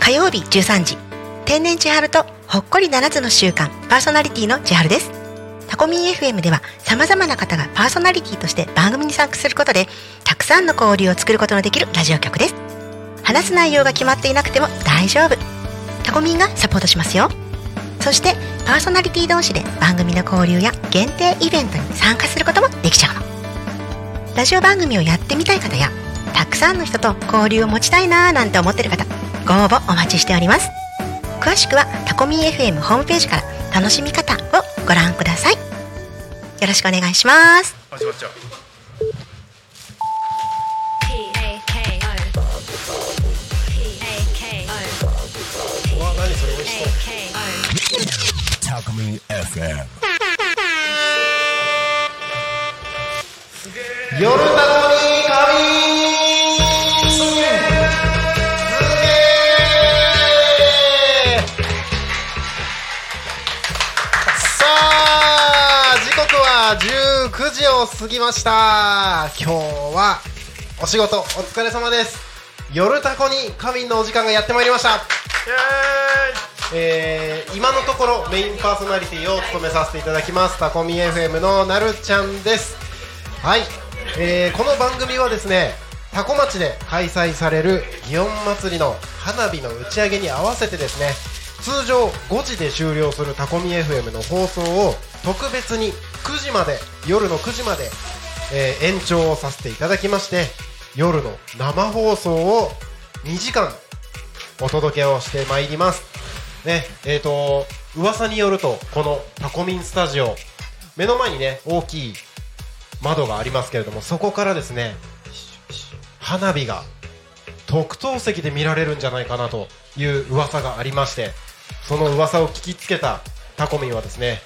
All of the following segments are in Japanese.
火曜日13時天然千春とほっこりならずの習慣パーソナリティの千春ですタコミン FM ではさまざまな方がパーソナリティとして番組に参加することでたくさんの交流を作ることのできるラジオ局です話す内容が決まっていなくても大丈夫タコミンがサポートしますよそしてパーソナリティ同士で番組の交流や限定イベントに参加することもできちゃうのラジオ番組をやってみたい方やたくさんの人と交流を持ちたいなーなんて思ってる方ご応募お待ちしております詳しくはタコミン FM ホームページから楽しみ方をご覧くださいよろしくお願いします始まっちゃう P-A-K-O. P-A-K-O. うわ何それ美味しそう P-A-K-O. Takumi FM. 夜なのにさあ時刻は19時を過ぎました今日はお仕事お疲れ様です夜タコに仮眠のお時間がやってまいりましたえー今のところメインパーソナリティを務めさせていただきますタコミ FM のなるちゃんですはい、えーこの番組はですねタコ町で開催される祇園祭りの花火の打ち上げに合わせてですね通常5時で終了するタコミ FM の放送を特別に9時まで夜の9時まで、えー延長をさせていただきまして夜の生放送を2時間お届けをしてまいります。ね、えっ、と、噂によると、このタコミンスタジオ、目の前にね、大きい窓がありますけれども、そこからですね、花火が特等席で見られるんじゃないかなという噂がありまして、その噂を聞きつけたタコミンはですね、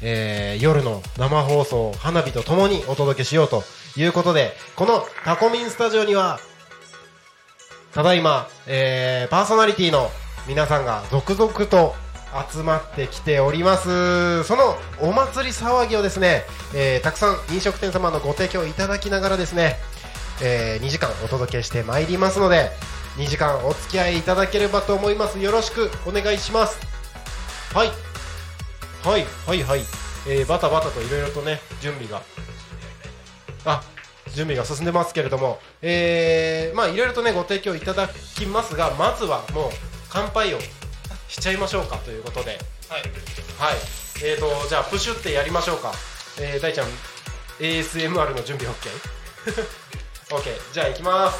えー夜の生放送、花火とともにお届けしようということで、このタコミンスタジオには、ただいま、えーパーソナリティの皆さんが続々と集まってきておりますそのお祭り騒ぎをですね、えーたくさん飲食店様のご提供いただきながらですね、え2時間お届けしてまいりますので2時間お付き合いいただければと思いますよろしくお願いしますはいはいはいはい、えーバタバタといろいろとね準備があ準備が進んでますけれども、えー、まあいろいろとねご提供いただきますがまずはもう乾杯をしちゃいましょうかということではい、えー、とじゃあプシュってやりましょうか、えー、大ちゃん ASMR の準備 OK?OK、OK じゃあ行きます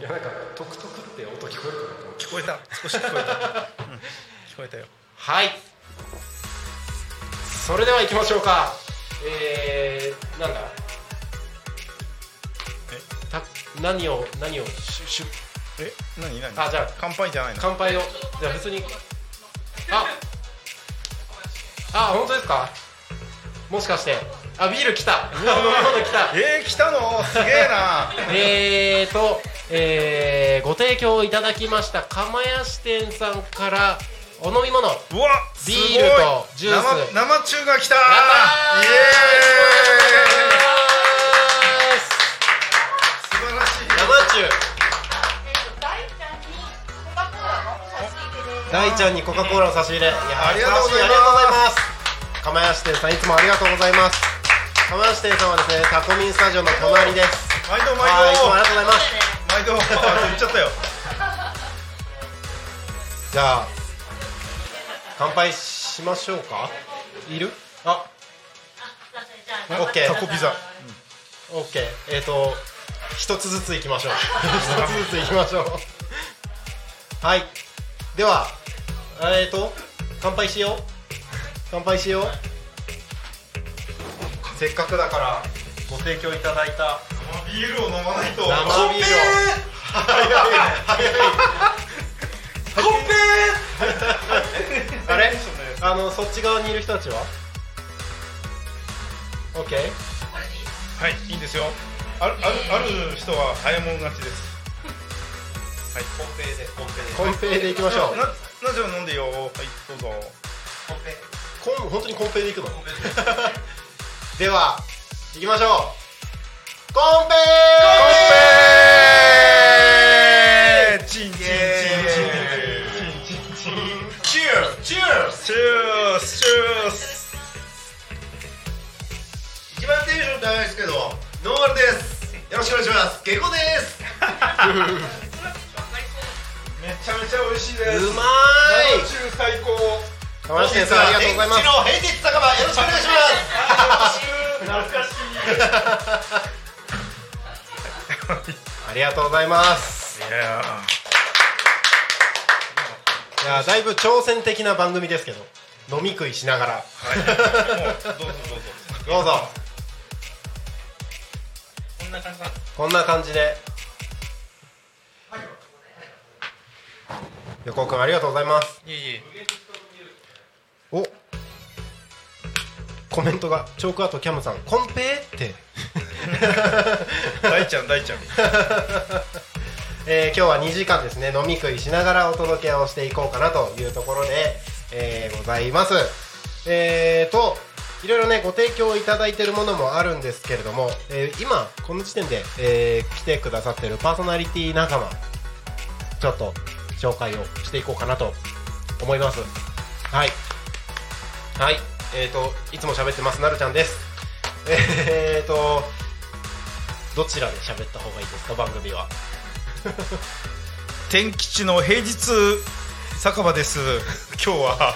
いやなんかトクトクって音聞こえるかなと思って聞こえた少し聞こえた、うん聞こえたよはいそれでは行きましょうかえー、なんだた何を何をシュシュえ何何あじゃあ乾杯じゃないの乾杯をじゃあ普通にああ本当ですかもしかしてあビール来た飲み物来たえー、来たのすげえなえーと、えー、ご提供いただきました釜屋支店さんからお飲み物うわすごいビールとジュース生生中が来たやったーイエーイ素晴らしい大ちゃんにコカ・コーラの差し入れいやありがとうございますありがす釜屋支店さんいつもありがとうございます釜屋支店さんはですねタコミンスタジオの隣です毎度はいいつもあり毎がとうございます度毎度あ言っちゃったよじゃあ乾杯しましょうかいるあオッケータコピザオッケーえっ、ー、と一つずついきましょう一つずついきましょうはいではえっ、ー、と乾杯しよう乾杯しようせっかくだからご提供いただいたビールを飲まないと生 ビールを 早い早いコンペあれあのそっち側にいる人たちは OK ーはいいいんですよあるあるある人は早いもん勝ちですはいコンペでコンペコンペイでいきましょうなラジオ飲んでよ。はい、どうぞ。コン本当にコンペでいくの では行きましょうコンペえー、チンチンチンチンチンチンチンチューチューチュースチュース。一番テンション高いですけどノーマルですよろしくお願いします下校ですめちゃめちゃ美味しいでうす。ま焼ーい酎最高。河村先生ありがとうございます天地の平日酒場よろしくお願いします懐かし ありがとうございますい。いやいー。やだいぶ挑戦的な番組ですけど飲み食いしながらはい。もうどうぞど どうぞ。うぞこんな感じこんな感じで横尾くんありがとうございますいえいえ。おコメントがチョークアートキャムさん「コンペ?」って、大ちゃん大ちゃん。えー今日は2時間ですね飲み食いしながらお届けをしていこうかなというところで、えーございますえーといろいろねご提供いただいているものもあるんですけれども、えー今この時点で、えー来てくださってるパーソナリティ仲間ちょっと紹介をしていこうかなと思いますはいはいえーといつも喋ってますなるちゃんですえーとどちらで喋った方がいいですか番組は天吉の平日酒場です。今日 は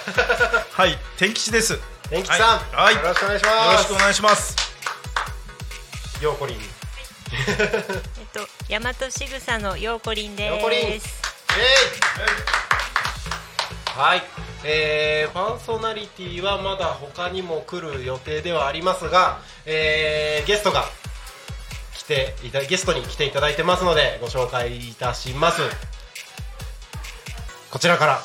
はい天吉です。よ天吉さん、はいはいよろしくお願いしろますしくお願いします。ようこりんイえっと、大和しぐさのようこりんです。ようこりんエイはい、えー、パーソナリティはまだ他にも来る予定ではありますが、えー、ゲストが来ていたゲストに来ていただいてますのでご紹介いたしますこちらから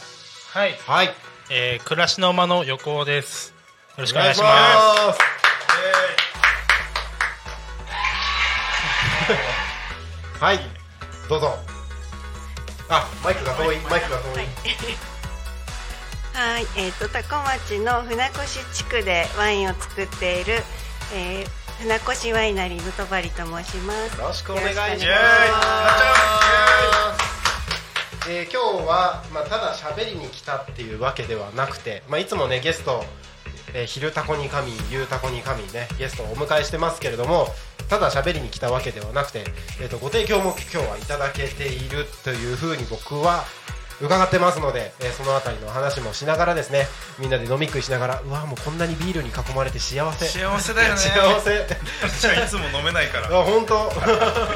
はい、はいよえー、暮らしの間の横尾です。よろしくお願いしまます。すはいどうぞあマイクが遠いマイクが遠い、 はい、えっ、と多古町の船越地区でワインを作っている、えー、船越ワイナリーのとばりと申します。よろしくお願いしよろましくおす。願いしますえー、今日は、まあ、ただ喋りに来たっていうわけではなくて、まあ、いつもねゲスト、えー昼タコに神夕タコに神ねゲストをお迎えしてますけれどもただ喋りに来たわけではなくて、えー、とご提供も今日はいただけているというふうに僕は伺ってますので、えーそのあたりの話もしながらですねみんなで飲み食いしながらうわもうこんなにビールに囲まれて幸せ幸せだよね。 幸せじゃあいつも飲めないから。あ本当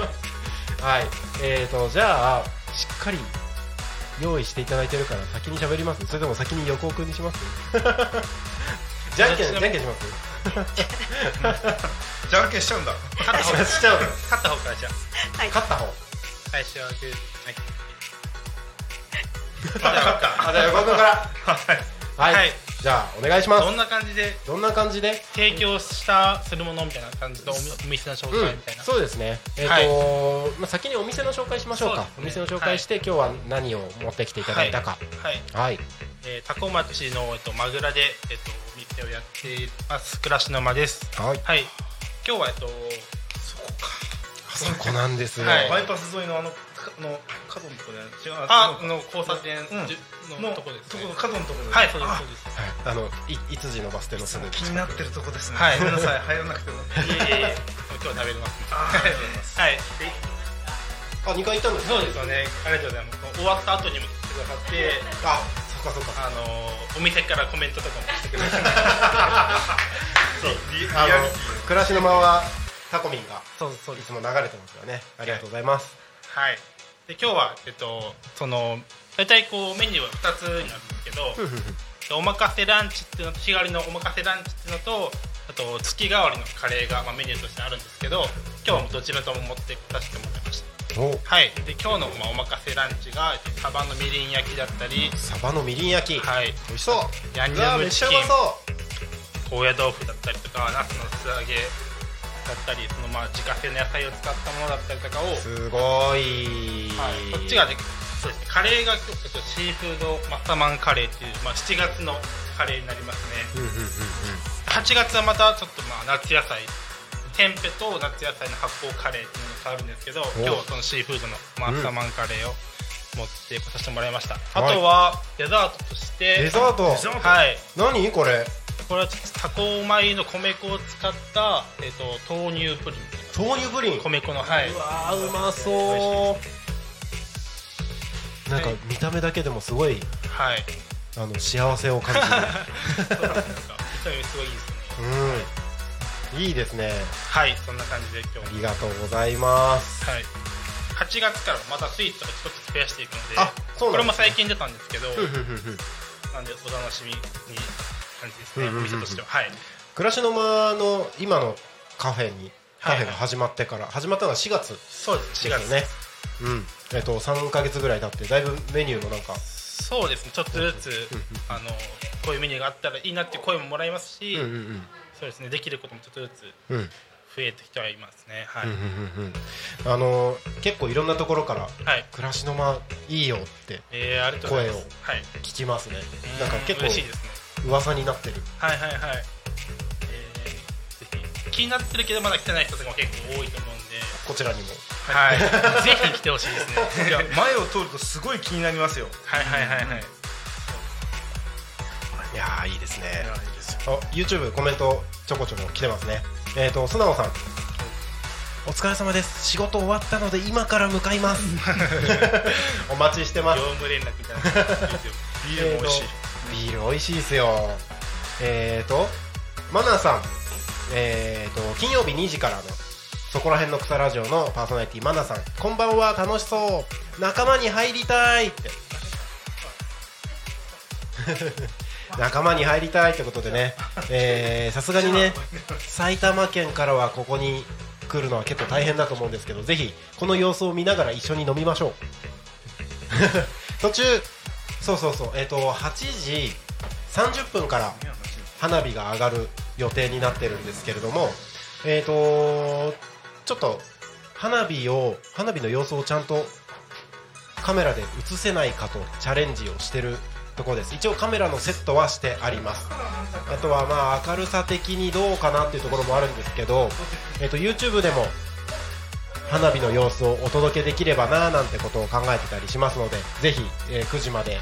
はいえーとじゃあしっかり用意していただいてるから先に喋りますそれとも先に横尾くんにしますじゃんけんじゃんけんしますじゃんけんしちゃうんだ。勝った方しちゃうの勝った方からじゃあ勝った方最初はグー。はい。あじゃあ横尾くんからはい、はいじゃあお願いしまどすんな感じでどんな感じで提供したするものみたいな感じのおお店の紹うん介みたいな。そうですねえっ、はいと、まあ、先にお店の紹介しましょうかそおうです店ねの紹介して、今日は何を持ってきていただいたかはい。はい、えー、タコ町のえっとマグラでえっとお店をやっています。暮らしの間です。はい、はい。今日はえっとあそこなんですよ、はいバイパス沿いのあのかの角のとこね。違う。あのの交差点うんじゅのとこです、とねこ。の角のところ。はい、そうですそうではす。いあのいいつじのバス停のすぐ気になってるとこですね。はいごめんなさい入らな くても。いえいえいえ今日は食べれます、あーありがとうございます。はいあ二回行ったんですそうですよねありがとうございます終わった後にも来てくださってあそっかそっかあのーお店からコメントとかもしてくださってそうリあアのリテ暮らしの間はタコミンがそうそういですつも流れてますからねありがとうございますはいで今日はえっとその大体こうメニューは2つになるんですけどでおまかせランチっていうのと日替わりのおまかせランチっていうのとあと月替わりのカレーが、まあ、メニューとしてあるんですけど今日はもうどちらとも持って出してもらいましたおはい、で今日の、まあ、おまかせランチがえっとサバのみりん焼きだったり、サバのみりん焼き、はい、美味しそうヤンニうわョめっムちチゃうキンまそう高野豆腐だったりとかナスの素揚げだったりその、まあ、自家製の野菜を使ったものだったりとかを、はい、すごい、こっちが、ね、そうですねカレーが今日ちょっとシーフードマッサマンカレーっていう、まあ、7月のカレーになりますね8月はまたちょっとまあ夏野菜天ペと夏野菜の発酵カレーっていうのが変わるんですけど今日はそのシーフードのマッサマンカレーを持ってこさせてもらいました、あとはデザートとしてデザートはい何これこれはちょっとタコ米の米粉を使った、えっと豆乳プリン豆乳プリン米粉のはいあーうまそうなんか見た目だけでもすごいはいあの幸せを感じるそうなんですか見た目すごいいいですねうんいいですね はいそんな感じで今あ日りがとうございますはい8月からまたスイーツを一つ増やしていくのであそうなこれんもです最近出たんですけどふんふんふんふんなんでお楽しみに感じですうんねうんうんうんお店としてははい暮らしの間の今のカフェにカはいフェが始まってから始まったのは4月そうですです4よ月ねうんえっと3か月ぐらい経ってだいぶメニューもなんかそうですねちょっとずつうんうんあのこういうメニューがあったらいいなっていう声ももらいますし、うんうんそうですねできることもちょっとずつうんうん増えてきてはいますねはい、うんうんうんあのー結構いろんなところからはい「暮らしの間いいよ」ってえー、ありがとうございます声をはい聞きますねなんか結うん嬉しい構ですね噂になってるはいはいはい、えー、ぜひ気になってるけどまだ来てない人とかも結構多いと思うんでこちらにも はい、ぜひ来てほしいですね。いや前を通るとすごい気になりますよはいはいはいはい。いやーいいですねあ YouTube コメントちょこちょこ来てますねえっ、と素直さんお疲れ様です仕事終わったので今から向かいます お待ちしてま業す 務連絡みたいなのが出てる。ビールも美味しいビール美味しいですよえっ、ー、とマナーさんえっ、ー、と金曜日2時からのそこら辺の草ラジオのパーソナリティマナーさんこんばんは楽しそう仲間に入りたいって 仲間に入りたいってことでねえーさすがにね埼玉県からはここに来るのは結構大変だと思うんですけどぜひこの様子を見ながら一緒に飲みましょう 途中そうそうそうえっ、と8時30分から花火が上がる予定になってるんですけれどもえっ、とちょっと花火を花火の様子をちゃんとカメラで映せないかとチャレンジをしてるところです一応カメラのセットはしてありますあとはまあ明るさ的にどうかなっていうところもあるんですけど、えっと YouTube でも花火の様子をお届けできればなーなんてことを考えてたりしますのでぜひ、えー9時まで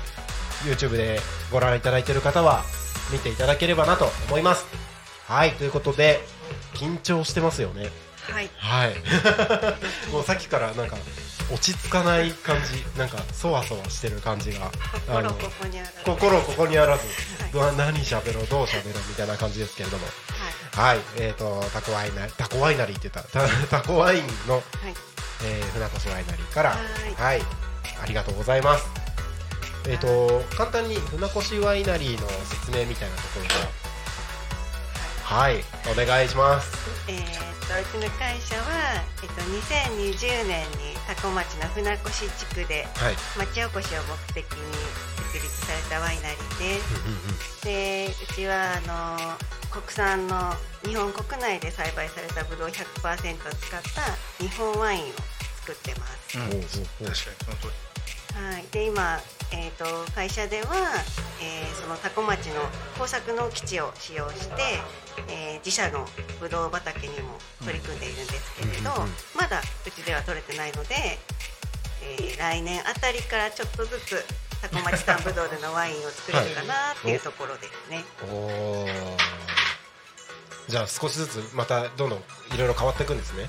YouTube でご覧いただいている方は見ていただければなと思いますはいということで緊張してますよねはいはいもうさっきからなんか落ち着かない感じなんかそわそわしてる感じが心あのここにあるは心ここにあらず、うわ何喋ろうどう喋ろうみたいな感じですけれどもいはいえー、とタコワイナタコワイナリーって言った タタコワインの、はいえー船越ワイナリーからははいありがとうございますえっ、と簡単に船越ワイナリーの説明みたいなところがはいお願いしますえー、っとうちの会社は、えっと2020年に多古町の船越地区ではい町おこしを目的に設立されたワイナリーです。でうちはあの国産の日本国内で栽培されたブドウ100%を使った日本ワインを作ってます。おうおうおう確かにその通りはい、で今、えー、と会社では、えーその多古町の工作の基地を使用して、えー自社のぶどう畑にも取り組んでいるんですけれど、まだうちでは取れてないので、えー来年あたりからちょっとずつ多古町産ぶどうでのワインを作れるかなっていうところですね。おーじゃあ少しずつまたどんどんいろいろ変わっていくんですね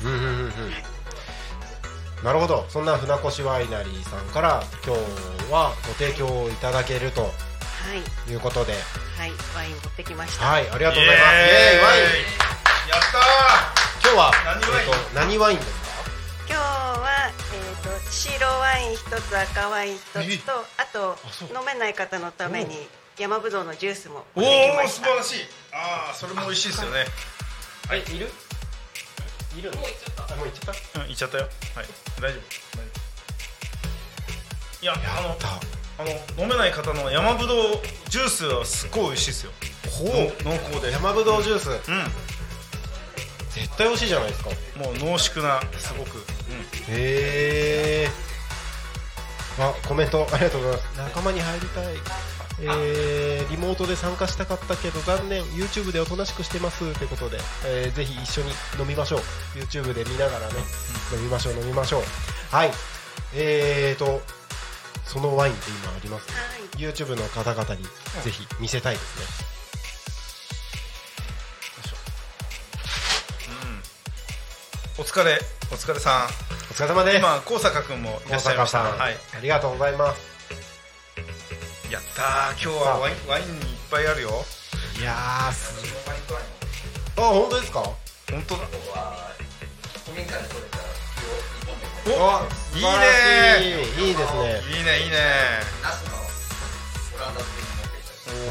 そうですうんうんうんうんなるほどそんな船越ワイナリーさんから今日はご提供いただけるとはい、いうことではい、ワイン持ってきました。はいありがとうございますイエーイワインやった今日は何ワイえっと何ワインンですか今日は、えー、と白ワイン一つ赤ワイン一つとあと飲めない方のために山ぶどうのジュースも持ってきーおまおし素た晴らしいああそれも美味しいですよねあれいるいるもう行っちゃったもう行っちゃっうんいっちゃったよはい大丈夫大丈夫いやあのたあの飲めない方の山ぶどうジュースはすっごい美味しいですよほ濃厚で山ぶどうジュースう絶対美味しいじゃないですかへんもう濃縮なすごくえあコメントありがとうございます仲間に入りたい、えーリモートで参加したかったけど残念 YouTube でおとなしくしてますということで、えーぜひ一緒に飲みましょう YouTube で見ながらね、飲みましょう飲みましょうはいえーとそのワインって今ありますね、YouTube の方々にぜひ見せたいですね、お疲れお疲れさお疲れ様んです今高坂君もいらっしゃいました大阪さんはいありがとうございますやったー今日はワインワインにいっぱいあるよいやーすごいあ本当ですか本当だあいい素晴らしねいいいですねいいねいいね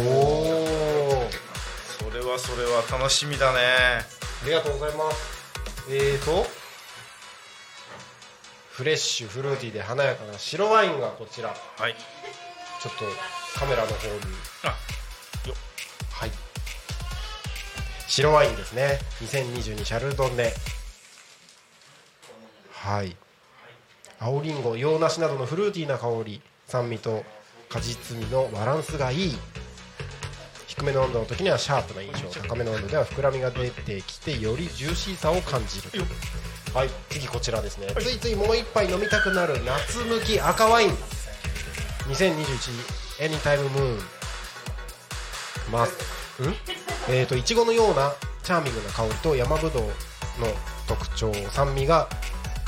おおそれはそれは楽しみだねありがとうございます。えーと、フレッシュ、フルーティーで華やかな白ワインがこちら。はいちょっとカメラの方に。あよはい。白ワインですね。2022シャルドネ。はい。青りんご、洋梨などのフルーティーな香り、酸味と果実味のバランスがいい。低めの温度の時にはシャープな印象高めの温度では膨らみが出てきてよりジューシーさを感じるはい次こちらですね、ついついもう一杯飲みたくなる夏向き赤ワイン2021エニタイムムーンまうんえー、といちごのようなチャーミングな香りと山ぶどうの特徴酸味が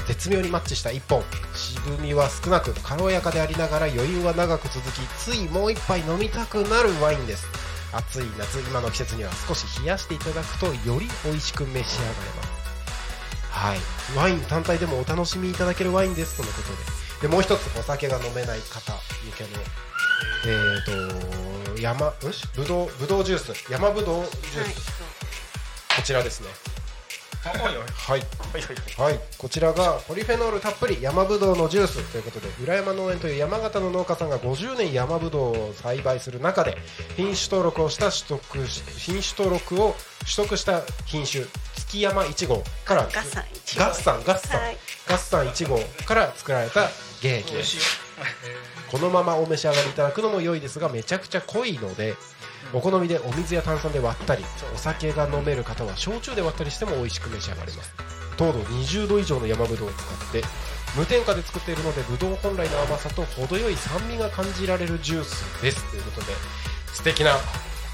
絶妙にマッチした1本渋みは少なく軽やかでありながら余裕は長く続きついもう一杯飲みたくなるワインです暑い夏今の季節には少し冷やしていただくとより美味しく召し上がれますはい、ワイン単体でもお楽しみいただけるワインですとのことででもう一つお酒が飲めない方向けのえー、と山んぶどうぶどうジュース山ぶどうジュース、はい、こちらですねあはいはいはい、はい、こちらがポリフェノールたっぷり山ぶどうのジュースということで裏山農園という山形の農家さんが50年山ぶどうを栽培する中で品種登録をした取得し品種登録を取得した品種月山1号からガッサン一ガッサンガッサン、はいガッサン1号から作られた原液ですこのままお召し上がりいただくのも良いですがめちゃくちゃ濃いのでお好みでお水や炭酸で割ったりお酒が飲める方は焼酎で割ったりしても美味しく召し上がれます糖度20度以上の山ぶどうを使って無添加で作っているのでぶどう本来の甘さと程よい酸味が感じられるジュースですということで素敵な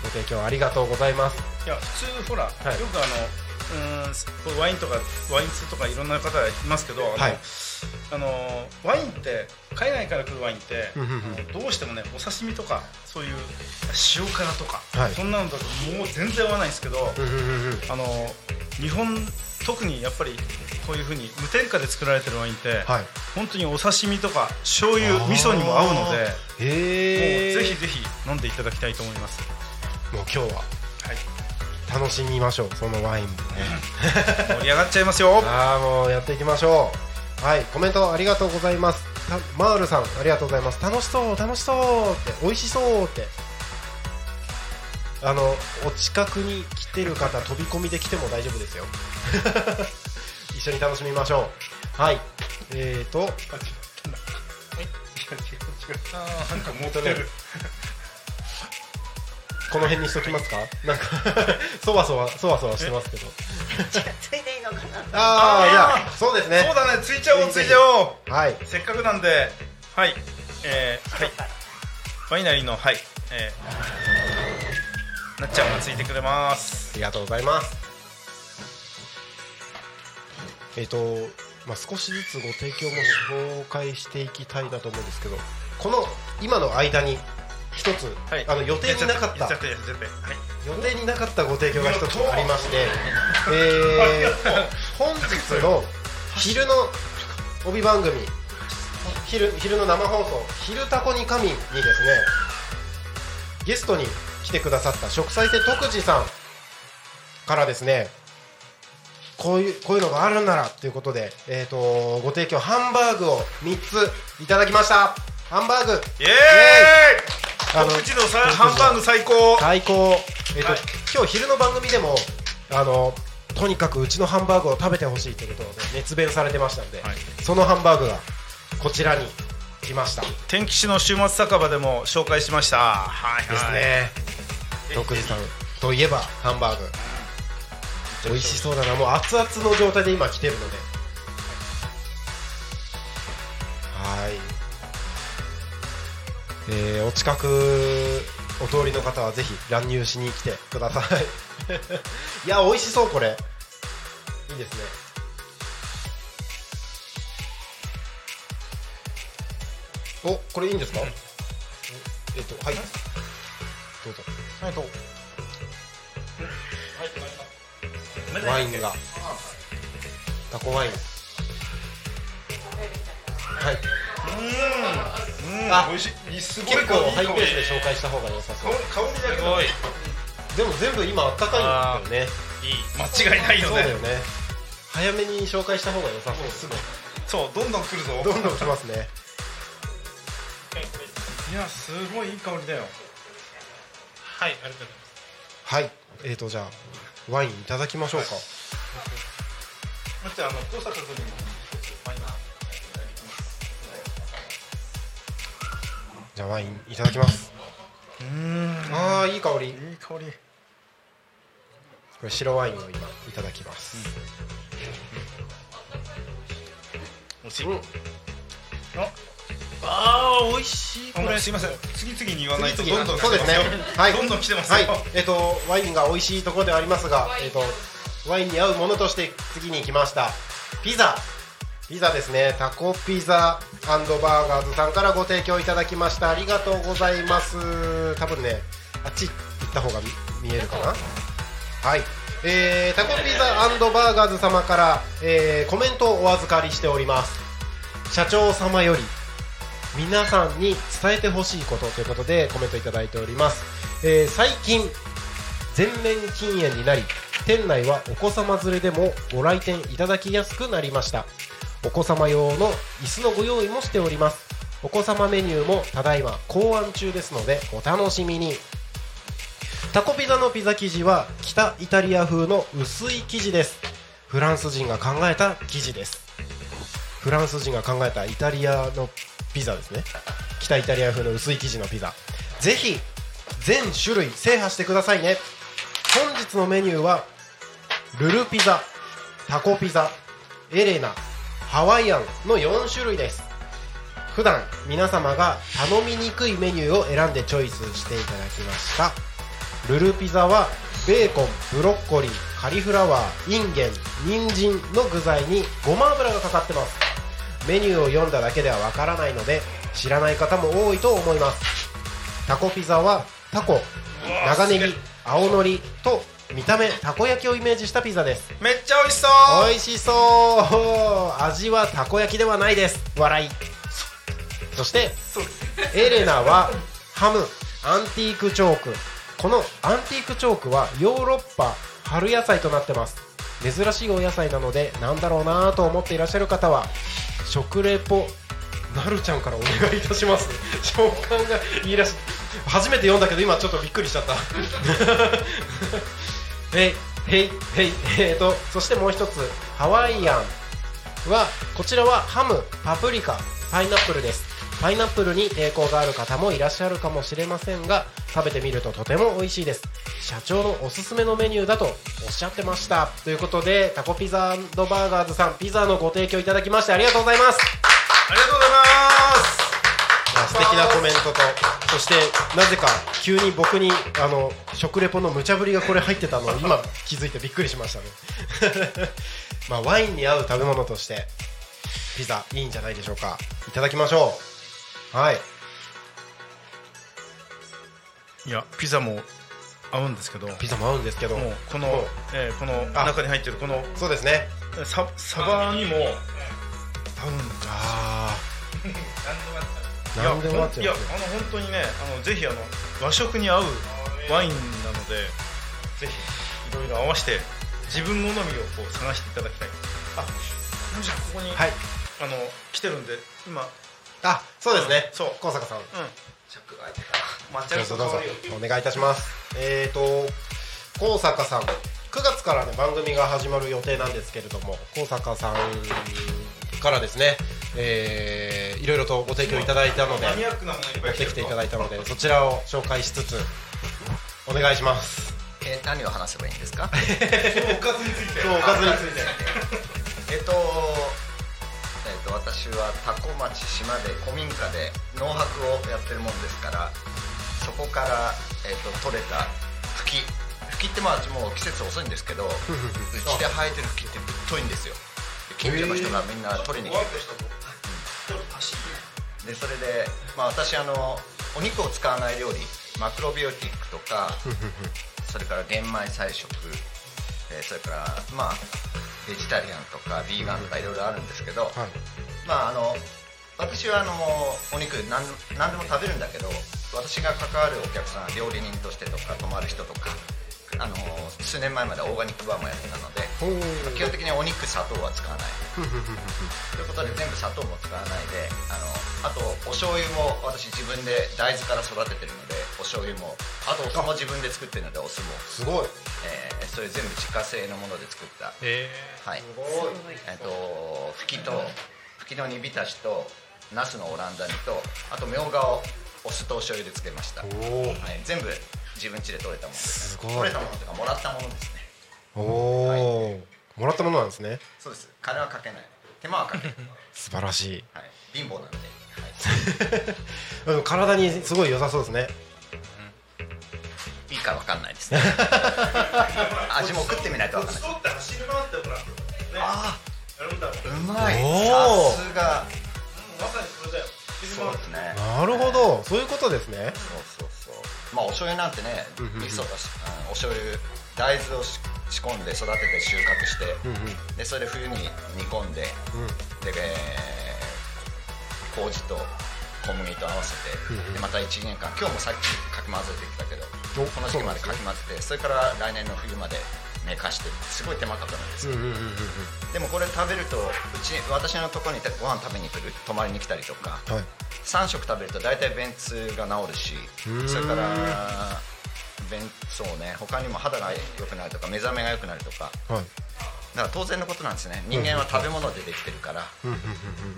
ご提供ありがとうございますいや普通ほら、いよくあのうーんすワインとかワイン通とかいろんな方がいますけど、あのはいあのワインって海外から来るワインって、うんうんうんあのどうしてもねお刺身とかそういう塩辛とか、はいそんなのだともう全然合わないんですけど、あの日本特にやっぱりこういうふうに無添加で作られてるワインって、はい本当にお刺身とか醤油味噌にも合うので、へえもうぜひぜひ飲んでいただきたいと思います。もう今日ははい、楽しみましょうそのワインもね盛り上がっちゃいますよ。 ああもうやっていきましょうはいコメントありがとうございますたマールさんありがとうございます楽しそう楽しそうって美味しそうってあのお近くに来てる方飛び込みで来ても大丈夫ですよ 一緒に楽しみましょうはいえーとなんかモテる。この辺にしときますかなんか そわそわそわそわしてますけどついでいいのかなああいやそうですねそうだね、ついちゃおう、つついいちゃおう。はいせっかくなんで、はい、えー、はい。ワイナリーの、はい、えー、なっちゃんがついてくれます。ありがとうございます。えっ、と、まあ、少しずつご提供も紹介していきたいなと思うんですけど、この今の間に一つ、はい、あの予定になかったやっちゃって、やっちゃって、やっちゃってはい。予定になかったご提供が一つありまして、えー、本日の昼の帯番組昼昼の生放送「昼タコに神」にですねゲストに来てくださった植栽生徳次さんからですねこういうこういうのがあるんならということで、えー、とご提供ハンバーグを3ついただきましたハンバーグイエあーのイ。お口のさ、ハンバーグ最高。最高、えっとはい今日昼の番組でもあのとにかくうちのハンバーグを食べてほしいってことを、ね、熱弁されてましたんで、はいそのハンバーグがこちらに来ました天吉の週末酒場でも紹介しましたはいはいですね徳次さんといえばハンバーグ美味しそうだなもう熱々の状態で今来てるのではいえーお近くお通りの方はぜひ乱入しに来てくださいいや美味しそうこれいいですねおこれいいんですか、えっとはいどうぞはいどうワインが。タコワイン。はい。うんあ美味しいすごい結構ハイペースでょ紹介した方が良さそう。香りだけすどごいいでも全部今あったかいんだよね。い間違いないよそうねだよね。早めに紹介した方が良さそう。すぐ。そうどんどん来るぞどんどん来ますね。いやすごいいい香りだよはいありがとうございますはい。えっ、ー、とじゃあワインいただきましょうか。待ってあの高坂君にもワインじゃあワインいただきます。ああいい香り。いい香りこれ白ワインを今いただきます。美味しいうんあー美味しいこあのれすいません次々に言わないと次々どんどん来そうてでますすねよ。はい。どんどん来てますよはい。えっとワインが美味しいところではありますが、えっとワインに合うものとして次に来ました。ピザ。ピザですね。タコピザバーガーズさんからご提供いただきました。ありがとうございます。多分ね、あっち行った方が見見えるかな。はい。えー、タコピザバーガーズ様から、えーコメントをお預かりしております。社長様より皆さんに伝えてほしいことということでコメントいただいております、えー最近全面禁煙になり店内はお子様連れでもご来店いただきやすくなりましたお子様用の椅子のご用意もしておりますお子様メニューもただいま考案中ですのでお楽しみにタコピザのピザ生地は北イタリア風の薄い生地ですフランス人が考えた生地ですフランス人が考えたイタリアのピザですね北イタリア風の薄い生地のピザぜひ全種類制覇してくださいね本日のメニューはルルピザタコピザエレナハワイアンの4種類です普段皆様が頼みにくいメニューを選んでチョイスしていただきましたルルピザはベーコンブロッコリーカリフラワーインゲン人参の具材にごま油がかかってますメニューを読んだだけではわからないので知らない方も多いと思いますタコピザはタコ長ネギ青のりと見た目たこ焼きをイメージしたピザですめっちゃ美味しそう美味しそう味はたこ焼きではないです笑いそしてエレナはハムアンティークチョークこのアンティークチョークはヨーロッパ春野菜となってます珍しいお野菜なのでなんだろうなぁと思っていらっしゃる方は食レポなるちゃんからお願いいたします召喚がいいらしい初めて読んだけど今ちょっとびっくりしちゃった えいへいへいえーとそしてもう一つハワイアンはこちらはハムパプリカパイナップルですパイナップルに抵抗がある方もいらっしゃるかもしれませんが食べてみるととても美味しいです社長のおすすめのメニューだとおっしゃってましたということでタコピザバーガーズさんピザのご提供いただきましてありがとうございますありがとうございますまあ素敵なコメントとそしてなぜか急に僕にあの食レポの無茶ぶりがこれ入ってたのを今気づいてびっくりしましたね まあワインに合う食べ物としてピザいいんじゃないでしょうかいただきましょうはいいやピザも合うんですけどもうピザも合うんですけどこのもう、えーこのあ中に入ってるこのそうですねササバにも合うんああだ何でも合っちいゃやうほんいやあの本当にねあのぜひあの和食に合うワインなのでぜひいろいろ合わせて自分好みをこう探していただきたいあなんじゃここに、はいあの来てるんで今あそうですねそう高坂さん抹どうぞどうぞお願いいたしますえーと高坂さん9月からね番組が始まる予定なんですけれども高坂さんからですねえー、いろいろとご提供いただいたのでマニアックなものいっ持ぱいってきていただだいたのでそちらを紹介しつつお願いしますえー何を話せばいいんですかおかずについて今日おかずについてえっと,、えっと私は多古町島で古民家で農泊をやってるもんですからそこから、えっと取れた茎茎ってまあもう季節遅いんですけどうちで生えてる茎って太いんですよで近所の人がみんな取りに来てくれてでそれで、まあ、私あのお肉を使わない料理マクロビオティックとかそれから玄米菜食、えーそれからまあベジタリアンとかビーガンとかいろいろあるんですけど、はいまああの私はあのお肉なん何でも食べるんだけど私が関わるお客さんは料理人としてとか泊まる人とかあの数年前までオーガニックバーもやってたので基本的にお肉砂糖は使わないということで全部砂糖も使わないであのあとお醤油も私自分で大豆から育ててるのでお醤油もあとお酢も自分で作ってるのでお酢も、すごいえーそれ全部自家製のもので作ったえはい、えっと吹きと吹きの煮浸しとナスのオランダ煮とあとみょうがをお酢とお醤油でつけました、はい、全部自分家で取れたものですすごい取れたものというかもらったものですねおお、もらったものなんですねそうです金はかけない手間はかける、素晴らしいはい、貧乏なんで、はい、でも体にすごい良さそうですねいいかわかんないです ね味も食ってみないとわかんない取って走り回ってほらねあやるんだろうあうまいさおーすがまさにそれだよ走りそうで回ってすねなるほどそういうことですねそうそうそうまあお醤油なんてね味噌だし、うんお醤油大豆をし仕込んで育てて収穫して、でそれで冬に煮込んで、で、えー麹と小麦と合わせて、でまた1年間今日もさっきかき混ぜてきたけどおこの時期までかき混ぜてそれから来年の冬まで寝かしてすごい手間かかるんですよ、でもこれ食べるとうち私のところにいてご飯食べに来る泊まりに来たりとか、はい3食食べると大体便通が治るしそれから便そうね他にも肌が良くなるとか目覚めが良くなるとかだはいから当然のことなんですね人間は食べ物でできてるから、う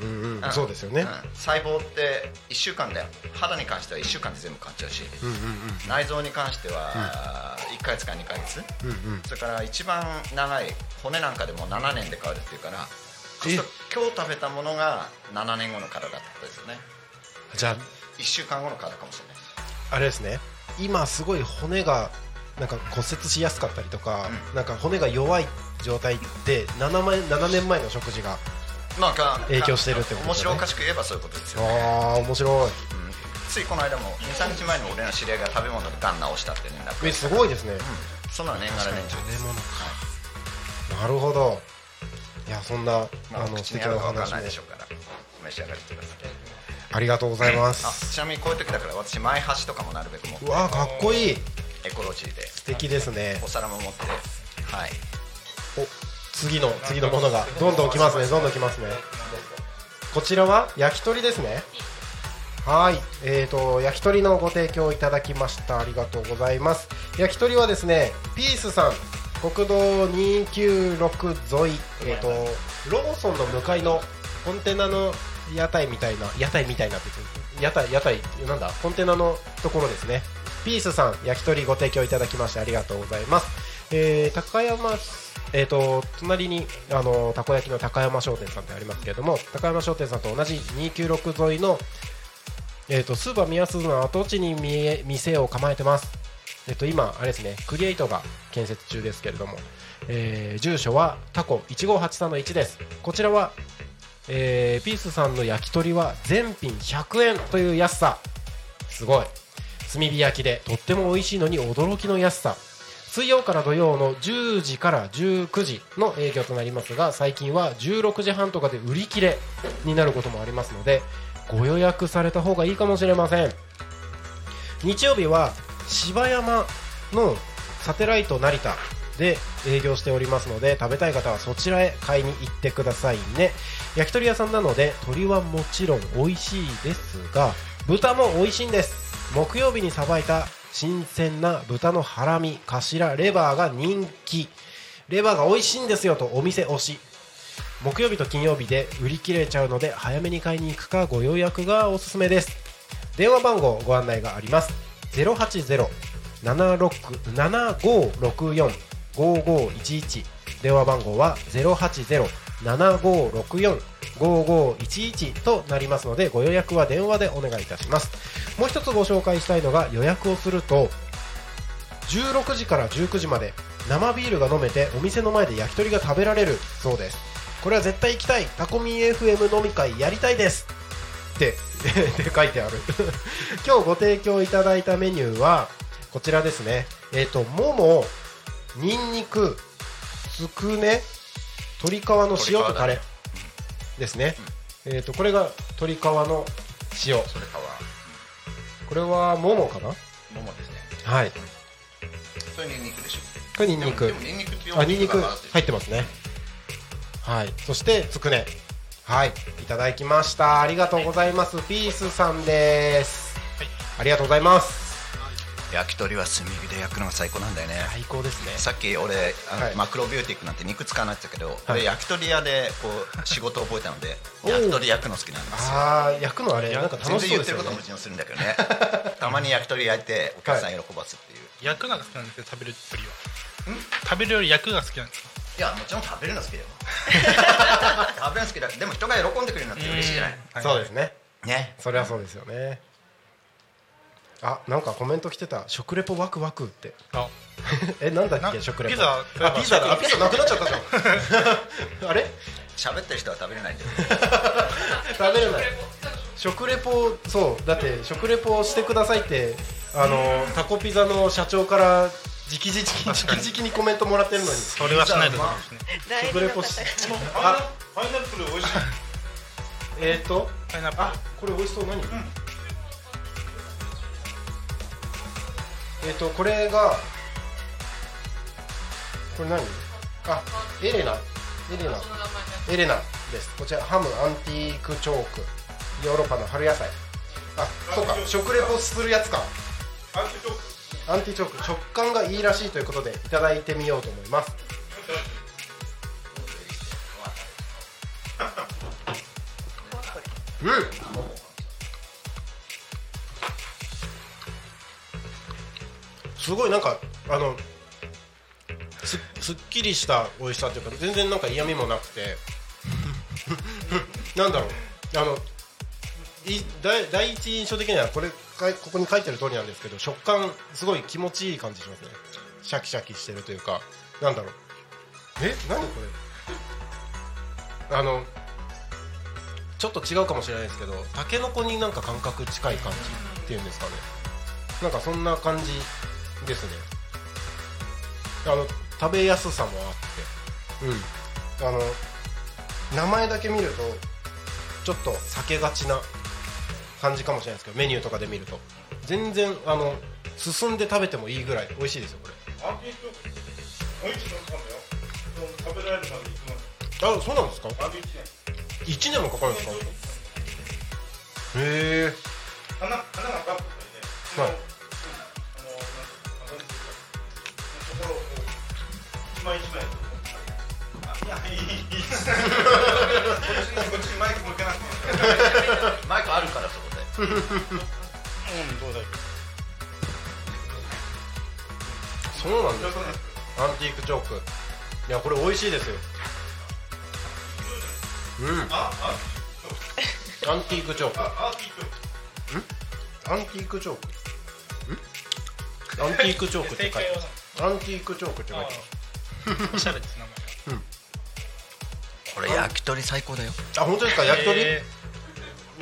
んんそうですよねうん細胞って1週間で肌に関しては1週間で全部変わっちゃうし、内臓に関しては1ヶ月か2ヶ月、それから一番長い骨なんかでも7年で変わるっていうからそうすると今日食べたものが7年後の体ってことですよねじゃ1週間後の体かもしれないしああれですね今すごい骨がなんか骨折しやすかったりとか、なんか骨が弱い状態で 7, 前7年前の食事がまあか影響してるってことだね面白おかしく言えばそういうことですよね、あー面白いうんついこの間も23日前に俺の知り合いが食べ物でがん治したって連絡えすごいですね、そんなの年がら年中です物かなるほどいやそんな、まあ、あの素口に敵合なうおかわかん話ないもでしょうからお召し上がりくださいありがとうございまあすちなみにこういう時だから私前端とかもなるべく持ってうわーかっこいいエコロジーで素敵ですねお皿も持ってはいお次の次のものがどんどん来ますねどんどん来ますねこちらは焼き鳥ですねはいえー、と焼き鳥のご提供いただきましたありがとうございます焼き鳥はですねピースさん国道296沿い、えー、とローソンの向かいのコンテナの屋台みたいな屋台みたいなって言って屋台屋台なんだコンテナのところですねピースさん焼き鳥ご提供いただきましてありがとうございます、えー高山えー、と隣にあのたこ焼きの高山商店さんってありますけれども高山商店さんと同じ296沿いのえー、とスーパー宮鈴の跡地に見え店を構えてます、えー、と今、あれですねクリエイトが建設中ですけれども、えー住所はタコ1583の1ですこちらは、えーピースさんの焼き鳥は全品100円という安さすごい炭火焼きでとっても美味しいのに驚きの安さ水曜から土曜の10時から19時の営業となりますが最近は16時半とかで売り切れになることもありますのでご予約された方がいいかもしれません日曜日は芝山のサテライト成田で営業しておりますので食べたい方はそちらへ買いに行ってくださいね焼き鳥屋さんなので鶏はもちろん美味しいですが豚も美味しいんです木曜日にさばいた新鮮な豚のハラミ頭レバーが人気レバーが美味しいんですよとお店推し木曜日と金曜日で売り切れちゃうので早めに買いに行くかご予約がおすすめです電話番号ご案内があります080-7564-5511電話番号は080-7564-5511となりますのでご予約は電話でお願いいたしますもう一つご紹介したいのが予約をすると16時から19時まで生ビールが飲めてお店の前で焼き鳥が食べられるそうですこれは絶対行きたいタコミン FM 飲み会やりたいですって でで書いてある 今日ご提供いただいたメニューはこちらですねえっ、とももにんにくつくね鶏皮の塩とタレですね、えっ、とこれが鶏皮の塩それかはこれはももかなももですねはいそれニンニクでしょこれにんにくでもでもニンニクってあニンニク入ってまますねはいそしてつくねはいいただきましたありがとうございますピースさんですありがとうございますす焼き鳥は炭火で焼くのが最高なんだよね最高ですねさっき俺あのはいマクロビューティックなんて肉使わないって言ったけど、はい俺焼き鳥屋でこ う仕事を覚えたのでおー焼き鳥焼くの好きなんですよあー焼くのあれなんか全楽し然言そうでっすてるよことはねもちろんするんだけ どねたまに焼き鳥焼いてお客さん喜ばすっていう、焼くのが好きなんですよ食べるよりは食べるより焼くのが好きなんですかい、やもちろん食べるの好きだよ 食べるの好きだでも人が喜んでくれるのって嬉しいじゃないはいそうですねねそれはそうですよねあなんかコメント来てた食レポワクワクってあ えなんだっけな食レポピザあピザだあピザなくなっちゃったじゃんあれ喋ってる人は食べれないんだよ食べれない食レポそうだって食レポしてくださいってあのタコピザの社長から直々に確かに直々にコメントもらってるのにそれはしないとダメですね代食理レのポ方しがあパイナップル美味しいえっ、ー、とパイナップルあこれ美味しそう何、えっ、ー、とこれがこれ何あエレナエレナエレナですこちらハムアンティークチョークヨーロッパの春野菜あそうか食レポするやつかアンチョークアンティチョーク食感がいいらしいということでいただいてみようと思いますうんすごいなんかあのすすっきりした美味しさというか全然なんか嫌味もなくて なんだろうあのい第第一印象的にはこれかいここに書いてる通りなんですけど食感すごい気持ちいい感じしますねシャキシャキしてるというかなんだろうえ何これあのちょっと違うかもしれないですけどタケノコになんか感覚近い感じっていうんですかねなんかそんな感じですねあの食べやすさもあってうんあの名前だけ見るとちょっと避けがちな感じかもしれないですけどメニューとかで見ると全然あの進んで食べてもいいぐらい美味しいですよこれアンティチョーク毎日飲んでたんだよその食べられるまで行くあそうなんですかまで丸一1年年もかかるんですかへえ花花がバッグでねはいあのなんかなんていうかところをこう一枚一枚あいやいいいいこっちにこっちにマイク向けなくてもマイクあるからそこでうんどうだいそうなんですそうねアンティークチョークいやこれ美味しいですようんああアンティークチョークあアーティークアンティークチョークんアンティークチョークって書いて正解はますアンティークチョークって書いておしゃれです名前がこれ焼き鳥最高だよますあ本当ですか焼き鳥え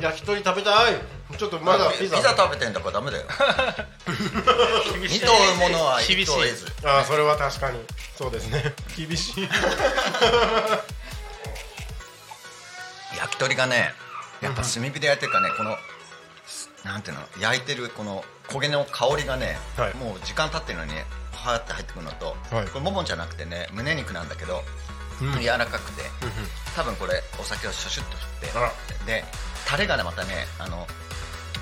焼き鳥食べたいちょっとまだピザ食べてんだからダメだよー厳し二い頭ものは一頭得ずああそれは確かにそうですね厳し い焼き鳥がねやっぱ炭火で焼いてるからねこのなんていうの焼いてるこの焦げの香りがね、はいもう時間経ってるのにはーって入ってくるのと、はいこれももじゃなくてね胸肉なんだけど、柔らかくて多分これお酒をシュシュッとあら振ってでタレがねまたねあの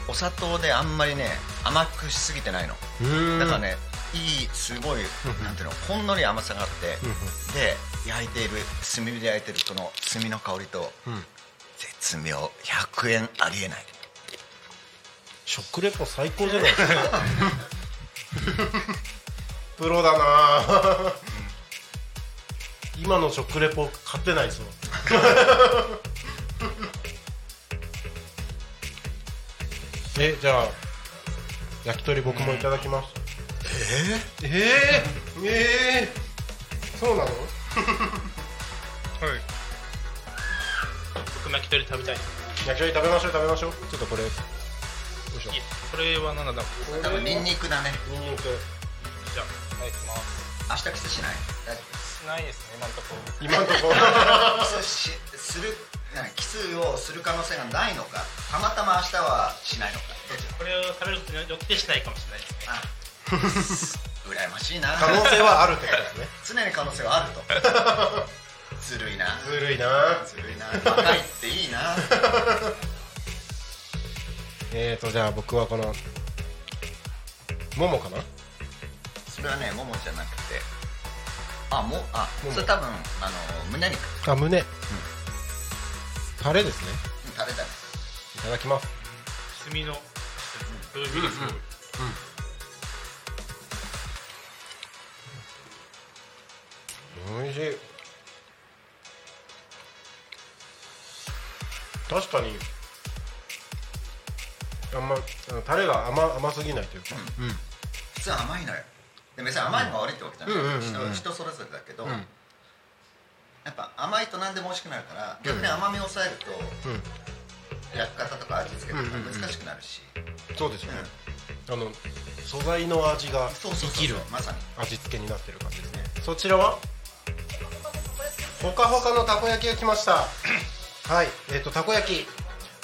お砂糖であんまりね甘くしすぎてないのうーんだからねいいすごいなんていうのほんのり甘さがあってで焼いている炭火で焼いてるこの炭の香りとん絶妙100円ありえない食レポ最高じゃないですか プロだな今の食レポ勝 てないぞえじゃあ焼き鳥僕もいただきます、ええええええそうなのはい僕も焼き鳥食べたいです焼き鳥食べましょう食べましょうちょっとこれよいしょいいですこれは何だろう多分ニンニクだねニンニクじゃあいただきます明日キスしない大丈ないですね今のとこ今ろんとこ夫キスしするなんかキスをする可能性がないのかたまたま明日はしないのかどっちこれを食べることによってしないかもしれないですねあ羨ましいな可能性はあるってことですね常に可能性はあると ずるいなずるいなずるいな若いっていいな えーとじゃあ僕はこのももかなそれはねももじゃなくてあもあももそれ多分あの胸肉あ胸、タレですねタレだねいただきます炭のどういう意味ですかおいしい確かにあんまあのタレが甘甘すぎないというか、普通甘いのよで別に甘いのが悪いってわけじゃない、うんうんうんうん人人それぞれだけど、んやっぱ甘いと何でも美味しくなるから逆に甘みを抑えると、焼き方とか味付けとか難しくなるし、そうですよね、あの素材の味がそうそうそう生きるまさに味付けになってる感じですねそちらはほかほかのたこ焼きが来ま したはいえっ、とたこ焼き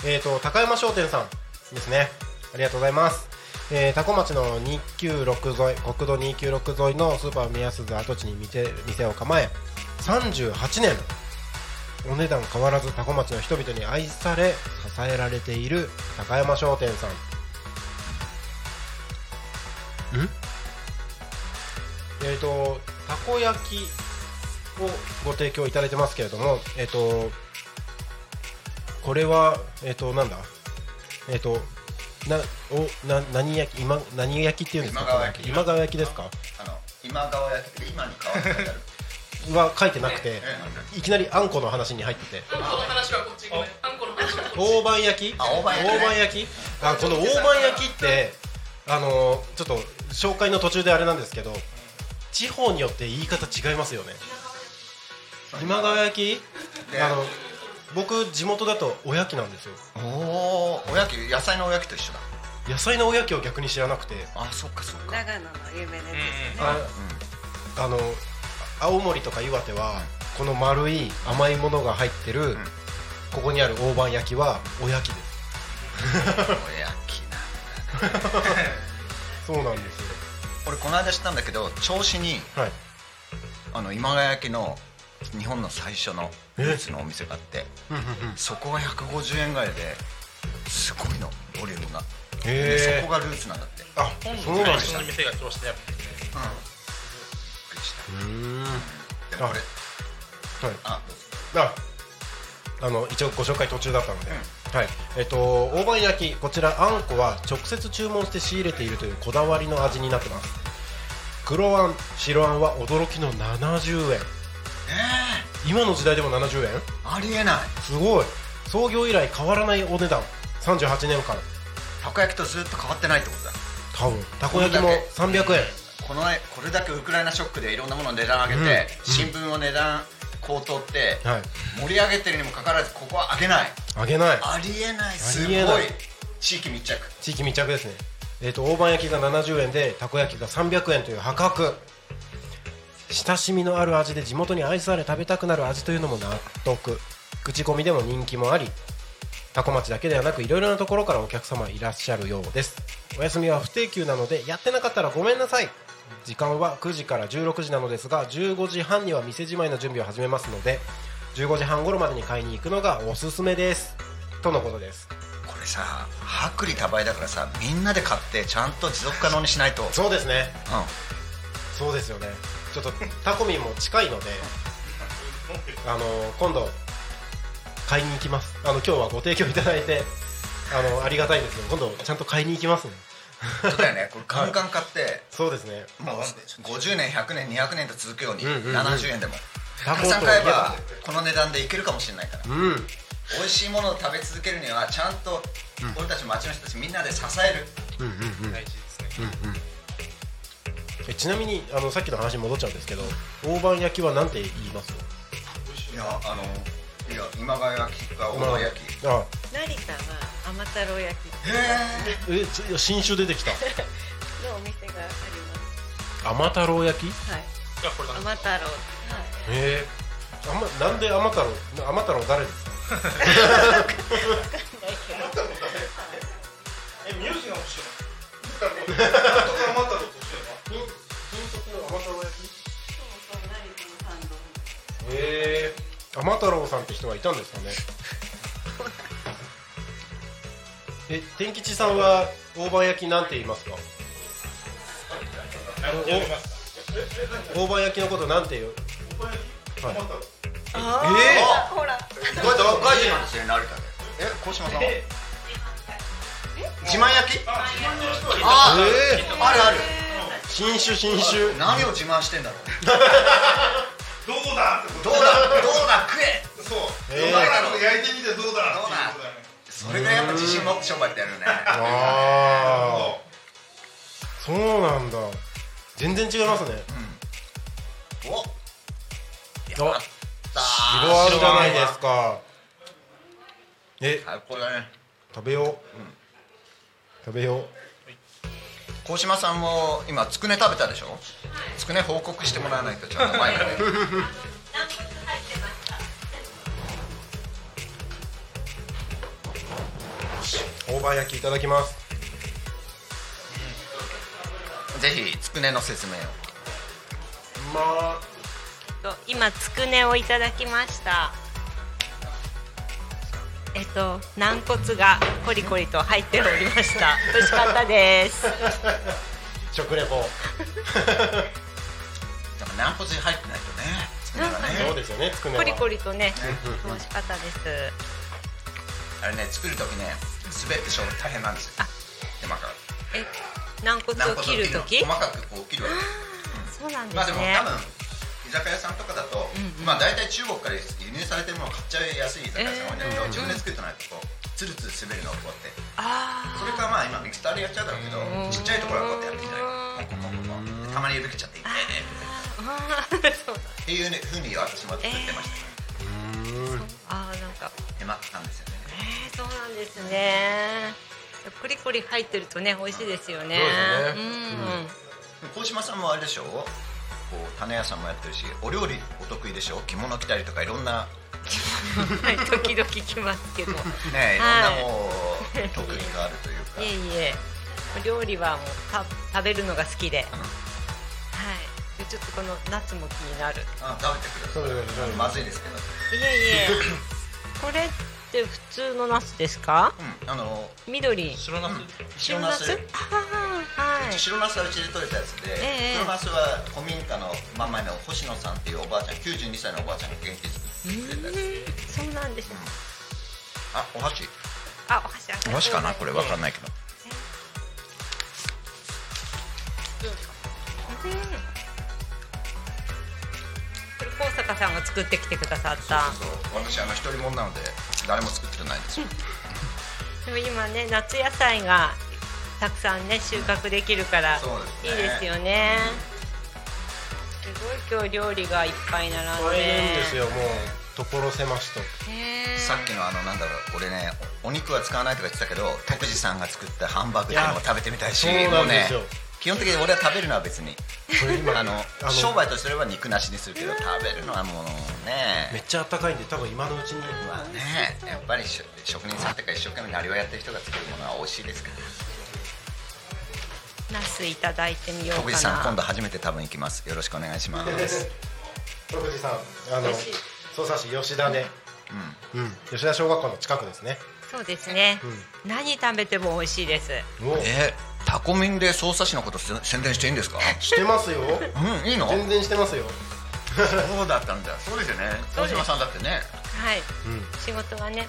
えっ、と高山商店さんですねありがとうございますえー、タコ町の296沿い国道296沿いのスーパー宮鈴跡地に店店を構え38年お値段変わらずタコ町の人々に愛され支えられている高山商店さんえー、とたこ焼きをご提供いただいてますけれども、えー、とこれは、えー、となんだ、えー、となおな何焼き今何焼きっていうんですか今川焼き今川焼きですかあの今川焼きって今に変わってやるは書いてなくてえ、えいきなりあんこの話に入っててあ大判焼きあ大判焼きねきあこの大判焼きってあのちょっと紹介の途中であれなんですけど地方によって言い方違いますよね今川焼きねあの僕地元だとおやきなんですよおおおやき野菜のおやきと一緒だ野菜のおやきを逆に知らなくてあそっかそっか長野の有名なやつああの青森とか岩手はこの丸い甘いものが入ってる、ここにある大判焼きはおやきですおやきなそうなんですよ俺この間知ったんだけど銚子にはいあの今川焼きの日本の最初のルーツのお店があってそこが150円ぐらいですごいのボリュームがでそへえこがルーツなんだってびっあそうなん最で初すの店が調子でやっくりしたうんでもこれはいあどうぞああの一応ご紹介途中だったので、はいえっと大判焼きこちらあんこは直接注文して仕入れているというこだわりの味になってます黒あん白あんは驚きの70円え今の時代でも70円ー、ありえないすごい創業以来変わらないお値段38年間たこ焼きとずっと変わってないってことだ多分たこ焼きも300円このこれだけウクライナショックでいろんなものの値段上げて、新聞を値段高騰ってはい盛り上げてるにもかかわらずここは上げないあげないありえないすごいありえない地域密着地域密着ですねえっと大判焼きが70円でたこ焼きが300円という破格親しみのある味で地元に愛され食べたくなる味というのも納得口コミでも人気もありタコ町だけではなくいろいろなところからお客様いらっしゃるようですお休みは不定休なのでやってなかったらごめんなさい時間は9時から16時なのですが15時半には店じまいの準備を始めますので15時半頃までに買いに行くのがおすすめですとのことですこれさ薄利多売だからさみんなで買ってちゃんと持続可能にしないとそうですねうんそうですよねちょ っとタコミンも近いのであの今度買いに行きますあの今日はご提供いただいてあのありがたいんですけど今度ちゃんと買いに行きますねそうだよねこれガンガン買ってそうですねもう50年100年200年と続くようにうんうんうん70円でもタたコくといえばさん買えばこの値段でいけるかもしれないからうん美味しいものを食べ続けるにはちゃんと俺たち町の人たちみんなで支えるうんうんうん大事ですねえちなみにあのさっきの話に戻っちゃうんですけど大判焼きはなんて言いますいやあのいや今川焼きか大葉焼きへまああ成田は甘太郎焼きええついや新種出てきたのお店がありま甘太郎焼きす。はい。いやこれだ甘太郎。はい。ええあんまなんで甘太郎甘太郎誰ですかえ名字が欲しい金金の甘太郎焼きへえ天太郎さんって人はいたんですかねえ天吉さんは大判焼きなんて言いますか大判焼きのことなんて言うはいあほら。これどっかなんですよ成田でえ小島さんは自慢焼きああええあるある新種新種何を自慢してんだろうどうだってことどうだどうだ食えそうえーどうだろう焼いてみてどうだどうだっていうことだよねそれぐらいやっぱ自信持って商売ってやるよねああそうなんだ全然違いますねおやあったー色あるじゃないですかえ最高だね食べよう、食べよう小島さんも今つくね食べたでしょつくね報告してもらわないとちゃんと 前まで大判焼きいただきますぜひつくねの説明をまあと今つくねをいただきました。えっと軟骨がコリコリと入っておりま した。美味しかったです。食レポだ から軟骨に入ってないとねつくねはそうねですよねつくねコはリコリとね、美味しかったです。あれね作る時ね滑ってしょ大変なんですよあ手間かかるえ、軟骨を切る時細かくこう切るわけそうなんでまあですもね多。分居酒屋さんとかだと、まあ大体中国から輸入されてるものを買っちゃいやすい居酒屋さん多いんだけど、自分で作ってないとこうツルツル滑るのをこうやってあそれかまあ今ミキスターでやっちゃうだろうけど、ちっちゃいところはこうやってやってんじゃないかなポンポンポンポンってたまに指切っちゃっていいねーあー、そうだ。っていうねふうに私も作ってましたね、 あーなんか、手間かかるんですよねえー、そうなんですね。コリコリ入ってるとね、美味しいですよね。そうですねうん。高島さんもあれでしょこう種屋さんもやってるしお料理お得意でしょ着物着たりとかいろんなはい、時々来ますけど。いねいはいろんなもう特技があるというかえいえ、お料理はもうた食べるのが好きで。はい。でちょっとこのナスも気になる。いあ食べてください食べてくださいまずいですけどえい え、これって普通のナスですか？うんあの緑。白ナス白ナスああー、はい。白ナスはうちで採れたやつで、ええ黒ナスは古民家の真ん前の星野さんっていうおばあちゃん92歳のおばあちゃんが元気作ってくれたやつそうなんですね。あお箸あ、お箸。お箸かなこれわかんい。ないけどうんこれ高坂さんが作ってきてくださった。そう私あの一人もんなので誰も作ってないんですよでも今ね夏野菜がたくさんね収穫できるからそうですねいいですよね。すごい今日料理がいっぱい並ん買えで。るんですよもう所狭しとねえさっきのあのなんだろう俺ねおお肉は使わないとか言ってたけど徳次さんが作ったハンバーグっていうのも食べてみたいしいやそうなんですよもうね基本的に俺は食べるのは別にこれ今あのあの商売とすれば肉なしにするけど食べるのはもうめっねちゃあったかいんで多分今のうちにまあねやっぱりし職人さんっていうか一生懸命なりをやってる人が作るものは美味しいですからナスいただいてみよう徳次かな。さん今度初めて多分行きますよろしくお願いし ます徳次さんあの匝瑳市吉田ねうん、吉田小学校の近くですねそうですね、何食べても美味しいですえタコミンで操作士のことせ宣伝していいんですか してますようんいいの全然してますよそうだったんだそうですよねそう大です島さんだってねはい、仕事はね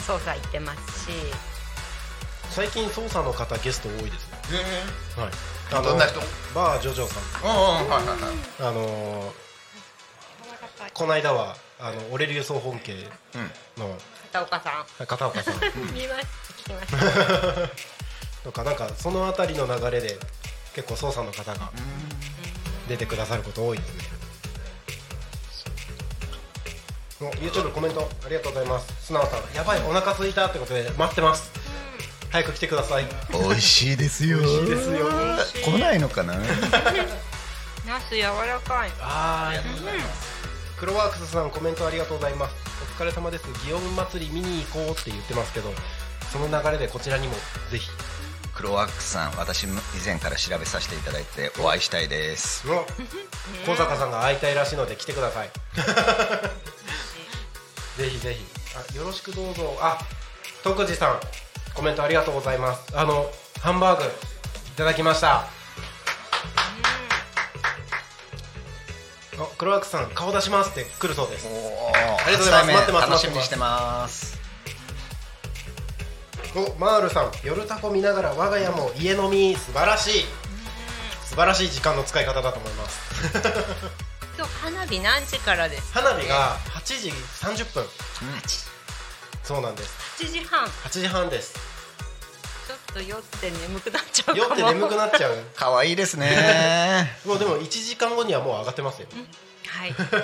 あの捜査行ってますし最近捜査の方ゲスト多いですねはいあのどんな人バージョジョさんうんうんはいはいはいあのーこの間はあの俺流総本家の片岡さ片岡さんん 見ま聞きました とかなんかその辺りの流れで結構捜査の方が出てくださること多いですねお YouTube コメントありがとうございます素直さんやばいお腹空いたってことで待ってます早く来てください美味しいですよいいですよ来ないのかなナス柔らかいあクロワークスさんコメントありがとうございますお疲れ様です祇園祭り見に行こうって言ってますけどその流れでこちらにもぜひクロワックスさん私も以前から調べさせていただいてお会いしたいですうわ小坂さんが会いたいらしいので来てくださいぜひぜひあよろしくどうぞあ徳次さんコメントありがとうございますあのハンバーグいただきましたあクロワークさん顔出しますって来るそうですおありがとうございます待ってます楽しみにしてますおマールさん夜タコ見ながら我が家も家飲み素晴らしい素晴らしい時間の使い方だと思います今日花火何時からです花火が8時30分そうなんです8時半ち8時半ですょっと酔って眠くなっちゃうかも酔って眠くなっ ちゃう可愛いですね もうでも1時間後にはもう上がってますよはい頑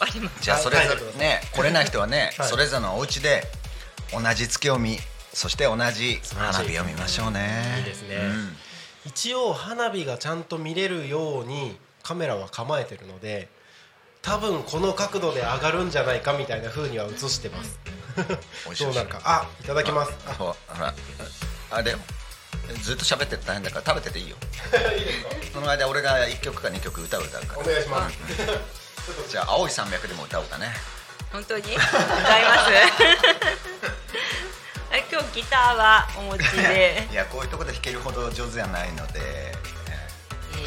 張りますじゃあそれぞはいれね来れない人はね、 はいそれぞれのお家で同じ月を見そして同じ花火を見ましょうねいいですね一応花火がちゃんと見れるようにカメラは構えてるので多分この角度で上がるんじゃないかみたいな風には映してます美味しいどうなるかあいただきますあほほらあでもずっと喋ってて大変だから食べてて いいよその間俺が1曲か2曲歌を歌うかおら願いしますじゃあ青い山脈でも歌おうかね本当に歌います あ今日ギターはお持ち でいやこういうとこで弾けるほど上手じゃないのでえ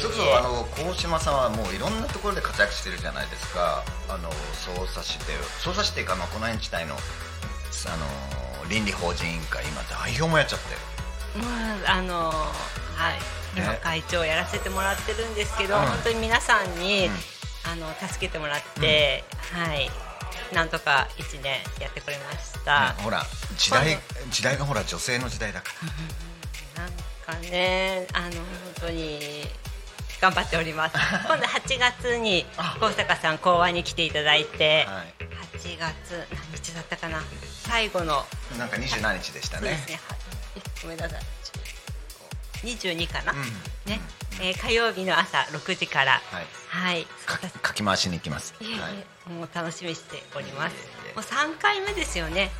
ーそれこそあの高島さんはもういろんなところで活躍してるじゃないですかあの捜査士で捜査士っていうか、まあ、この辺自体のあの倫理法人委員会今代表もやっちゃってるまああのはい今ね会長をやらせてもらってるんですけど、うん本当に皆さんに、うんあの助けてもらって、はいなんとか一年やってこれましたね、ほら時代ま時代がほら女性の時代だかなんかねあの本当に頑張っております 今度8月にあ高坂さん講話に来ていただいて、ら、は8月何日だったかな最後のい、なんか27日でしたそうでねすね。は ごめんなさい。二十二かな。うんね、えー火曜日の朝六時から。はいはい。かかき回しに行きますいえいえはい もう楽しみにしておりますいえいえ。もう三回目ですよね。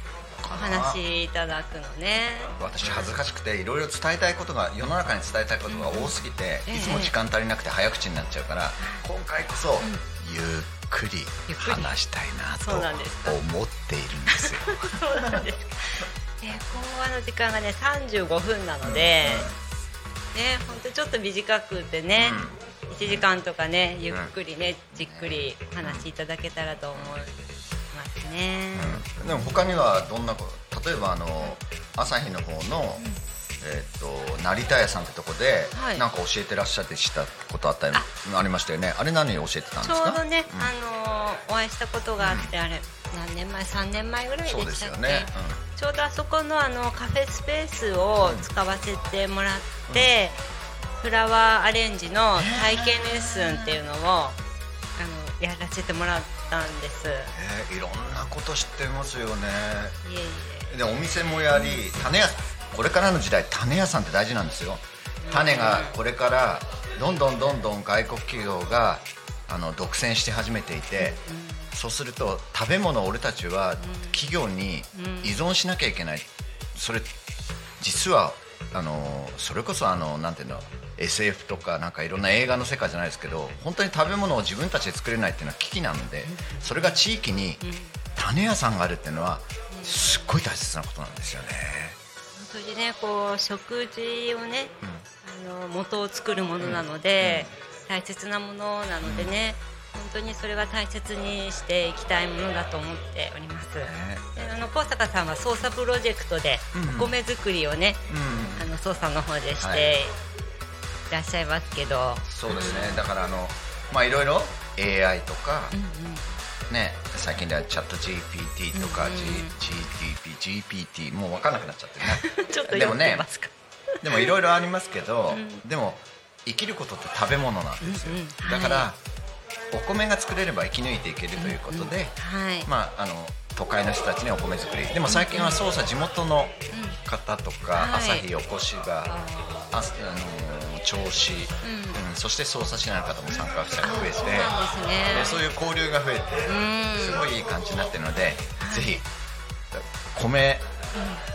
お話いただくのね。私恥ずかしくていろいろ伝えたいことが世の中に伝えたいことが多すぎて、うんいつも時間足りなくて早口になっちゃうから、今回こそ、ゆっくりゆっくり話したいなとそうなんですか思っているんですよ そうなんですか。えー、講話の時間がね三十五分なので。ね、本当ちょっと短くてね、1時間とかねゆっくりね、じっくりお話しいただけたらと思いますね。うんでも他にはどんなこと例えばあの朝日の方の、えー、と成田屋さんってとこで、はいなんか教えてらっしゃってしたことあったりありましたよねあれ何教えてたんですちょかうどね、うんあのーお会いしたことがあって、あれ何年前3年前ぐらいでそうでしすたっよけ、ね、ちょうどあそこのあのカフェスペースを使わせてもらって、フラワーアレンジの体験レッスンっていうのを、あのやらせてもらったんですいうんえーいろんなこと知ってますよねえいでお店もやり種屋これからの時代種屋さんって大事なんですよ種がこれからどんどんどんどん外国企業があの独占して始めていてそうすると食べ物を俺たちは企業に依存しなきゃいけないそれ実はあのそれこそあのなんていうの SF とかなんかいろんな映画の世界じゃないですけど本当に食べ物を自分たちで作れないっていうのは危機なのでそれが地域に種屋さんがあるっていうのはすっごい大切なことなんですよね本当にねこう食事をね、あの元を作るものなので、大切なものなのでね、本当にそれは大切にしていきたいものだと思っております。ねであの高坂さんは操作プロジェクトでうんお米作りをね、うんあの操作の方でしはいていらっしゃいますけど、そうですねだからあのまあいろいろ AI とか うんうんね最近ではチャット GPT とか、うんうん G GTP GPT もう分かんなくなっちゃってねちょっとで読もんねでますか。でもいろいろありますけど、うんでも生きることって食べ物なんですよ、うんうんはだいからお米が作れれば生き抜いていけるということで、はい。まあ、あの都会の人たちにお米作りでも最近は捜査地元の方とか、はい朝日お越しが、ああの調子、うんそして捜査市内の方も参加者が増えてそうなんですねでそういう交流が増えてうんすごいいい感じになってるので、ぜひ米、えー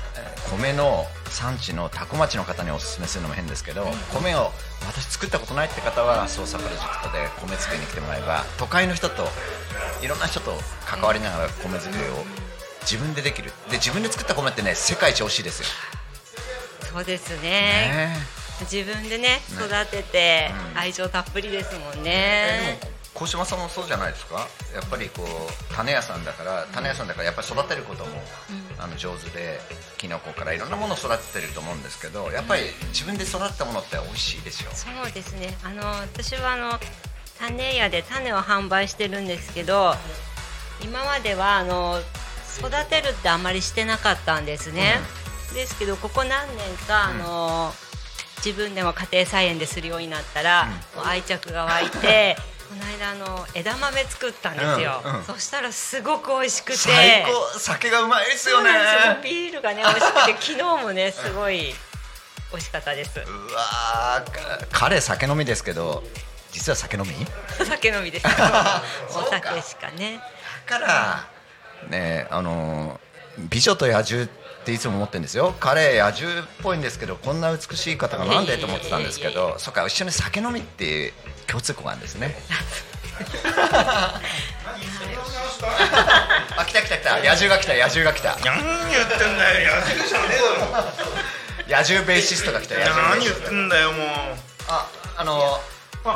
米の産地の多古町の方にお勧めするのも変ですけど、米を私作ったことないって方は捜査プロジェクトで米作りに来てもらえば都会の人といろんな人と関わりながら米作りを自分でできるで自分で作った米ってね世界一美味しいですよ、そうですねね自分でね育てて愛情たっぷりですもんねえ、でも小島さんもそうじゃないですかやっぱりこう種屋さんだから種屋さんだからやっぱり育てることも、あの上手でキノコからいろんなものを育ててると思うんですけどやっぱり自分で育ったものって美味しいでしょそうですねあの私はあの種屋で種を販売してるんですけど今まではあの育てるってあんまりしてなかったんですね、ですけどここ何年かあの、自分でも家庭菜園でするようになったら、もう愛着が湧いてこの間あの枝豆作ったんですよ、うんうんそしたらすごく美味しくて最高酒がうまいですそようねなんですよビールがね美味しくて昨日もねすごい美味しかったですうわーか彼酒飲みですけど実は酒飲みお酒飲 みですそうおか酒しかねからねあのー美女と野獣っていつも思ってるんですよ彼野獣っぽいんですけどこんな美しい方がなんでと思ってたんですけいえいえいえいどそっか一緒に酒飲みっていう共通項があるんですねあ来た来た来た野獣が来た野獣が来た何言ってんだよ野獣じゃねえだろ野獣ベーシストが来た野獣何ベーシ言スっトてんだよもうああの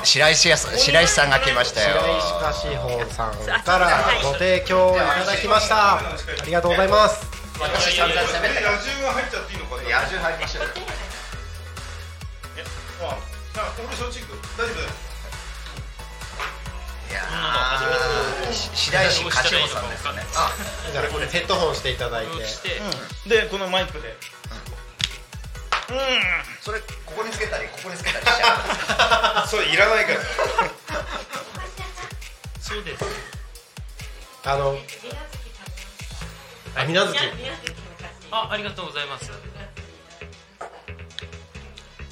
白石屋さん白石さんが来ましたよ白石菓子本さんからご提供いただきましたありがとうございます私散々喋っえた野獣は入っちゃっていいのかな野獣入りましたよえああ俺焼酎行く大丈夫だよいやーし白石勝ちさんですねあじゃあこれヘッドホンしていただいてしてでこのマイクでうん、それここにつけたりここにつけたりしちゃうそれいらないからそうですあのあ水無月あありがとうございます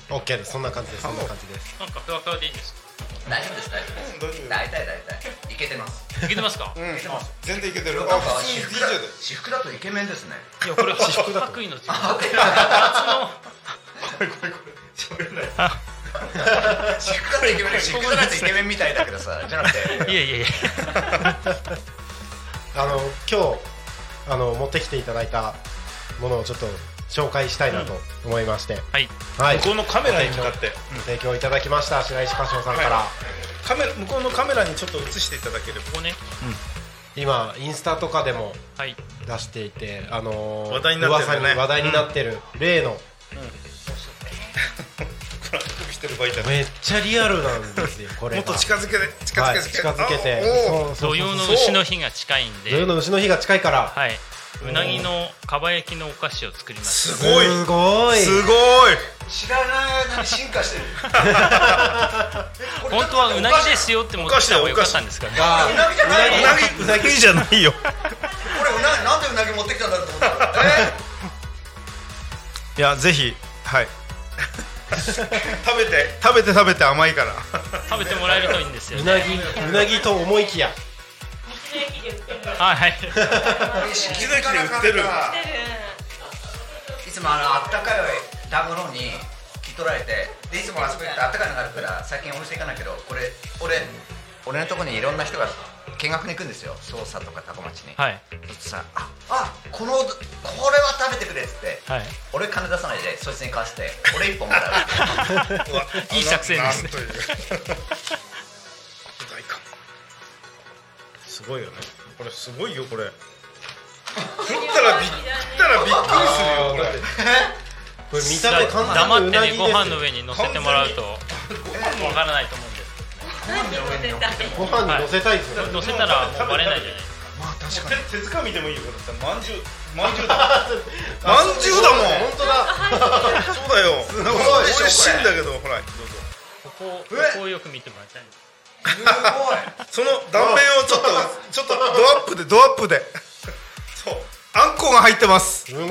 OK ですそんな感じですそんな感じですなんかふわふわでいいんですか大丈夫です大丈夫です大丈大夫体大体いけてますいけてますかうん全然いけてるなんあか普通私に服 DJ だだよ私服だとイケメンですねいやこれは白衣の時間これこれこれ喋れない私服だとイケメン私服だとイケメンみたいだけど さじゃなくていやいやいや あの今日あの持ってきていただいたものをちょっと紹介したいなと思いまして、はいはい向こうのカメラに向かってご提供いただきました白石歌唱さんから、はカメラ向こうのカメラにちょっと映していただければここね今インスタとかでもはい出していて、あのー話題になってるよね噂に話題になってる、例のほらしてる場合じゃないめっちゃリアルなんですよこれ もがっと近づけて近づはけいて、近づけてあおうそうそうそう土曜の牛の日が近いん土曜での牛の日が近いからはいうなぎのかば焼きのお菓子を作りましすごいすごいすごい知らない間に進化してるた本当はうなぎですよって持ってきた方がよかったんですかねあうなぎじゃないうなぎじゃないよこれうなぎなんでうなぎ持ってきたんだろうと思ったらえいやぜひはい食べて食べて食べて甘いから食べてもらえるといいんですようねなぎうなぎと思いきやはいはい木崎で売ってるいつもあのあったかいダムロに聞き取られてでいつもあそこ行ってあったかいのがあるから最近お店行かないけどこれ俺俺のとこにいろんな人が見学に行くんですよ匝瑳とか多古町に、 はいそしたら「ああこのこれは食べてくれ」っつって、はい俺金出さないでそいつに貸して俺一本もらう いい作戦ですねなんという拡大感すごいよねこれすごいよこれ食ったらびっ食ったらびっくりするこれ見た目よこれ完全に黙うってなぎですねごよ飯の上に乗せてもらうとわからないと思うんですご飯に乗せたいですよ、乗せたらもうバレないじゃないですかまあ確かに手手づかみでもいいよこれまんじゅうまんじゅうだ まんじゅうだもん本当だそうだよごいでしょこれ美味しいんだけどほらどうぞここここをよく見てもらいたいんですすごいその断面をちょっとちょっとドアップでドアップでそうあんこが入ってますすごい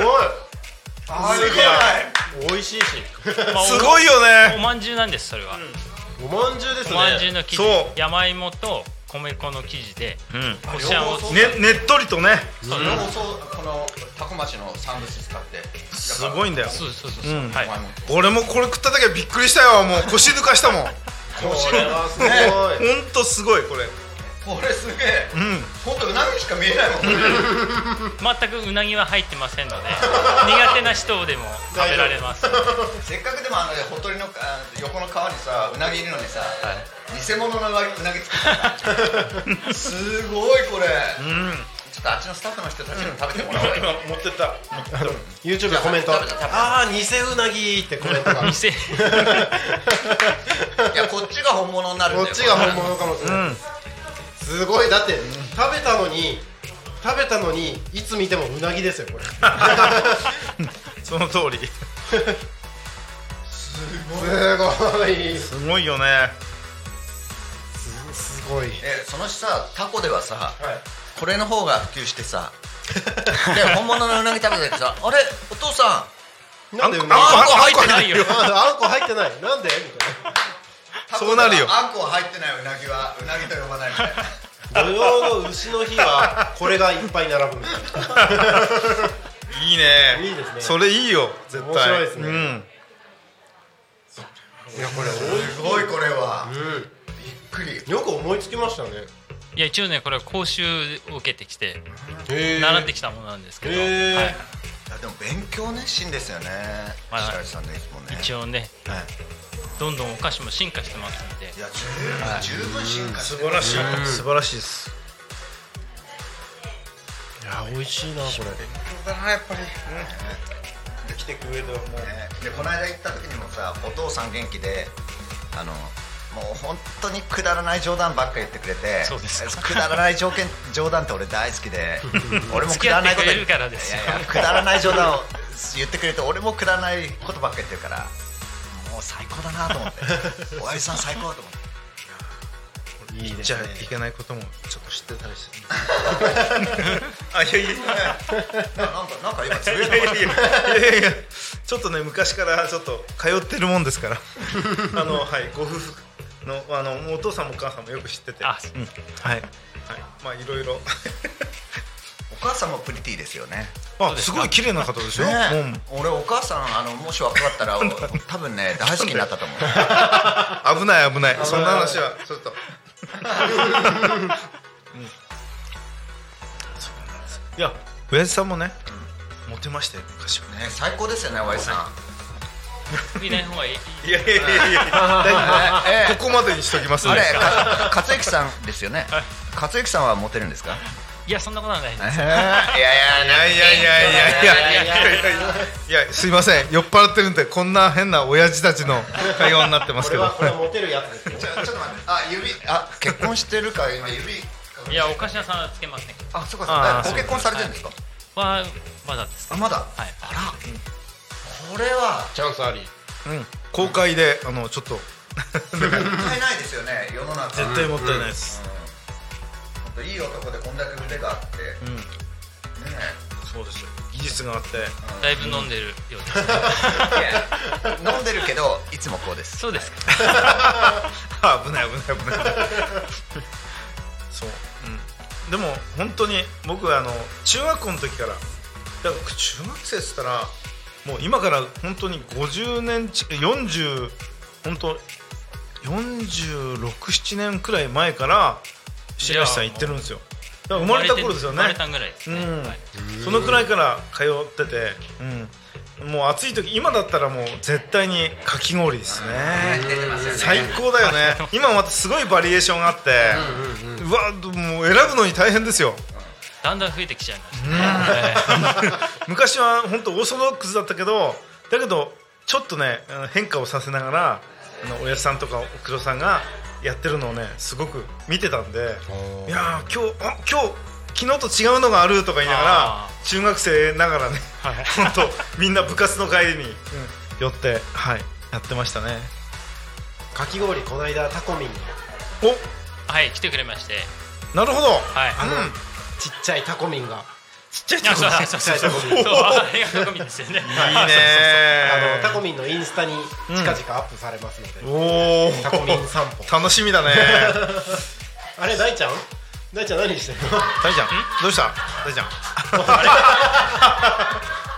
あすごい美味しいしまあすごいよおねまんじゅうなんですそれは、おまんじゅうですおねまんじゅうの生地そう山芋と米粉の生地でこしあん両を方そうねねっとりとね両方そうこのタコ町の産物使ってすごいんだよそうそうそうそう、うんはいお前も俺もこれ食った時はびっくりしたよもう腰抜かしたもんこれはすごねいほんとすごいこれこれすげえうんほんとうなぎしか見えないもん 全くうなぎは入ってませんので苦手な人でも食べられます せっかくでもあのほとりのあ横の川にさうなぎいるのにさ、偽物のうなぎうなぎ作って たすごいこれ、ちょっとあっちのスタッフの人たちにも食べても らおうよ、持ってった持ってった YouTube でコメント食べた食べああ偽うなぎってコメントが店 いやこっちが本物になるんだこよっちが本物かもしれない、すごいだって食べたのに食べたのにいつ見てもうなぎですよ これすその通りごいすごいよねすごいえそのさタコではさ、はいこれの方が普及して さで本物のうなぎ食べてさあれお父さんなんでうなぎあんこあんこ入ってないよあんこ入ってないなんでみたい そうなるよあんこは入ってないうなぎはうなぎと呼ばないみたいなな土曜の牛の日はこれがいっぱい並ぶみたいいいねいいですねそれいいよ絶対面白いですねうんないやこれすごいこれはびっおい、くりうん、よく思いつきましたねいや一応ねこれは講習を受けてきてへえ習ってきたものなんですけど、へーはい、いやでも勉強熱心ですよねはい白石さんねいつもね一応ねはどんどんお菓子も進化してますのでいいや十分十分進化し素てる晴らしい素晴らしいですいや美味しいなこれだなやっぱり生きていく上ではもうねでこの間行った時にもさお父さん元気であのもう本当にくだらない冗談ばっか言ってくれてそうですかくだらない条件冗談って俺大好きで 俺も付くきだ合らないってことくれるからですよいやいやくだらない冗談を言ってくれて俺もくだらないことばっか言ってるからもう最高だなと思っておやじさん最高だと思っていいでじすゃねあいけないこともちょっと知ってたりして あいやいやあなんかなんか今つぶいややいいてもらやっいてやいやちょっとね昔からちょっと通ってるもんですから あのはいご夫婦のあのもうお父さんもお母さんもよく知っててあうんはいはいまあいろいろお母さんもプリティですよねあすごい綺麗な方でしょ、ねうん俺お母さんあのもし若かったら多分ね大好きになったと思う 危ない危ないそんな話はちょっ と、うん、そうなんですいや親父さんもね、モテましたよ昔はね最高ですよねおやじさん見ない方がいいいやいやいやいや大丈え夫ここまでにしときますあねれか勝之さんですよね勝之さんはモテるんですかいやそんなことはないでいやい すやいやいやいやいやいやいやいやすいません酔っ払ってるんでこんな変な親父たちの会話になってまこすれけどはこれはモテるやつですねちょちょっと待ってあ指あ結婚してるから今指いやお菓子屋さんはつけますねあそうかそうあかーご結婚されてるんですかはまだですあまだはいあらこれはチャンスありうん公開であのちょっともったいないですよね世の中絶対もったいないです本当いい男でこんだけ腕があってうんねそうですよ技術があってだいぶ飲んでるようですいや飲んでるけどいつもこうですそうですかあ危ない 危ない危ないそううんでも本当に僕はあの中学校の時からだから中学生っつったらもう今から本当に50年ち40本当467年くらい前から白石さん行ってるんですよだから生まれた頃ですよね生まれたぐらいですね、うんはいそのくらいから通ってて、うん、もう暑い時今だったらもう絶対にかき氷ですね最高だよね 今またすごいバリエーションがあってうわもう選ぶのに大変ですよだんだん増えてきちゃいました、昔は本当オーソドックスだったけどだけどちょっとねあの変化をさせながらあのおやじさんとかお黒さんがやってるのをねすごく見てたんでいやー今日あ今日昨日と違うのがあるとか言いながらあ中学生ながらね、はい本当みんな部活の帰りに寄って、はい、やってましたねかき氷この間タコミンにおはい来てくれましてなるほど、はいうんちっちゃいタコミンがちっちゃいいやとこそうだそうそうそうおーそうあれがゴミですよねいいねあのターコミンのインスタに近々アップされますので、お おタコミン散歩楽しみ だね あれ大ちゃん大ちゃん何してるの大ちゃんどうした大ちゃん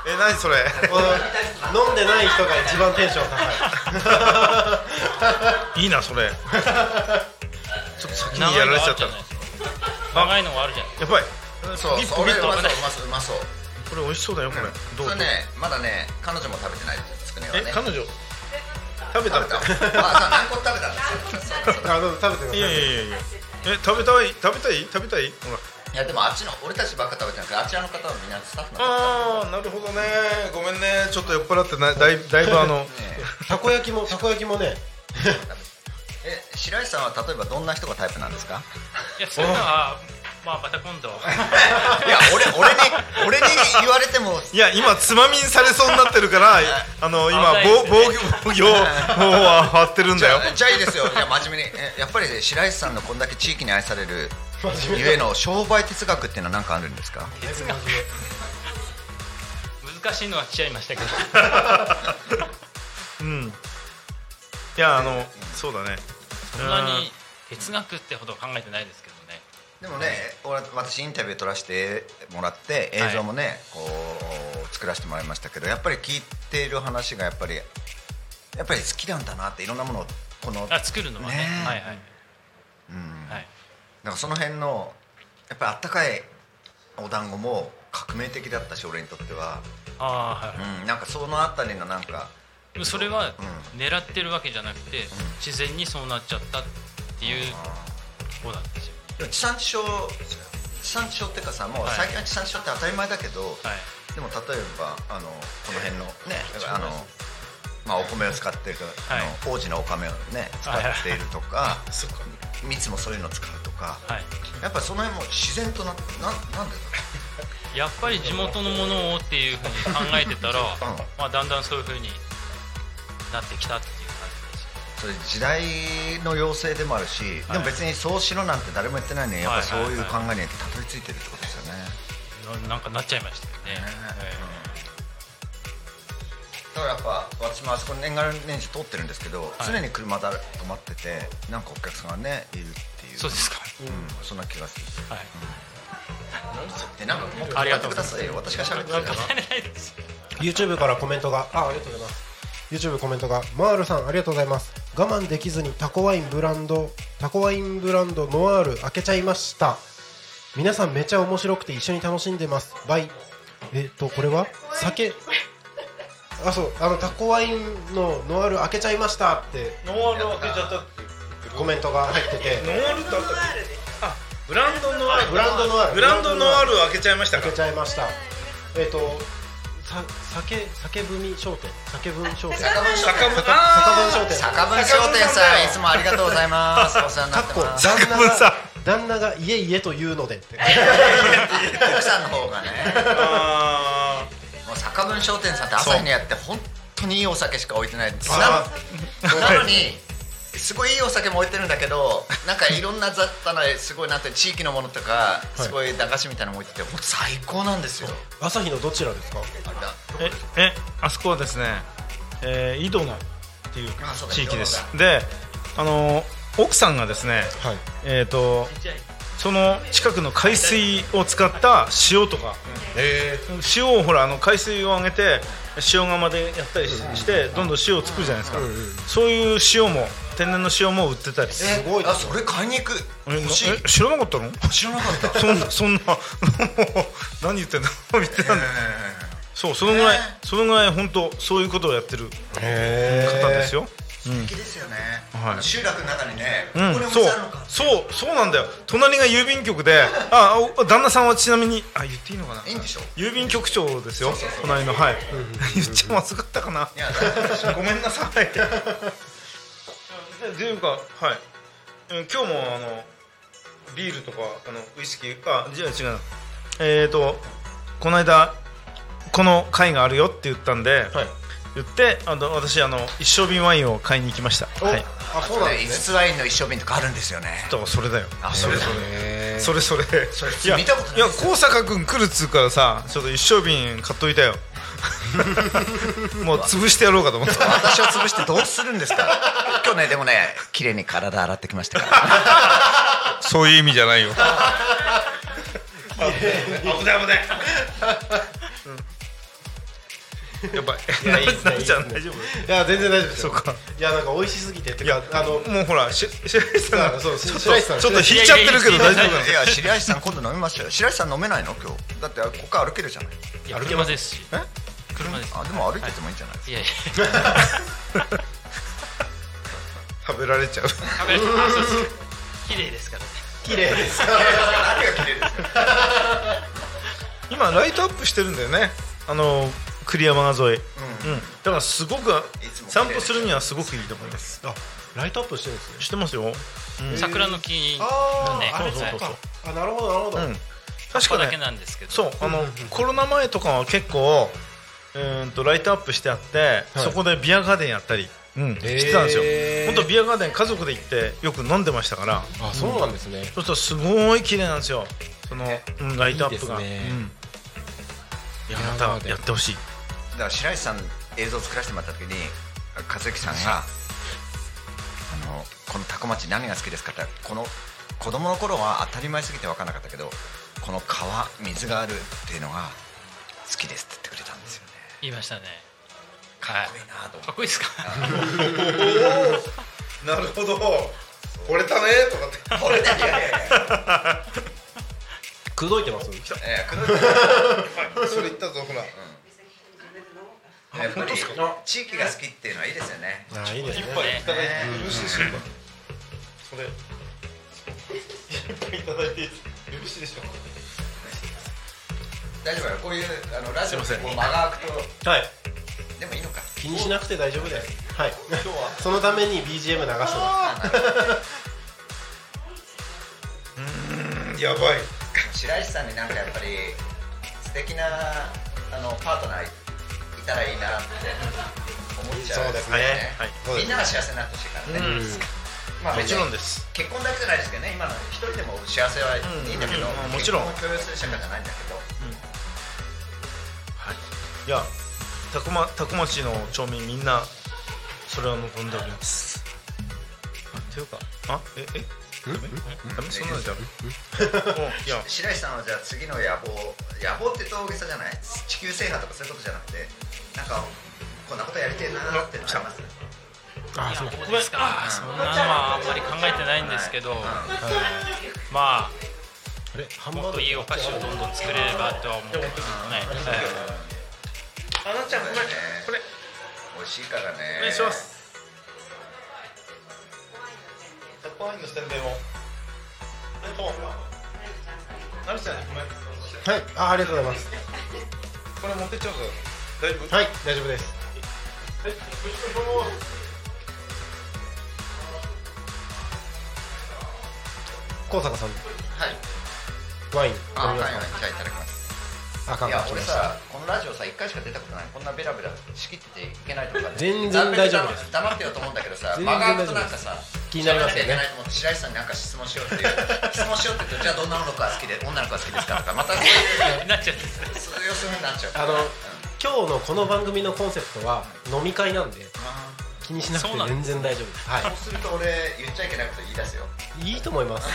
え何それ この飲んでない人が一番テンション高いいなそれちょっと先にやられちゃったな長いのがあるじゃないやばいそうビップそれビッうプまそううまそううまそうこれ美味しそうだよこれどうそれどうねまだね彼女も食べてないですつくねはえね彼女食べた食のべたまあさ何個食べたんですよそうそうそういあどうぞ食べてくいださいやいやいやいやえ食べたい食べたい食べたいほらいやでもあっちの俺たちばっか食べてなくてあちらの方はみんなスタッフの方ああなるほどねごめんねちょっと酔っ払ってなだいだいぶあのねたこ焼きもたこ焼きもねえ白石さんは例えばどんな人がタイプなんですかいや そういうのはまあまた今度いや俺俺に俺に言われてもいや今つまみにされそうになってるからあの今 防防御防御を張ってるんだよじゃあいいですよじゃあ真面目にえやっぱりね白石さんのこんだけ地域に愛されるゆえの商売哲学っていうのは何かあるんですか難しいのは来ちゃいましたけどうんいやあのそうだねそんなに哲学ってほど考えてないですけどねでもね俺私インタビュー撮らせてもらって映像もね、こう作らせてもらいましたけどやっぱり聞いている話がやっぱりやっぱり好きなんだなっていろんなものをこのあ作るのはねねえはいはい、うんはい、なんかその辺のやっぱりあったかいお団子も革命的だったし俺にとっては、ああはいうん、なんかそのあたりのなんかでもそれはう狙ってるわけじゃなくて、自然にそうなっちゃったっていう方なんですよ、でも地産地消地産地消っていうかさもうはい最近は地産地消って当たり前だけど、はい、でも例えばあのこの辺のねあの、まあ、お米を使ってると、はいあの王子のお米をね使っているとか 蜜もそういうのを使うとかはい、やっぱその辺も自然とななんなんでやっぱり地元のものをっていうふうに考えてたら、だろう、うん、まあ、だんだんそういうふうになってきたっていう感じですよそれ時代の要請でもあるし、でも別にそうしろなんて誰も言ってないのにやっぱそういう考えにたどり着いてるってことですよね、ななんかなっちゃいましたよね、だからやっぱ私もあそこ年がら年中通ってるんですけど、常に車だ止まっててなんかお客さんがねいるっていうそうですか、うん、そんな気がするはい、でなんかもっとありがとうくごだざいさいよ私が喋ってるから考えない ですよ YouTube からコメントがあありがとうございます YouTube コメントがマールさんありがとうございます我慢できずにタコワインブランドタコワインブランドノワール開けちゃいました皆さんめちゃ面白くて一緒に楽しんでますバイえっとこれは酒あそうあのタコワインのノワール開けちゃいましたってノールを開けちゃったっていうコメントが入っててノールってあったっけあブランドノワールブランドノワールブランドノワール開けちゃいましたか開けちゃいましたえっとさ酒酒文商店酒文商店酒酒分文商店坂文商店さんいつもありがとうござい ますお世話になかっってこます旦那文さが旦那が家家と言うのでって奥さんの方がねあもう坂文商店さんって朝日にやって本当にいいお酒しか置いてないんですそうなのなのにすごいいいお酒も置いてるんだけどなんかいろんな雑多なすごいなんて地域のものとかすごい駄菓子みたいなのも置いてて本当最高なんですよ朝日のどちらですかあれだーええあそこはですね、えー、井戸のっていうあそうだ地域で井す戸であの奥さんがですねはいえー、とその近くの海水を使った塩とか、塩をほらあの海水をあげて塩釜でやったりししてどんどん塩を作るじゃないですか、そういう塩も天然の塩も売ってたりすすごいあそれ買いに行くえ欲しいなえ知らなかったの知らなかった そんそんな何言ってんだみたいな、そうそのぐらい、ねそのぐらい本当そういうことをやってる方へですよ、好きですよね、はい集落の中にね、うんこれ、もそうさあるのかそうそうなんだよ隣が郵便局であお旦那さんはちなみにあ言っていいのかないいんでしょ郵便局長ですよ隣のはい言っちゃまずかったかないや大丈夫ですごめんなさい。というか、はい。うん今日もあのビールとかあのウイスキーあじゃあ違うな。えっ、とこの間この会があるよって言ったんで、はい言ってあの私あの一生瓶ワインを買いに行きました。おはい。だあそうなんでね五すねつワインの一生瓶とかあるんですよねからそれだよ。あそれだへそれそれ。それいや見たことないいや高坂君来るっつうからさ、ちょっと一生瓶買っと いたよ。もう潰してやろうかと思った。私を潰してどうするんですか 今日ねでもね綺麗に体洗ってきましたからそういう意味じゃないよ。危ない危ない。やばい。や いいっすねなるちゃん大丈ーいや全然大丈夫ですそよっかいやなんか美味しすぎてって夫。かいやあのもうほらし白石さ んがちそょうっとそうち白石さんょっと引いちゃってるけど大丈夫かいや白石さん今度飲みましょうよ白石さん飲めないの今日だってここ歩けるじゃないいや車ですし車ですあでも歩いててもいいんじゃないいやいや 食べられちゃう。食べるあそうそう綺麗ですからね綺麗です 何が綺麗ですか今ライトアップしてるんだよね。あの栗山川沿い。うん。だからすごくつも綺麗散歩するにはすごくいいと思います。あライトアップしてるんですねしてますよ。うん。桜の木あのねーあれそうそそううそうかあなるほどなるほどうん確確かかだねけ。なんですけどそうあの、コロナ前とかは結構うーんとライトアップしてあって、そこでビアガーデンやったり、うん、してたんですよへー本当ビアガーデン家族で行ってよく飲んでましたからあそうなんですねそうするとすごい綺麗なんですよその、うん、ライトアップがいいですねうんいやビアまガーデンたやってほしいだから白石さん映像作らせてもらった時に和之さんがあのこのタコ町何が好きですかってこの子供の頃は当たり前すぎて分からなかったけどこの川水があるっていうのが好きですって言ってくれたんですよね言いましたねかっこいいなと思かっっこいいですかなるほど惚れたねとかってて俺だけね口説いてますええそれ言ったぞほらやっぱり地域が好きっていうのはいいですよねあーいいですね一歩ね許してしょうかそれいただいていい許してでしょ大丈夫よこういうあのラジオすいませんこう間が空くとうかはいでもいいのか気にしなくて大丈夫ですはいそのために BGM 流してますやばい白石さんになんかやっぱり素敵なあのパートナーいたらいいなって思っちゃうそうですねはいそうでみんすねなが幸せになってほしいからね、まあもちろんです結婚だけじゃないですけどね今の一人でも幸せはいいんだけど、うんうんもちろん結婚を共有する社会じゃないんだけどいやたこまたこ町の町民みんなそれは望んでおりますあていうかあええダメダメそんなのダメうんいや白石さんはじゃあ次の野望野望って言うと大げさじゃない地球制覇とかそういうことじゃなくてなんかこんなことやりてえなーってなりますあそうですかあそんなのはあんまり考えてないんですけど、まああれハンもっといいお菓子をどんどん作れればとは思ってますね、はいあなちゃんこれこれ美味しいからねお願いしますたこワインの宣伝をなるちゃんにごめんはいあありがとうございますこれ持ってっちゃうぞ大丈夫はい大丈夫です高坂さんはいワイン飲あはみいまはいじすかゃあいただきますあかんいかやん来ま俺したさこのラジオさ1回しか出たことないこんなベラベラ仕切ってていけないとか全然大丈夫です黙ってようと思うんだけどさ全然間が空くと大丈な夫んでかさ気になりますよ喋らきゃいねけないと思って白石さんになんか質問しようっていう質問しようって言うとじゃあどんなのが好きで女の子が好きですかとかまたそういうなっちゃうんですねそういうふうになっちゃうかあらうのん今日のこの番組のコンセプトは飲み会なんで気にしなくて全然大丈夫ですはそうすると俺言っちゃいけないこと言い出すよいいいと思 います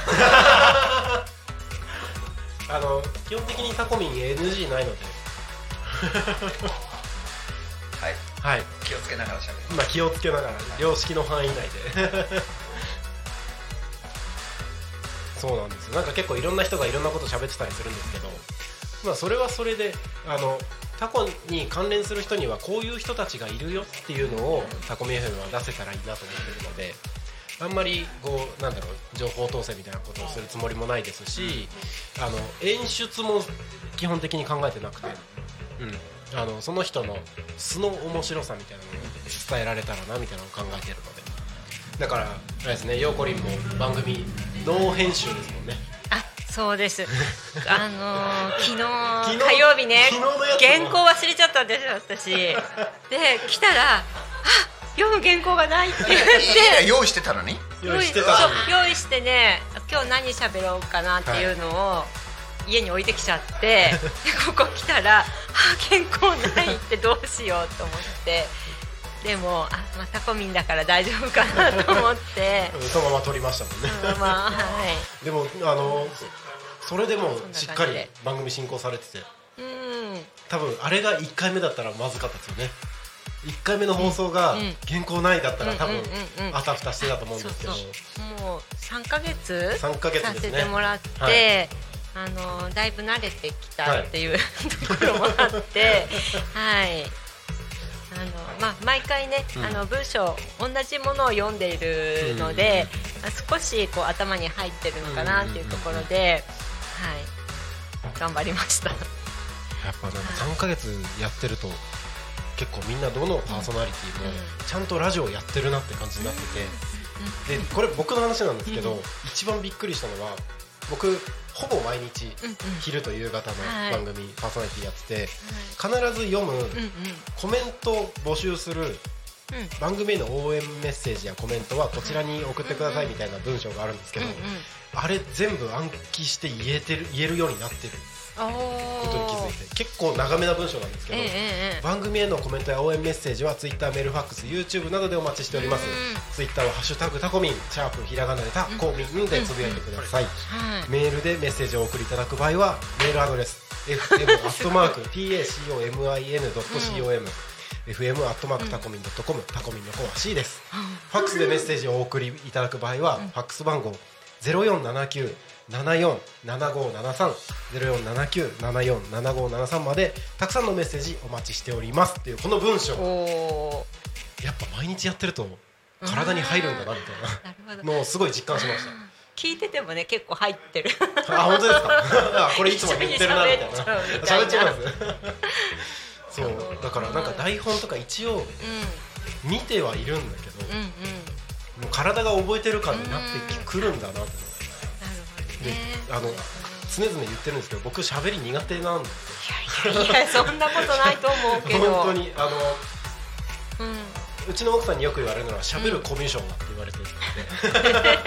あの基本的にタコミン NG ないのではいはい気をつけながら喋るまあ気をつけながら良識の範囲内でそうなんですよなんか結構いろんな人がいろんなこと喋ってたりするんですけどまあそれはそれであのタコに関連する人にはこういう人たちがいるよっていうのをタコミ FM は出せたらいいなと思ってるのであんまりこうなんだろう情報統制みたいなことをするつもりもないですしあの演出も基本的に考えてなくて、うん、あのその人の素の面白さみたいなのを伝えられたらなみたいなのを考えてるのでだからあれですねヨーコリンも番組ノー編集ですもんねあそ うですあのー昨日昨日火曜日ね昨日のやつ原稿忘れちゃったんですよ私で来たらあ読む原稿がないって言っいやて用意してたのに 用意してそたう用意してね今日何喋ろうかなっていうのを家に置いてきちゃって、でここ来たら「あ健康ない」ってどうしようと思ってでもあまあタコミンだから大丈夫かなと思ってうんそのまま撮りましたもんねうんまあはいでもあのそれでもそんな感じでしっかり番組進行されててうん多分あれが1回目だったらまずかったですよね1回目の放送がうん原稿ないだったら多分うんうんうんあたふたしてたと思うんですけどそうそうもう三ヶ月3ヶ月さですせねてもらって、はいあのだいぶ慣れてきたっていう、ところもあって はい。あのまあ、毎回ね、うんあの文章同じものを読んでいるので、少しこう頭に入ってるのかなっていうところで、はい、頑張りました。やっぱなんか3ヶ月やってると結構みんなどのパーソナリティもちゃんとラジオやってるなって感じになっててでこれ僕の話なんですけど一番びっくりしたのは僕ほぼ毎日うんうん昼と夕方はいの番組パーソナリティやってて必ず読むうんうんコメントを募集するうん番組への応援メッセージやコメントはこちらに送ってくださいみたいな文章があるんですけどうんあれ全部暗記して言えてる言えるようになってるうん、おことに気づいて結構長めな文章なんですけえどえええ番組へのコメントや応援メッセージは Twitter メールファックス YouTube などでお待ちしておりますう Twitter は「ハッシュタグタコミン」「シャープひらがなでタコミン」でつぶやいてくださいはいメールでメッセージをお送りいただく場合はメールアドレス fm.tacomin.com fm.tacomin.com タコミンの方は C ですファックスでメッセージをお送りいただく場合はファックス番号0479 747573 0479 747573までたくさんのメッセージお待ちしておりますっていうこの文章おおやっぱ毎日やってると体に入るんだなみたーなるほどいなのをすごい実感しました聞いててもね結構入ってるあ本当です かあこれいつも言ってるなみたいな喋喋っっちちゃゃいうまみ すそうだからなんか台本とか一応う見てはいるんだけど、んうんうんもう体が覚えてる感になってきくるんだなと思ってなるであの常々言ってるんですけど僕喋り苦手なんですほどねいやそんなことないと思うけよど本当にあのうんうちの奥さんによく言われるのは喋るコミュ障だって言われてるので、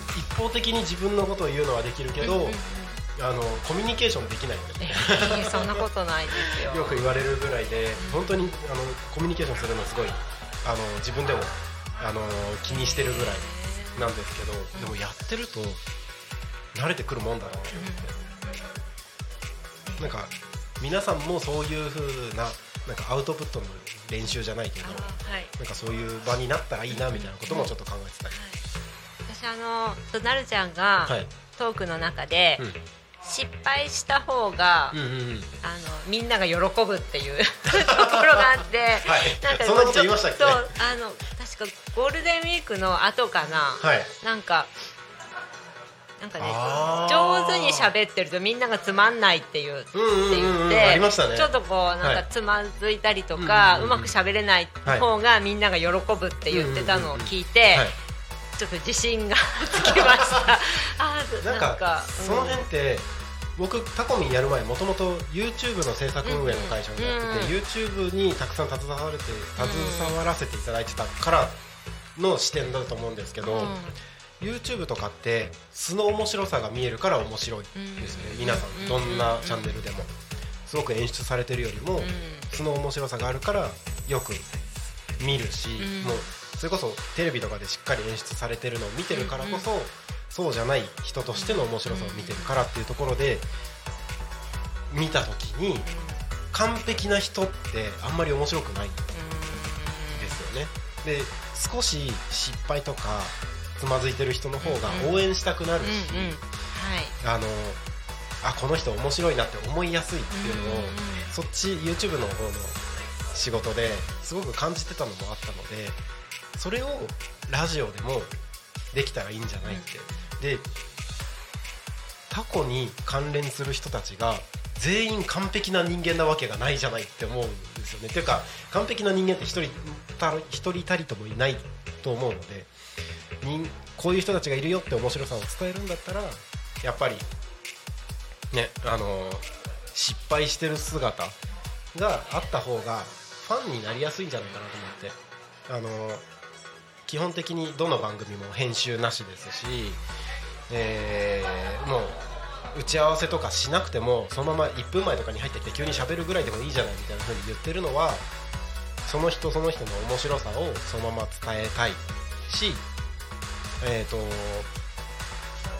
一方的に自分のことを言うのはできるけど、あのコミュニケーションできないんだよねいやそんなことないですよよく言われるぐらいで本当にあのコミュニケーションするのすごいあの自分でもあの気にしてるぐらいなんですけどでもやってると慣れてくるもんだなって思ってなんか皆さんもそういう風ななんかアウトプットの練習じゃないけどあはいなんかそういう場になったらいいなみたいなこともちょっと考えてたり私あのとなるちゃんがはいトークの中でうん失敗した方がうんうんうんあのみんなが喜ぶっていう ところがあって、はいそんなこと言いましたっけそうあの確かゴールデンウィークの後かな、はいなんかなんかねあー上手に喋ってるとみんながつまんないっていう,、うんうんうんうんって言ってありましたねちょっとこうなんはいかつまずいたりとうか、んううんうんまく喋れない方がみんなが喜ぶって言ってたのを聞いて、はいちょっと自信がつき ましたあーなんなかんかその辺って僕タコミンやる前もともと YouTube の制作運営の会社をやってて YouTube にたくさん携われて携わらせていただいてたからの視点だと思うんですけうんど YouTube とかって素の面白さが見えるから面白いですねうん皆さんどんなチャンネルでもすごく演出されてるよりもうん素の面白さがあるからよく見るし、うんもうそれこそテレビとかでしっかり演出されてるのを見てるからこそ、そうじゃない人としての面白さを見てるからっていうところで見た時に完璧な人ってあんまり面白くないんですよねで少し失敗とかつまずいてる人の方が応援したくなるし、うんうんはいあのあこの人面白いなって思いやすいっていうのを、うんうんうんそっち YouTube の方の仕事ですごく感じてたのもあったのでそれをラジオでもできたらいいんじゃないって、でタコに関連する人たちが全員完璧な人間なわけがないじゃないって思うんですよね。っていうか完璧な人間って一人た一人たりともいないと思うので人こういう人たちがいるよって面白さを伝えるんだったらやっぱりねあの失敗してる姿があった方がファンになりやすいんじゃないかなと思ってあの基本的にどの番組も編集なしですし、えーもう打ち合わせとかしなくてもそのまま1分前とかに入ってきて急に喋るぐらいでもいいじゃないみたいな風に言ってるのはその人その人の面白さをそのまま伝えたいしえっ、と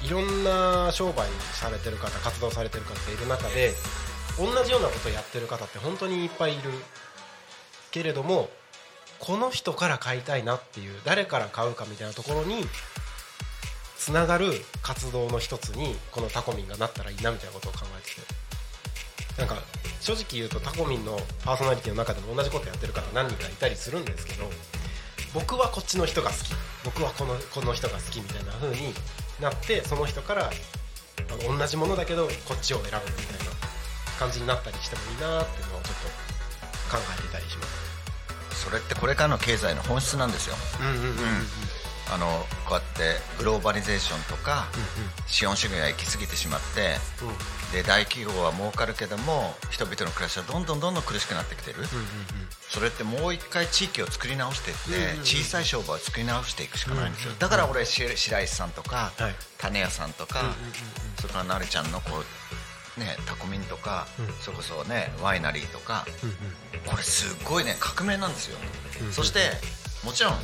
いろんな商売されてる方活動されてる方がいる中で同じようなことをやってる方って本当にいっぱいいるけれどもこの人から買いたいなっていう誰から買うかみたいなところにつながる活動の一つにこのタコミンがなったらいいなみたいなことを考えててなんか正直言うとタコミンのパーソナリティの中でも同じことやってる方何人かいたりするんですけど僕はこっちの人が好き僕はこのこの人が好きみたいな風になってその人からあの同じものだけどこっちを選ぶみたいな感じになったりしてもいいなっていうのをちょっと考えてたりします。それってこれからの経済の本質なんですようんうんうんうんあのこうやってグローバリゼーションとか資本主義が行き過ぎてしまってうんうんで大企業は儲かるけども人々の暮らしはどんどんどんどん苦しくなってきてる、それってもう一回地域を作り直していって、小さい商売を作り直していくしかないんですよ、だから俺し白石さんとか、はい種屋さんとか、それからなれちゃんのこうねタコミンとか、それこそねワイナリーとか、これすごいね革命なんですよ、そしてもちろん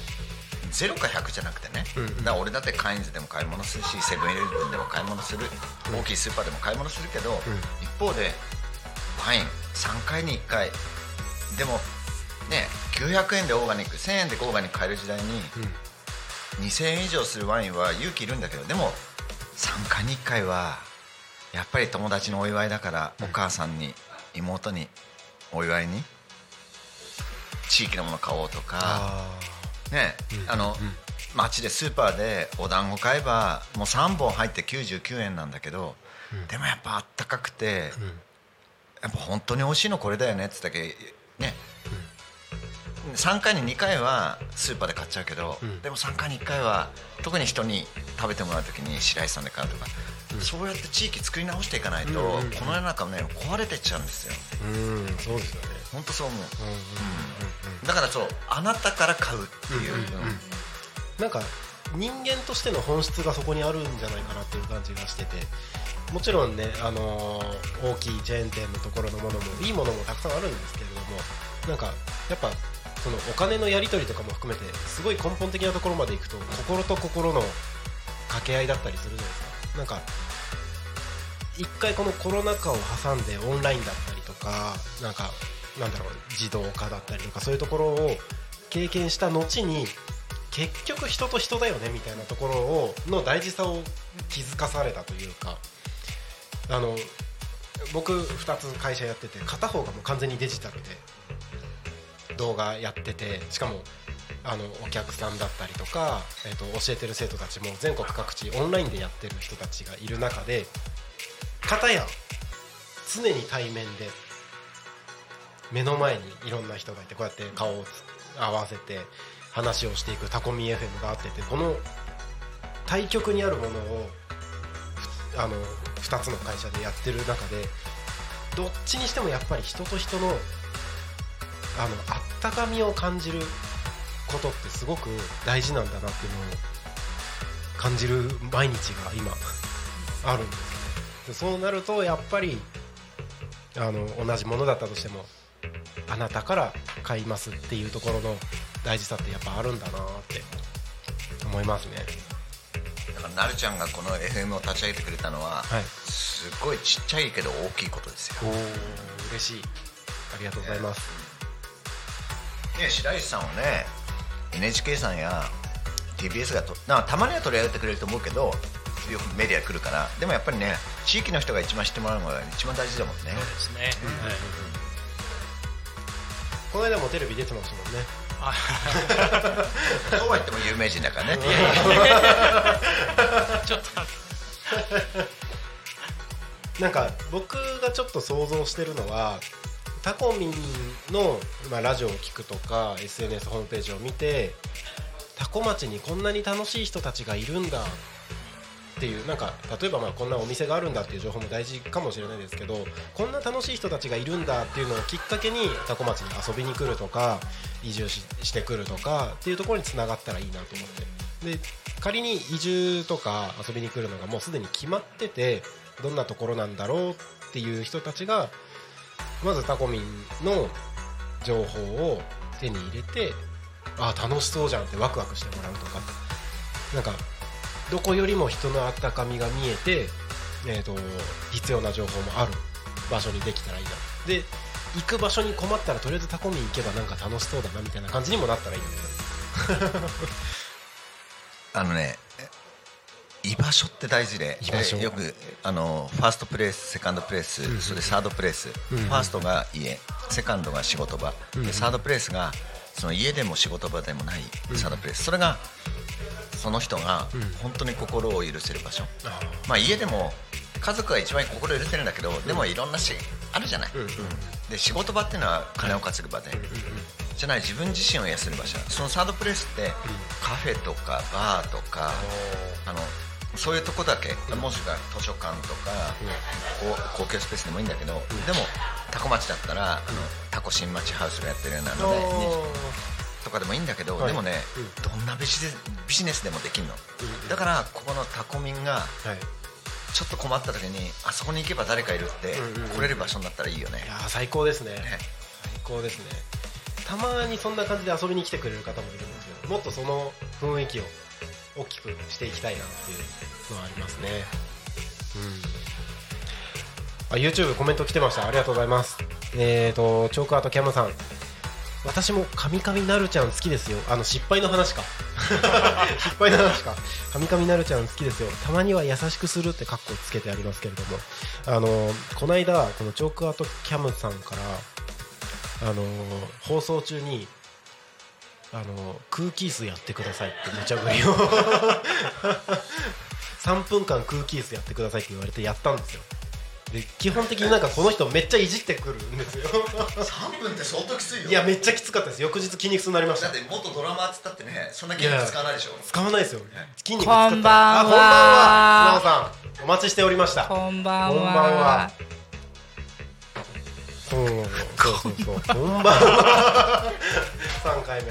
ゼロか100じゃなくてね、だから俺だってカインズでも買い物するしセブンイレブンでも買い物する大きいスーパーでも買い物するけど、一方でワイン3回に1回でもね900円でオーガニック1000円でオーガニック買える時代に、2000円以上するワインは勇気いるんだけどでも3回に1回はやっぱり友達のお祝いだから、お母さんに妹にお祝いに地域のもの買おうとか。あね、あの、街でスーパーでお団子買えばもう3本入って99円なんだけど、でもやっぱあったかくて、やっぱ本当に美味しいのこれだよねっつったけね、3回に2回はスーパーで買っちゃうけど、でも3回に1回は特に人に食べてもらう時に白石さんで買うとか、そうやって地域作り直していかないと、この世の中ね壊れてっちゃうんですよーうんそうですよね。本当そう思う、だからそうあなたから買うっていう、うんなんか人間としての本質がそこにあるんじゃないかなっていう感じがしててもちろんね、あのー大きいチェーン店のところのものもいいものもたくさんあるんですけれどもなんかやっぱそのお金のやり取りとかも含めてすごい根本的なところまでいくと心と心の掛け合いだったりするじゃないですか。なんか一回このコロナ禍を挟んでオンラインだったりとかなんかなんだろう自動化だったりとかそういうところを経験した後に結局人と人だよねみたいなところをの大事さを気づかされたというかあの僕2つ会社やってて片方がもう完全にデジタルで動画やっててしかもあのお客さんだったりとか、えっと教えてる生徒たちも全国各地オンラインでやってる人たちがいる中で片や常に対面で目の前にいろんな人がいてこうやって顔をつ合わせて話をしていくタコミ FM があっててこの対極にあるものをふあの2つの会社でやってる中でどっちにしてもやっぱり人と人のあのあったかみを感じることってすごく大事なんだなっていうのを感じる毎日が今あるんですよね。でそうなるとやっぱりあの同じものだったとしてもあなたから買いますっていうところの大事さってやっぱあるんだなって思いますね。だからなるちゃんがこの FM を立ち上げてくれたのは、はいすごいちっちゃいけど大きいことですよおお嬉しい。ありがとうございます。ね白石さんはね NHK さんや TBS がとなたまには取り上げてくれると思うけどよくメディア来るからでもやっぱりね地域の人が一番知ってもらうのが一番大事だもんねですね。この間もテレビ出てましたもんね。そうは言っても有名人だから ねちょっと待ってなんか僕がちょっと想像してるのはタコミンの、まあ、ラジオを聞くとか SNS ホームページを見てタコ町にこんなに楽しい人たちがいるんだっていうなんか例えばまあこんなお店があるんだっていう情報も大事かもしれないですけどこんな楽しい人たちがいるんだっていうのをきっかけにタコ町に遊びに来るとか移住ししてくるとかっていうところにつながったらいいなと思ってで仮に移住とか遊びに来るのがもうすでに決まっててどんなところなんだろうっていう人たちがまずタコミンの情報を手に入れてああ楽しそうじゃんってワクワクしてもらうとかなんかどこよりも人の温かみが見えて、えー、と必要な情報もある場所にできたらいいなで行く場所に困ったらとりあえずタコミン行けばなんか楽しそうだなみたいな感じにもなったらいいんだよねあのね居場所って大事で居場所えよくあのファーストプレイスセカンドプレイス、それサードプレイス、んうんファーストが家セカンドが仕事場、んうんでサードプレイスがその家でも仕事場でもないサードプレイス、それがその人がん本当に心を許せる場所、まあ、家でも家族が一番心を許せるんだけどでもいろんなしあるじゃない、で仕事場っていうのは金を稼ぐ場で、じゃない自分自身を癒せる場所そのサードプレイスってカフェとかバーとか、あのそういうとこだけ、もしくは図書館とか、こう公共スペースでもいいんだけど、でもタコ町だったら、あのタコ新町ハウスがやってるようなので、とかでもいいんだけど、はでいもね、どんなビジネスビジネスでもできるの、だからここのタコミンがはい、ちょっと困った時にあそこに行けば誰かいるって、うんうんうん来れる場所になったらいいよねいやー最高ですねね最高ですねたまにそんな感じで遊びに来てくれる方もいるんですよもっとその雰囲気を大きくしていきたいなっていうのはありますねうんあ YouTube コメント来てましたありがとうございますえーとチョークアートキャムさん私もカミカミなるちゃん好きですよあの失敗の話か 失敗の話かカミカミなるちゃん好きですよたまには優しくするってカッコつけてありますけれどもあのこの間このチョークアートキャムさんからあの放送中にあの空気椅子やってくださいって無茶ぶりを 3分間空気椅子やってくださいって言われてやったんですよで基本的になんかこの人めっちゃいじってくるんですよ3分って相当きついいやめっちゃきつかったです翌日筋肉痛になりましただって元ドラマーっつったってねそんなゲーム使わないでしょ使わないですよ筋肉こんばんはあこんばんは砂尾さんお待ちしておりましたこんばんは。こんばんはそうそうそうそうこんばんは3回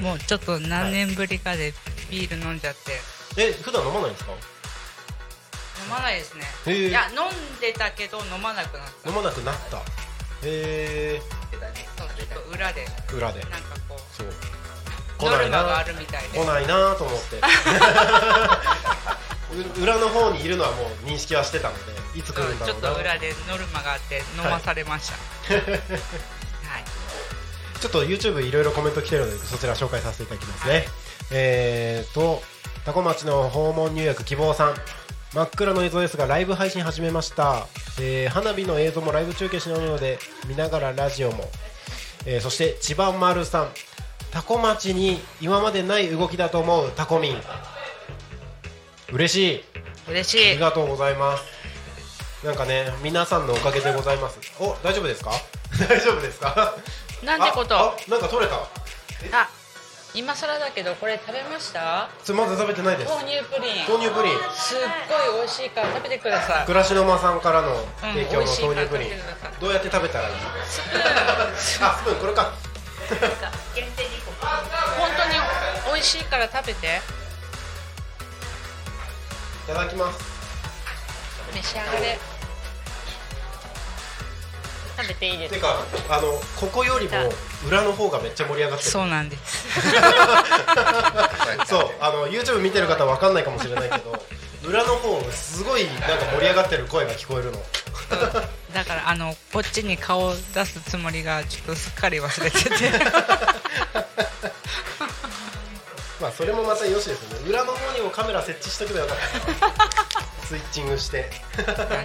目もうちょっと何年ぶりかでビール飲んじゃって。え普段飲まないんですか飲まないですね。へーいや、飲んでたけど飲まなくなった。飲まなくなったへそうちょっと裏で、ー裏でなんかこう、そうノルマがあるみたいで来。ないなと思 ってう裏の方にいるのはもう認識はしてたのでいつ来るんだちょろっうなと裏でノルマがあって飲まされました。はい。ちょっと YouTube いろいろコメント来てるのでそちら紹介させていただきますねえーとタコ町の訪問入浴希望さん真っ暗の映像ですがライブ配信始めました、えー花火の映像もライブ中継しないので見ながらラジオも、えーそして千葉丸さんタコ町に今までない動きだと思うタコミン嬉しい嬉あしりい。がとうございます。なんかね、皆さんのおかげでございます。お、大丈夫ですか？ 大丈夫ですか？なんてことああなんか取れた。あ、今更だけどこれ食べました？つまだ食べてないです。豆乳プリン。豆乳プリン。すっごい美味しいから食べてください。暮らしの間さんからの提供のうん美味しいから豆乳プリン食べてくださ。いどうやって食べたらいい？スプーンあ、スプーンこれか。本当に美味しいから食べていただきます。召し上がれ食べていいですてか、あのここよりも裏の方がめっちゃ盛り上がってる。そうなんです そうあの YouTube 見てる方わかんないかもしれないけど裏の方すごいなんか盛り上がってる声が聞こえるのだからあのこっちに顔を出すつもりがちょっとすっかり忘れててまあそれもまたよしですよね裏の方にもカメラ設置しとけばよ かったスイッチングして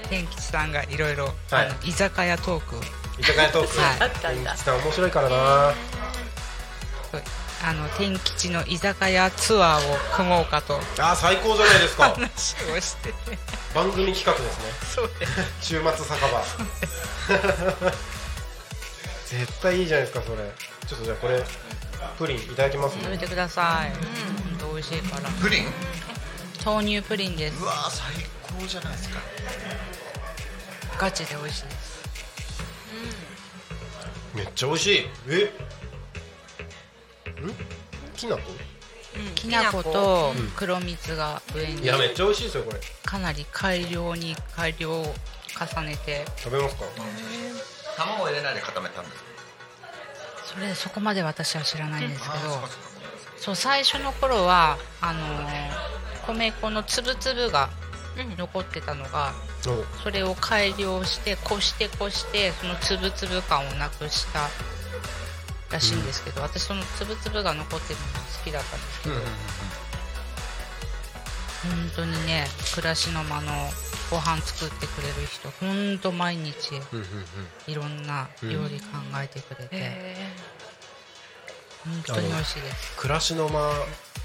天吉さんがいろいろはい居酒屋トーク居酒屋トークはい天吉さん面白いからなあの天吉の居酒屋ツアーを組もうかとあー最高じゃないで すか話をしてて番組企画ですねそうです週末酒場絶対いいじゃないですかそれちょっとじゃあこれプリンいただきますやねめてください、うん、本当美味しいからプリン豆乳プリンですうわー最高じゃないですかガチで美味しいですめっちゃ美味しいえんきなこきな粉と黒蜜が上にいやめっちゃ美味しいですよこれかなり改良に改良を重ねて食べますか卵入れないで固めたんですそれそこまで私は知らないんですけど、そう最初の頃はあのー米粉の粒々が残ってたのが、おそれを改良してこしてこしてその粒々感をなくしたらしいんですけど、私その粒々が残ってるのが好きだったんですけど、本当にね暮らしの間のご飯作ってくれる人本当毎日いろんな料理考えてくれて、 本当に美味しいです暮らしの間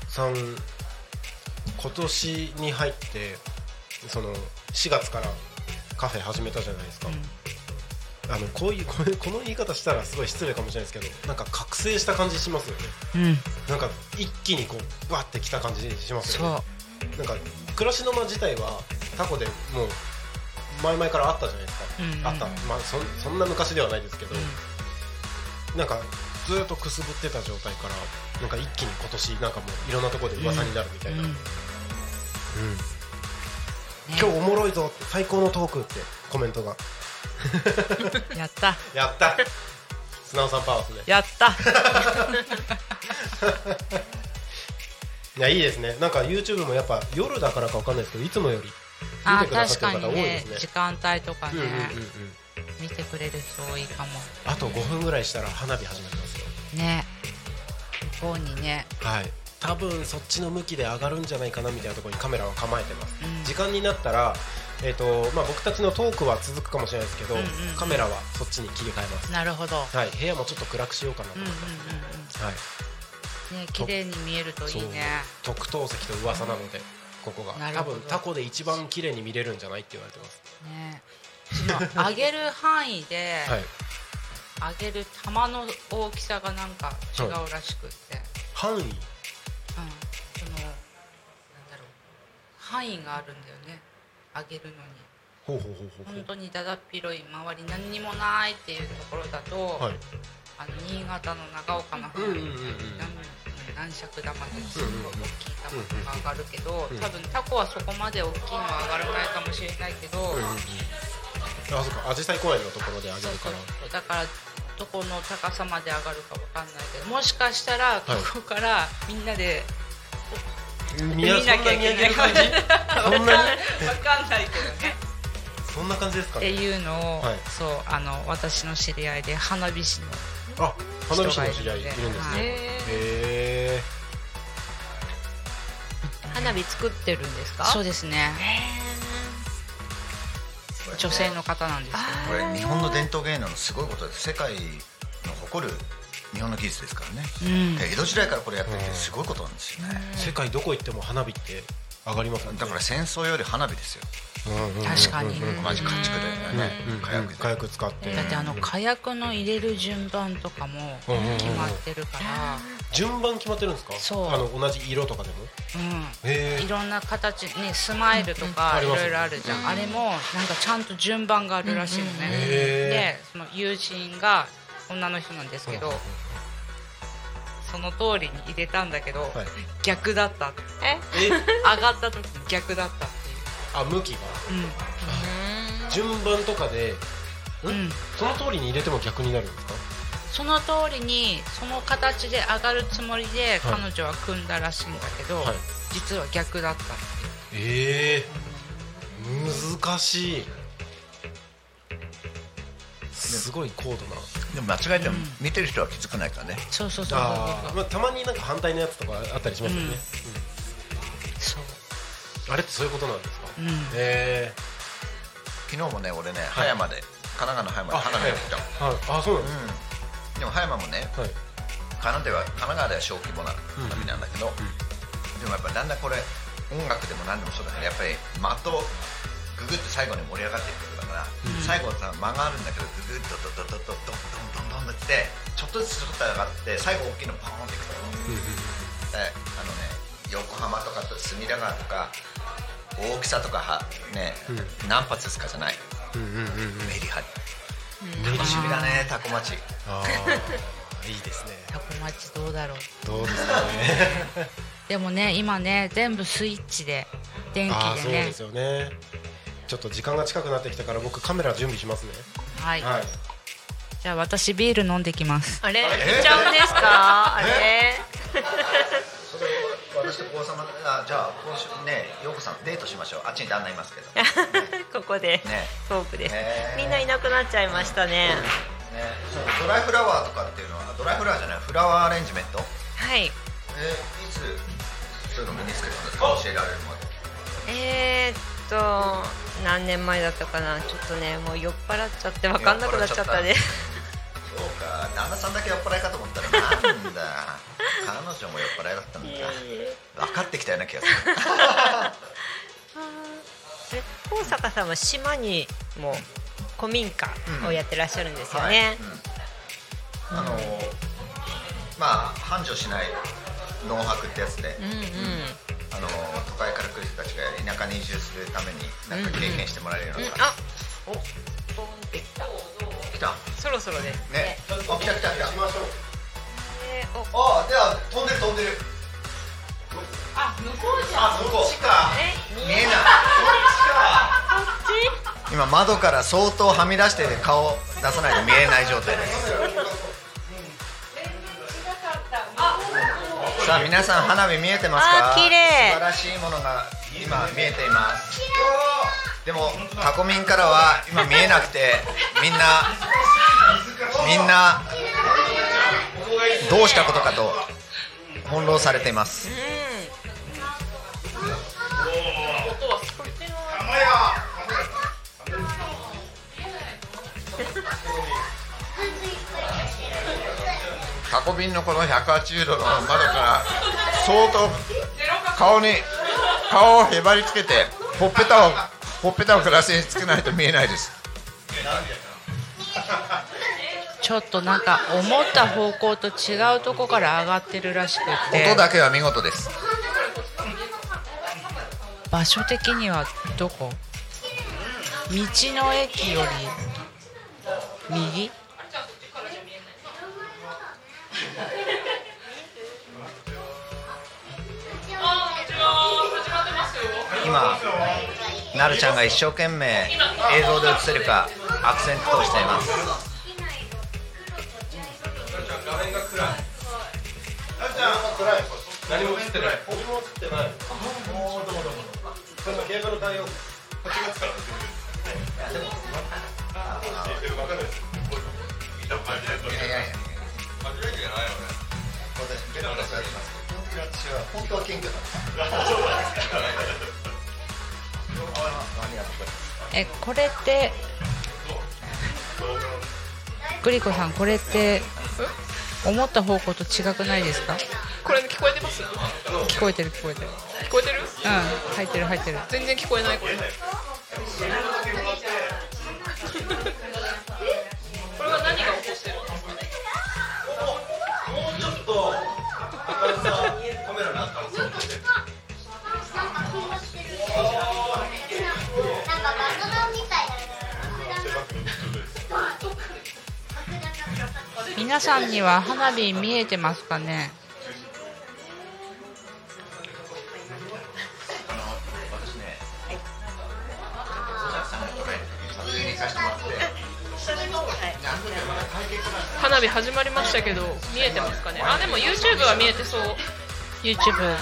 さん今年に入ってその4月からカフェ始めたじゃないですか、あのこういうこれこの言い方したらすごい失礼かもしれないですけどなんか覚醒した感じしますよねうんなんか一気にこうわってきた感じしますよねそなんか暮らしの間自体はタコでもう前々からあったじゃないですか、うんうんあった、まあ、そんそんな昔ではないですけど、なんかずっとくすぶってた状態からなんか一気に今年なんかもういろんなところで噂になるみたいな、うん今日おもろいぞって最高のトークってコメントがうやったやった素直さんパワーですねやった いやいいですねなんか YouTube もやっぱ夜だからかわかんないですけどいつもより見あーてくだ確さかってる方に多いでねすね時間帯とかね、うんうんうんうん見てくれる人多いかもあと5分ぐらいしたら花火始まりますよね向こうにねはい多分そっちの向きで上がるんじゃないかなみたいなところにカメラは構えてます、時間になったら、えーとまあ、僕たちのトークは続くかもしれないですけど、うんうんうんカメラはそっちに切り替えます、なるほど、はい、部屋もちょっと暗くしようかなと、うんうんうんはい、うんね綺麗に見えるといいねそう特等席と噂なので、ここながる多ほど分タコで一番綺麗に見れるんじゃないって言われてますねその上げる範囲で、 はい上げる球の大きさがなんか違うらしくって、範囲うんそのなんだろう範囲があるんだよね上げるのにほうほうほうほうほ本当にだだっ広い周り何にもないっていうところだと、うはいあの新潟の長岡の方うんうんうんうん何尺玉ですごい大きい玉が上がるけど、うん多分タコはそこまで大きいのは上がらないかもしれないけど、うんうんうんあそっか紫陽花公園のところで上げそうるそかうらそうだからどこの高さまで上がるかわかんないけどもしかしたらこいこからみんなで見見なやきゃいけないそんな見上げるわ感じかそんんないわかなにんないけどね そんな感じですかってねいうのを、はいそうあの私の知り合いで花火師のあ花火師人がのいる知のり合いいでるんですねはいへえ花火作ってるんですかそうですねこれ女性の方なんですけどこれ日本の伝統芸能のすごいことです世界の誇る日本の技術ですからね、うん江戸時代からこれやってるってすごいことなんですよね、世界どこ行っても花火って上がりますもんねだから戦争より花火ですよ確かに同じ家畜だよね、火薬で火薬使ってだってあの火薬の入れる順番とかもうんうんうん決まってるから、順番決まってるんですかそうあの同じ色とかでもうへん、いろんな形ねスマイルとかうんいうんありますろいろあるじゃん、あれもなんかちゃんと順番があるらしいのね、でへその友人が女の人なんですけど、その通りに入れたんだけど、はい逆だったええ上がった時に逆だったっあ向きがていう、順番とかでうんうん、その通りに入れても逆になるんですかその通りにその形で上がるつもりで彼女は組んだらしいんだけど、はい実は逆だったっていうええ難しいすごい高度なでも間違えても見てる人は気づかないからね、そうそうそうあーまあたまになんか反対のやつとかあったりしますよね、そうあれってそういうことなんですか、うんえ昨日もね俺ね葉山で神奈川の葉山であ花火を見た、ーはい、あそうなんですか、でも葉山もね、はい神奈川では神奈川では小規模な花火なんだけど、でもやっぱだんだんこれ音楽でも何でもそうだけどやっぱり的をググって最後に盛り上がっていくんだから、最後さ間があるんだけどググッとドドドドドンドンドンドンってきてちょっとずつちょっと上がって最後大きいのパーンっていくところ、であのね横浜とかと隅田川とか大きさとかはね、何発ですかじゃない、メリハリ楽しみだねタコ町 ああいいですねタコ町どうだろうどうですかね でもね今ね全部スイッチで電ああ気でそうねですよねちょっと時間が近くなってきたから僕カメラ準備しますねはい、はいじゃあ私ビール飲んできますあれ行っちゃうんですかあれそれを私と王様がじゃあ今週ね陽子さんデートしましょうあっちに旦那いますけどここでねトークですねみんないなくなっちゃいましたねねそうドライフラワーとかっていうのはドライフラワーじゃないフラワーアレンジメントはえいいつそういうの身につけたんですか教えられるまでえー、っと何年前だったかなちょっとねもう酔っ払っちゃって分かんなくなっちゃったね酔っ払っちゃそうか旦那さんだけ酔っ払いかと思ったらなんだ彼女も酔っ払いだったんだ分かってきたような気がする え高坂さんは島にも古民家をやってらっしゃるんですよね、あのまあ繁盛しない農泊ってやつで、うんうんあの都会から来る人たちが田舎に移住するためになんか経験してもらえるよううんなあおポンってきた来たそろそろですねあ来た来た来たえーおあでは飛んでる飛んでるあ向こうじゃんあ向こう見えない今窓から相当はみ出して顔出さないと見えない状態ですさあ皆さん花火見えてますかあ綺麗素晴らしいものが今見えていますでもタコミンからは今見えなくてみんなみんなどうしたことかと翻弄されていますタコ瓶のこの180度の窓から相当顔に顔をへばりつけてほっぺたをほっぺたをグラスにつけないと見えないですちょっとなんか思った方向と違うとこから上がってるらしくて音だけは見事です場所的にはどこ道の駅より右今なるちゃんが一生懸命映像で映せるかアクセントをしています何も映ってない僕も映ってないもうどうもどうもこれはゲームの対応いやいやいや私ベラベラ喋りますけど基本的に私は本当は謙虚なんですあありがとうございますえこれってグリコさんこれって思った方向と違くないですかこれ聞こえてます聞聞こえてる聞こえてるこえてるうん入ってる入ってる全然聞こえないこれこれは何が起こしてるんですかね皆さんには花火見えてますかね私ねお客さんのとこへ撮影に行かせてもらって花火始まりましたけど見えてますかねあでも YouTube は見えてそう YouTube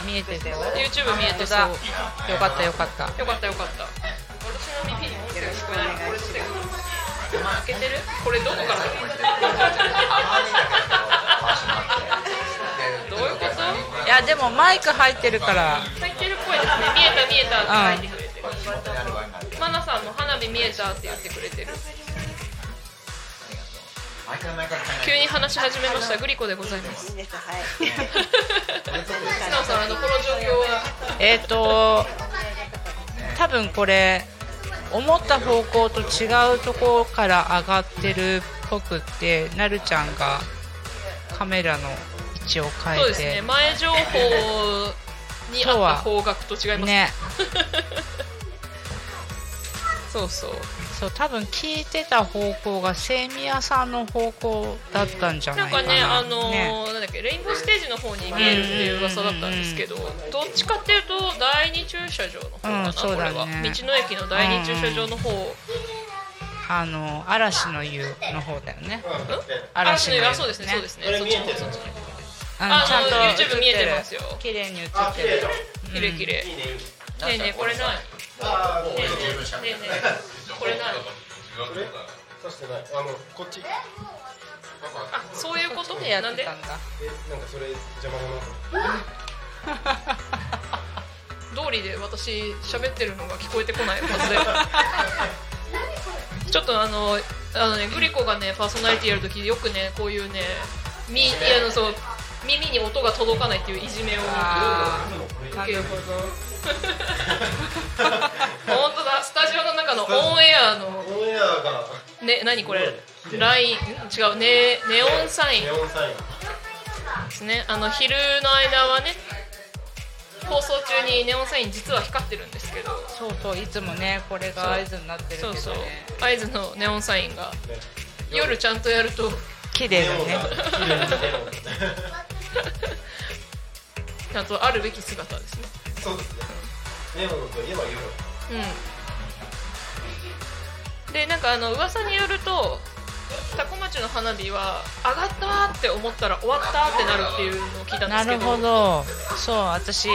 見えてたよ YouTube 見えてそうよかったよかったよかったよかった私の耳に音声が聞こえないけてるこれどこからどういうこといやでもマイク入ってるから入ってるっぽいですね見えた見えたって入ってくれてるママナさんも花火見えたって言ってくれてる回毎回急に話し始めましたグリコでございますいいですはいなおさんあのこの状況はえっ、ー、と多分これ思った方向と違うところから上がってるっぽくってなるちゃんがカメラの位置を変えてそうですね前情報にあった方角と違いますねそうそうそう多分聞いてた方向がセミヤさんの方向だったんじゃななんいかかなね、あのーなんだっけ、レインボーステージの方に見えるっていう噂だったんですけど、どっちかっていうと、第二駐車場の方かな、うんそうだねこれは。道の駅の第二駐車場の方、あの嵐の湯の方だよね嵐嵐のの湯湯あ、そうですね、そうですね、そっちの方、そっちの方。あのちゃんとあの YouTube 見えてますよ。綺麗に映ってる綺麗綺麗。ねえねえ、これない。ねえねえ、ねえねえこれない。刺してないあのこっちあ、そういうことでやっなんてでたんだえなんかそれ邪魔だなと思って通りで私喋ってるのが聞こえてこないは ずでちょっとあのあのねグリコがねパーソナリティやるときよくねこういうねみいやあのそう耳に音が届かないっていういじめをあー受ける なるほ本当だスタジオの中のオンエアのオンエアがね何これラインん違うねネオンサインネオンサインですねあの昼の間はね放送中にネオンサイン実は光ってるんですけどそうそういつもねこれが合図になってるけどそうねそう合図のネオンサインが夜ちゃんとやると綺麗だねちゃんと あるべき姿ですねそうですねネオンといえばユーロうんでなんかあの噂によると多古町の花火は上がったーって思ったら終わったーってなるっていうのを聞いたんでなすけるどほどそう私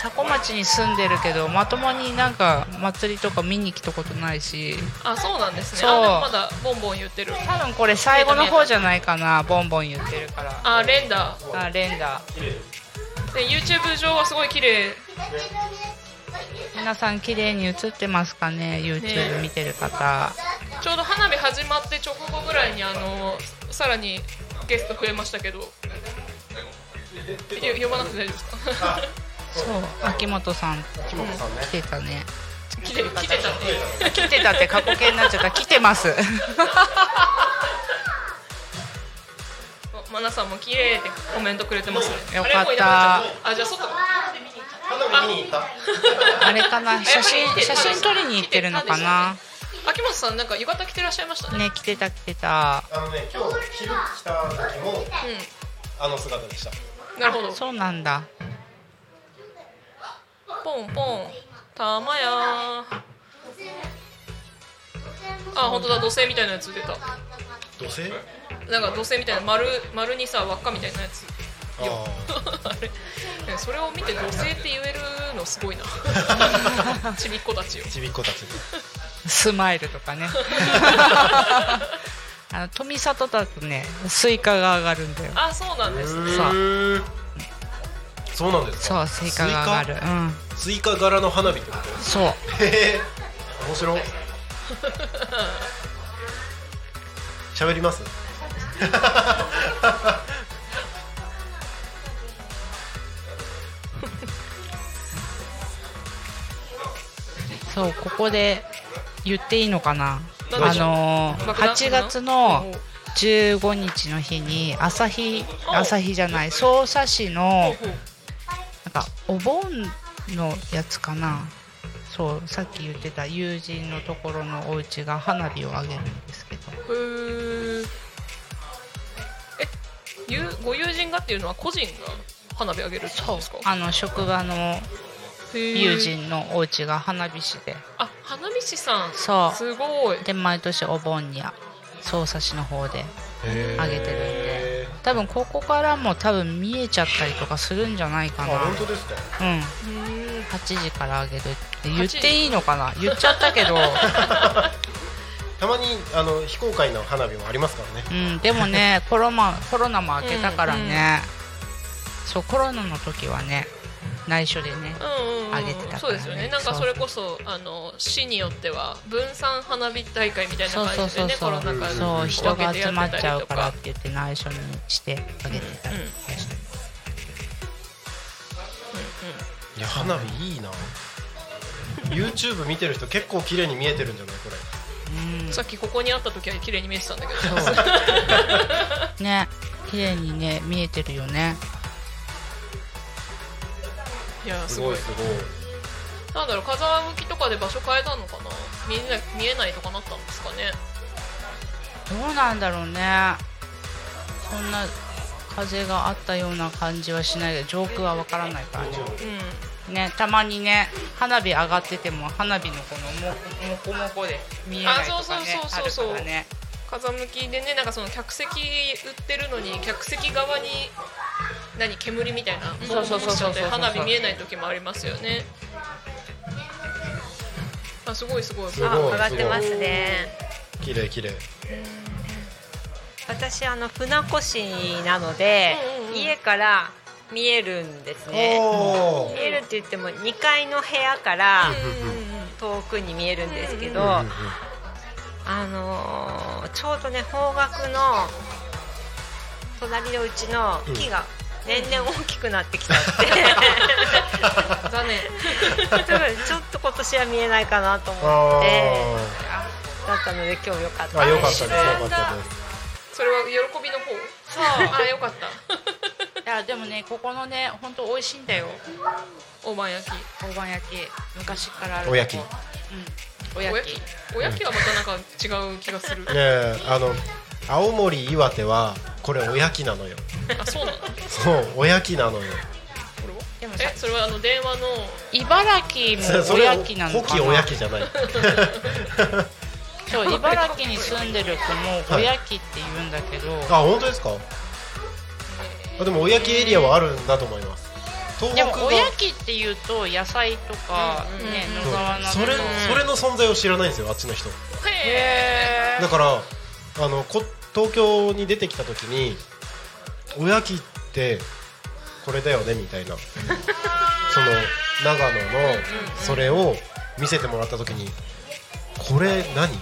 タコ町に住んでるけどまともになんか祭りとか見に来たことないしあそうなんですねそうあでもまだボンボン言ってる多分これ最後の方じゃないかなボンボン言ってるからあレンダーあ連打で YouTube 上はすごい綺麗皆さん綺麗に映ってますかね YouTube 見てる方、ちょうど花火始まって直後ぐらいにあのさらにゲスト増えましたけどえ呼ばなくて大丈夫です かそう秋元さん来てたね来て来てたね来てたって過去形になっちゃった来てます おマナさんも綺麗ってコメントくれてますねよかったあれもういなくなっちゃったあじゃあ外花火見に行ったあれかな写やっ真ぱり来て写た真撮りに行ってるのかな秋元さんなんか浴衣着てらっしゃいましたねね来てた来てたあのね今日昼来た時もあの姿でしたうんなるほどそうなんだポンポンたまやーあ本当だ土星みたいなやつ出た土星なんか土星みたいな丸丸にさ輪っかみたいなやつよあれねそれを見て土星って言えるのすごいな ちびっ子たちよちびっ子たちスマイルとか ねあの富里だとねスイカが上がるんだよあそうなんですねそうそうなんですそうかスイカが上がるうんスイカ柄の花火ってこそうとへえ面白い喋ります そうここで言っていいのかなどうあでしょうのー爆弾8月の15日の日に朝日朝日じゃない匝瑳市のなんかお盆のやつかなそうさっき言ってた友人のところのお家が花火を上げるんですけどへーえゆご友人がっていうのは個人が花火あげるってことですかあの職場のへー友人のお家が花火師であ花火師さんそうすごいで毎年お盆に匝瑳市の方でへ上げてるんで多分ここからも多分見えちゃったりとかするんじゃないかあな本当ですかうんうん8時から上げるって言っていいのかな言っちゃったけどたまにあの非公開の花火もありますからね、うん、でもねコロナコロナも明けたからね、そうコロナの時はね内緒でね、うんうんうんあげてたから、ね、そうですよねなんかそれれこそあの市によっては分散花火大会みたいなそうそ感うじでそうねそう,、コロナ禍でそう人が集まっちゃうからっ分て言って内緒にしてあげてた、うんうんいや花火いいな YouTube 見てる人結構綺麗に見えてるんじゃないこれけてさっきここにあった時は綺麗に見えてたんだけどね綺麗にね見えてるよねいやすごいすごいなんだろう風向きとかで場所変えたのかな見えない見えないとかなったんですかねどうなんだろうねそんな風があったような感じはしないで上空はわからないからねねたまにね花火上がってても花火のこのもこもこもこで見えないとかねああそうそうそうそうるそうからね風向きでねなんかその客席売ってるのに客席側に何煙みたいなそうそうそうそうそうボンボンしちゃって花火見えない時もありますよねあすごいすごいすごいあ上がってますね綺麗綺麗私あの船越なので、家から見えるんですねおー見えるって言っても2階の部屋から遠くに見えるんですけど、あのーちょうどね方角の隣のうちの木が年々大きくなってきち ゃって、だね多分ちょっと今年は見えないかなと思あってだったので今日よかったあよかったですよやかったですそれは喜びの方そうあよかった いやでもねここのね本当美味しいんだよ大判焼き大判焼き昔からあるおやきねおやきおやきはまたなんか違う気がする、えあの青森岩手はこれおやきなのよあそうなのそうおやきなのよでもえそれはあの電話の茨城もおやきなのホかキなおやきじゃないそう茨城に住んでる子もおやきって言うんだけど、あ本当ですかあでもおやきエリアはあるんだと思います東でも北のおやきっていうと野菜とか、ね野沢菜それそれの存在を知らないんですよあっちの人へだからあのこ東京に出てきた時におやきってこれだよねみたいなその長野のそれを見せてもらった時にこれ何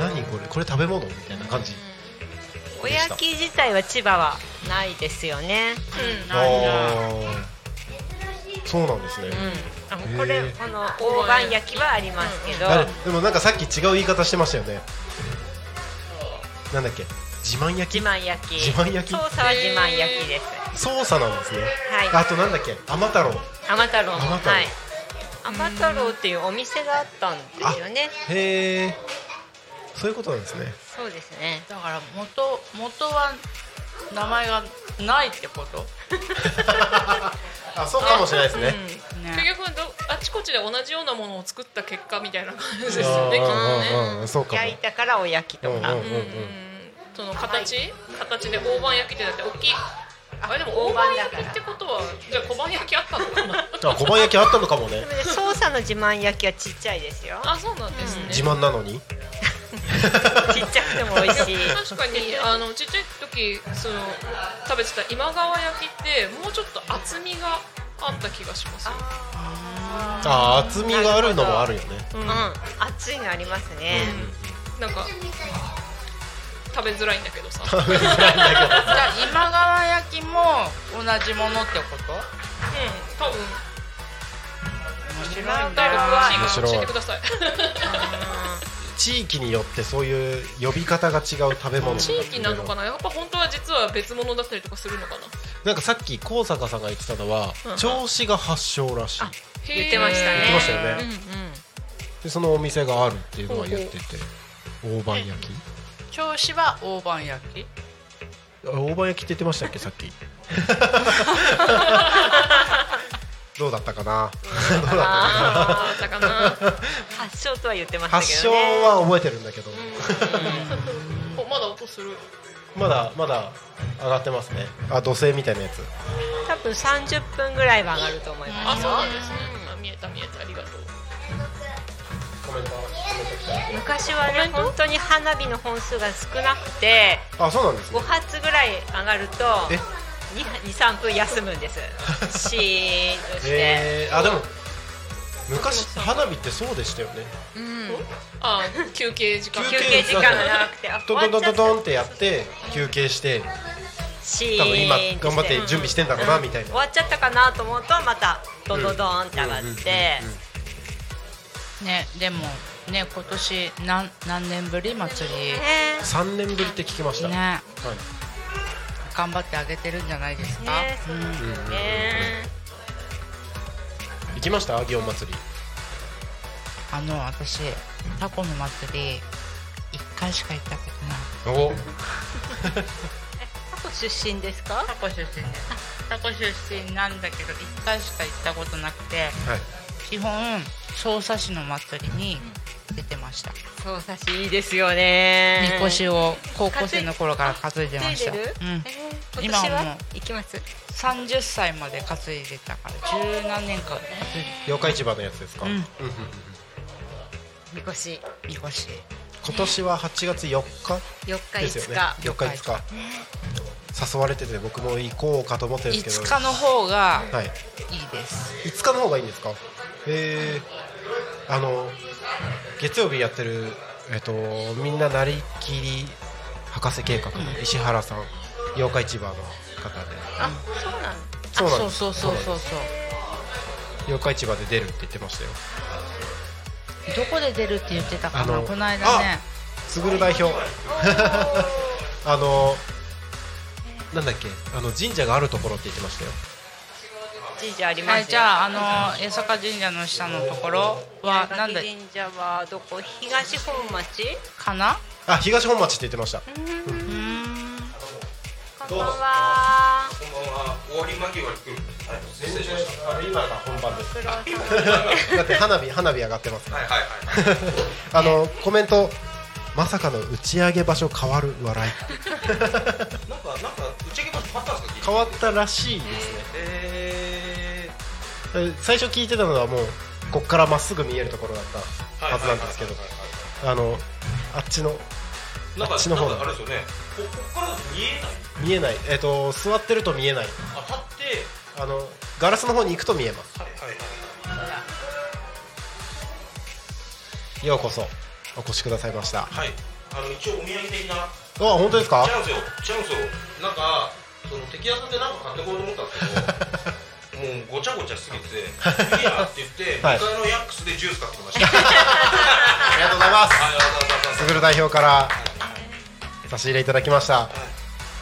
何これこれ食べ物みたいな感じおやき自体は千葉はないですよね。うんあーそうなんですね、あのこれへーこの大判焼きはありますけど、あれでもなんかさっき違う言い方してましたよねなんだっけ自慢焼き自慢焼き。自慢焼き操作は自慢焼きです。操作なんですね、はいあとなんだっけ甘太郎甘太郎も甘太郎はい。甘太郎っていうお店があったんですよね。へえそういうことなんですねそうですね。だから元元は名前がないってことあそうかもしれないですね、結局どあちこちで同じようなものを作った結果みたいな感じですよねきっあーうとんうんうんねそうかも焼いたからおやきとか。うんうんうんうんその形、形で大判焼きってだって大きいあれでも大判焼きってことはじゃあ小判焼きあったのかなあ小判焼きあったのかもねでもね操作の自慢焼きはちっちゃいですよ。あ、そうなんですね。自慢なのにちっちゃくても美味しい。確かにあのちっちゃい時その食べてた今川焼きってもうちょっと厚みがあった気がしますよあー厚みがあるのもあるよねうん、熱いのありますね。なんか食べづらいんだけどさ食べづらいんだけどじゃあ今川焼きも同じものってこと多分白いね大学詳面しい白かいら教えてください地域によってそういう呼び方が違う食べ物地域なのかなやっぱ本当は実は別物だったりとかするのかななんかさっき高坂さんが言ってたのはうんうん銚子が発祥らしい言ってましたね言ってましたよねうんうんでそのお店があるっていうのは言ってて大判焼き調子は大判焼きあ大判焼きって言ってましたっ けさっきどうだったかなどうだったかな発祥とは言ってま発したけ祥どね。は覚えてるんだけどおまだ音する まだまだ上がってますねあ土星みたいなやつ多分三十分ぐらいは上がると思いますあよ。そうなんですねあ見えた見えたありがとうごメント昔はね本当に花火の本数が少なくてあそうなんです5発ぐらい上がるとえ23分休む んですシーンとして、えー、あでも昔花火ってそうでしたよねうん、あ休憩時間休憩時間が長くてあトントントントンってやって休憩してシーン多と分して今頑張って準備してんだろうなみたいな終わっちゃったかなと思うとまたドドドーンって上がってねでもね今年何何年ぶり祭り、 3年ぶりって聞きましたねはい頑張ってあげてるんじゃないですか、ねうんうんうんね行きました祇園祭りあの私タコの祭り一回しか行ったことない おタコ出身ですかタコ出身ですタコ出身なんだけど一回しか行ったことなくて、基本匝瑳市の祭りに出てました操作しいいですよねみこしを高校生の頃から担いでました担いでるうんえー今今ははも行きますう30歳まで担いでたから十何年間担いで八日市場のやつですか、うんうんうんうんみこしみこし今年は8月4 4日日ですよ5ね日4日5日誘われてて僕も行こうかと思ってるんで5すけど日の方がはいいいです、 5日の方がいいんですかえー、あの月曜日やってるえっとみんななりきり博士計画の石原さん八日市場の方であそそううなのなんですそうそうそうそう八日市場で出るって言ってましたよどこで出るって言ってたかあなのこの間ねすぐる代表 あのなんだっけあの神社があるところって言ってましたよ神社ありますはよいじゃああの江坂神社の下のところは八なん神だ社はどこ東本町かなあ東本町って言ってましたこんばんはこんばんは。終わり間際に来る。はい。失礼しました。今が本番です。あだって花火花火上がってます、ね。はいはいはい あのコメントまさかの打ち上げ場所変わる笑い。なんかなんか打ち上げ場所変わったんですか。変わったらしいですね。ええ最初聞いてたのはもうこっからまっすぐ見えるところだったはずなんですけど、あのあっちのー、なんかあっちの方なんだかあれですよね。ここっからだと見えない。見えない。えっ、と座ってると見えない。当たって。あのガラスの方に行くと見えます。はいはいはい。ようこそお越しくださいました。はい。あの一応お土産的な。あ本当ですかチャンスよ。チャンスよ。なんかその敵屋さんでなんか買ってこようと思ったんですけど。もうごちゃごちゃしすぎて、いいやって言っ て、はい2階のヤックスでジュース買ってき ました。ありがとうございます。はい、ありがとうございます。すぐる代表から差し入れいただきました。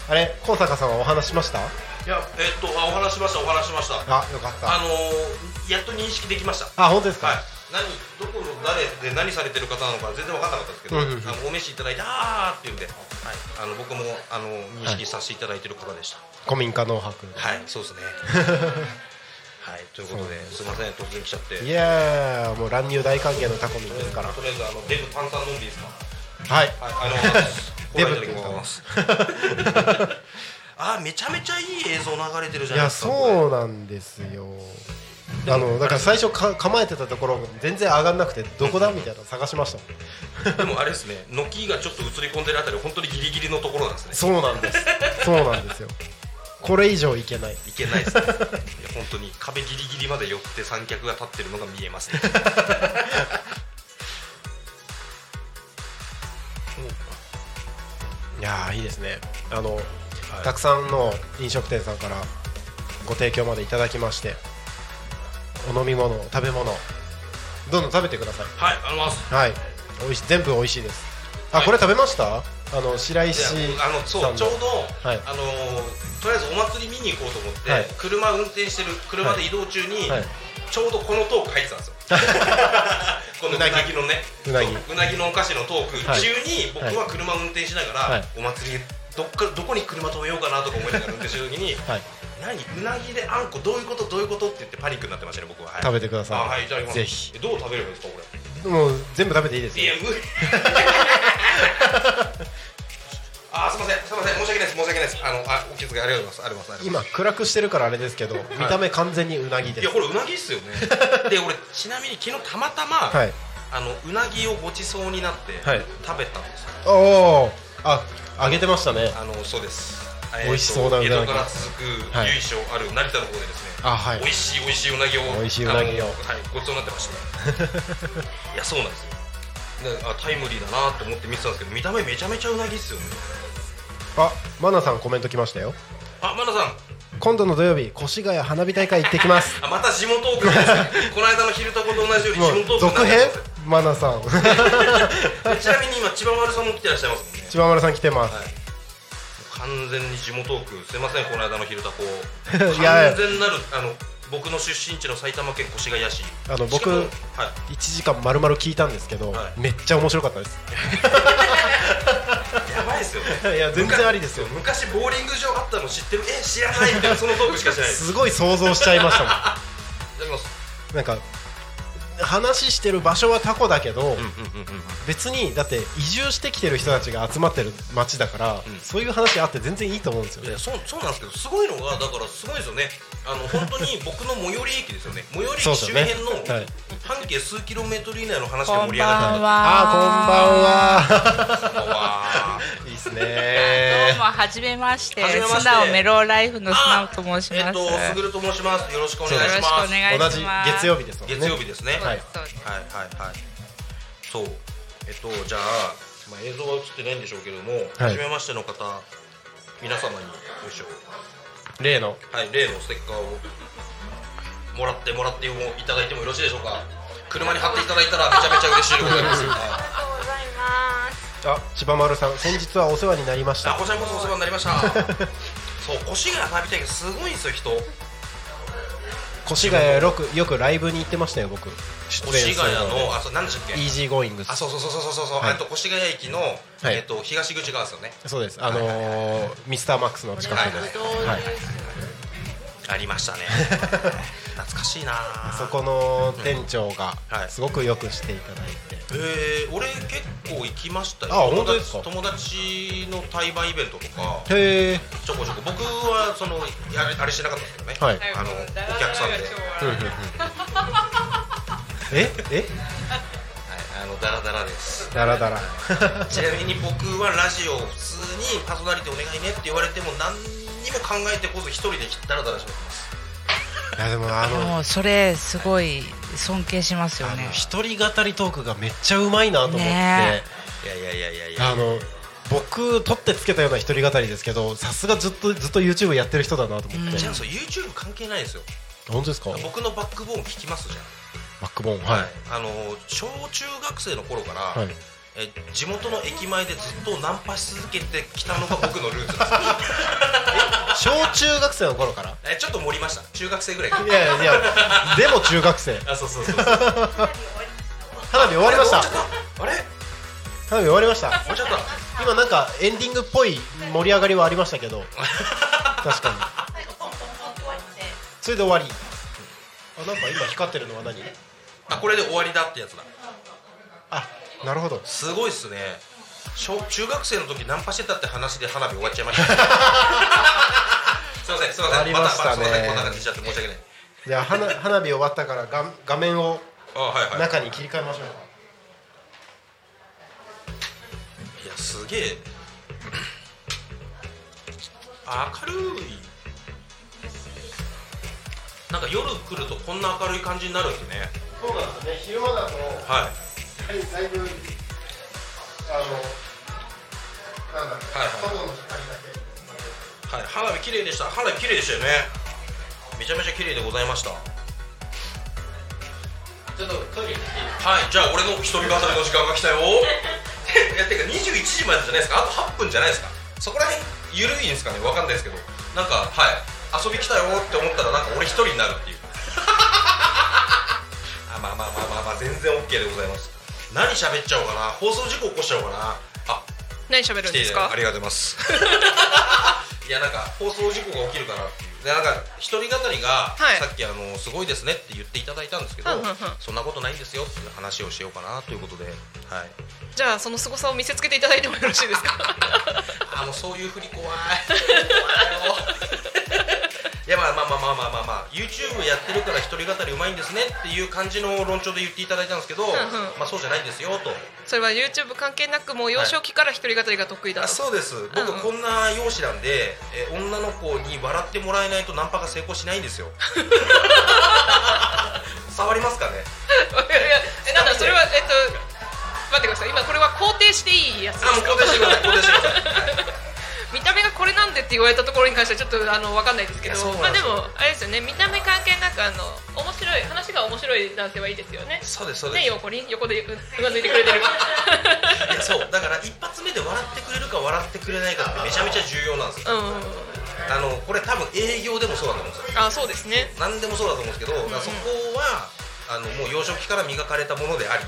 あれ、高坂さんはお話しました？いや、えっと、あ、お話ししました、お話ししました。あ、よかった。あのー、やっと認識できました。あ、本当ですか。何、どこの誰で、何されてる方なのか、全然分かんなかったんですけど、うんうんうんあの、お召しいただいて、あーっていうんで。はい、あの、僕も、あの、認識させていただいてる方でした。古民家の博。はい、そうですね。 はい、ということで、すみません、突然来ちゃって。いやー、もう乱入大歓迎のタコミンですから。とりあえず、あの、デブ炭酸飲んでいいですか。はい。はい、あデの、ブってご覧いただき言まますす。。 あー、めちゃめちゃいい映像流れてるじいゃなや、いですか。そうなんですよ。あのだから最初か構えてたところ全然上がんなくてどこだみたいなの探しましたもんでもあれですね、軒がちょっと映り込んでるあたり、本当にギリギリのところなんですね。そうなんですそうなんですよこれ以上いけないいけ ないですね。いや本当に壁ギリギリまで寄って三脚が立ってるのが見えま すね。いやーいいですねあの、たくさんの飲食店さんからご提供までいただきましてお飲み物食べ物どんどん食べてくださいはい、あります。はいおいし全部美味しいですあ、これ食べましたあの白石さんいやあのそうちょうど、はいあのーとりあえずお祭り見に行こうと思って、はい車運転してる車で移動中に、はいちょうどこのトーク入ってた んですよ。このうなぎのね、うなぎうなぎのお菓子のトークはい中に、僕は車運転しながら、はいお祭りどっかどこに車止めようかなとか思いながら運転してる時に、はい、何うなぎであんこどういうことどういうことって言ってパニックになってましたね僕は、はい食べてくださいあはいいただきますぜひえどう食べればいいですかこれもう全部食べていいですいよ や無理あすみませんすみません申し訳ないです申し訳ないですあのあお気遣いありがとうございますありがとうございます今暗くしてるからあれですけど、見た目完全にうなぎでいす やこれうなぎっすよねで俺ちなみに昨日たまたま、はいあのうなぎをごちそうになってはい食べたんですよ、おおあ揚げてましたねあのそうです美味しそうだえーとうなぎ江戸から続くはい由緒ある成田の方でですね、あはい美味しい美味しいうなぎを美味しいうなぎをあのはい、ごちそうになってました いやそうなんですよであタイムリーだなと思って見てたんですけど見た目めちゃめちゃうなぎっすよねあマナさんコメント来ましたよあマナさん今度の土曜日越谷花火大会行ってきますあまた地元トークです ねこの間の昼とこと同じようにも地元うトーク続になっ編マナさん て ちなみに今千葉丸さんも来てらっしゃいますもんね千葉丸さん来てます、完全に地元トークすいませんこの間の昼タ コいや完全なるあの僕の出身地の埼玉県越谷市あのし僕、かも1時間まるまる聞いたんですけど、めっちゃ面白かったですやばいですよ ねいや全然ありですよ昔ボーリング場あったの知ってるえ知らないみたいなそのトークしかしな いすごい想像しちゃいま したもでもんなんか話してる場所はタコだけど、うんうん別にだって移住してきてる人たちが集まってる街だから、そういう話あって全然いいと思うんですよいねやそうそうなんですけどすごいのがだからすごいですよねあの本当に僕の最寄り駅ですよね最寄りそう駅です周よね辺のはい半径数キロメートル以内の話で盛り上がっあた こんばんは いいですねどうもはじめましてはじめまして素直メロウライフの素直と申します、えっとすぐると申しますよろしくお願いしそうでますすよろしくお願いします同じ月曜日ですもんね月曜日ですねはいはいはいはいそうえっとじゃあまあ映像は映ってないんでしょうけれどもはい初めましての方皆様によいしょ例のはい、例のステッカーをもらってもらってもいただいてもよろしいでしょうか車に貼っていただいたらめちゃめちゃ嬉しいでございますはいあ千葉丸さん先日はお世話になりましあたこちらこそお世話になりました そう越谷花火大会すごいんですよ人越谷よくよくライブに行ってましたよ僕出演する越谷のあそう何でしたっけイージーゴーイングスあそうそうそうそうそうそう、はいあと越谷駅の、いえっと東口側ですよねそうですあのーミスターマックスの近くです、はいありましたね懐かしいなあ そこの店長がすごくよくしていただいて、えー、俺結構行きましたよあ本当ですか友達友達の対バンイベントとかへえちょこちょこ僕はそのやれあれしてなかったんですけどはね、いあのお客さんで、え えあのダラダラですダラダラ ちなみに僕はラジオ普通にパーソナリティお願いねって言われても何にも考えてこず一人でダラダラしてますいやでもあのもうそれすごい尊敬しますよね一人語りトークがめっちゃうまいなと思って、ねいやいやいやいやいやあの僕取ってつけたような一人語りですけどさすがずっとずっと YouTube やってる人だなと思って、じゃあそう YouTube 関係ないですよ本当ですか僕のバックボーン聞きますじゃんバックボーンはい、あの小中学生の頃から、はいえ地元の駅前でずっとナンパし続けてきたのが僕のル ーツです小中学生の頃からえちょっと盛りました中学生ぐらいからいやいやでも中学生あそうそうそう花火終わりましたあれ花火終わりましたもうちょっと今なんかエンディングっぽい盛り上がりはありましたけど確かにそれで終わりあなんか今光ってるのは何あこれで終わりだってやつだなるほどすごいっすね小中学生の時ナンパしてたって話で花火終わっちゃいまし たすいませんすいませんありましたねたたすいませんこんな感じにしちゃって申し訳ないじゃあ花花火終わったから画画面をあはいはい中に切り替えましょういやすげえ明るいなんか夜来るとこんな明るい感じになるんですねそうなんですね昼間だとはいだいぶあのなんだろうはいはい外の光だけはい、花火綺麗でした。花火綺麗でしたよね。めちゃめちゃ綺麗でございました。ちょっとトイレ行っていいはい、じゃあ俺の一人語りの時間が来 たよ。いやてか21時までじゃないですか。あと8分じゃないですか。そこら辺ゆるいんですかね。わかんないですけど、なんかはい、遊び来たよって思ったらなんか俺一人になる っていう。あ、まあまあまあまあまあ全然 OK でございます。何喋っちゃおうかな。放送事故起こしちゃおうかな。あ、何喋るんで来ていすかただいてありがとうございます いやなんか放送事故が起きるからっていうでなんか一人語りが、はいさっきあのすごいですねって言っていただいたんですけど、うんうんうんそんなことないんですよっていう話をしようかなということ で、はい、じゃあその凄さを見せつけていただいてもよろしいですかあもうそういう振り怖い怖いよ いやまあまあまあまあまあまあ、まあ、YouTube やってるから一人語りうまいんですねっていう感じの論調で言っていただいたんですけど、んうんまあそうじゃないんですよとそれは YouTube 関係なくもう幼少期から独り語りが得意だと、そうです僕こんな容姿なんで、えー女の子に笑ってもらえないとナンパが成功しないんです よ触ります かねえなんだそれはえっと待ってください今これは肯定していいやつですか肯定して ください肯定してください見た目がこれなんでって言われたところに関してはちょっとあの分かんないですけどいやそうまなあんでですよもあれですよね見た目関係なくあの面白い話が面白い男性はいいですよねそうですそうですね横に横でううなずいて くれてるいやそうだから一発目で笑ってくれるか笑ってくれないかってめちゃめちゃ重要なんですようんうんあのこれ多分営業でもそうだと思うんですよあそうですね何でもそうだと思うんですけど、だからそこはあのもう幼少期から磨かれたものであり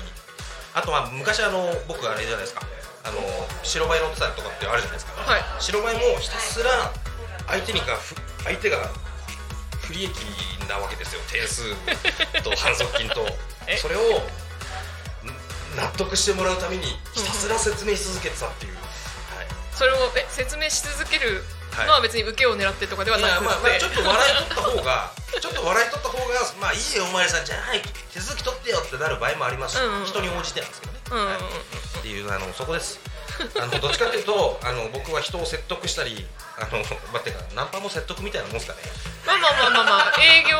あとは昔あの僕あれじゃないですかあの白バイ乗ってたりとかってあるじゃないですか、はい白バイもひたすら相手にかふ相手が不利益なわけですよ点数 と反則金とそれをん納得してもらうためにひたすら説明し続けてたっていう、はいそれをえ説明し続けるのは別に受けを狙ってとかではなくて、まあまあちょっと笑い取った方がちょっと笑い取った方がまあいいよお前さんじゃあはい手続き取ってよってなる場合もありますし、うんうん人に応じてなんですけどねうんうんうんっていうあのそこですあのどっちかというとあの僕は人を説得したりあの待ってかナンパも説得みたいなもんですかねまあまあまあまあまあ営業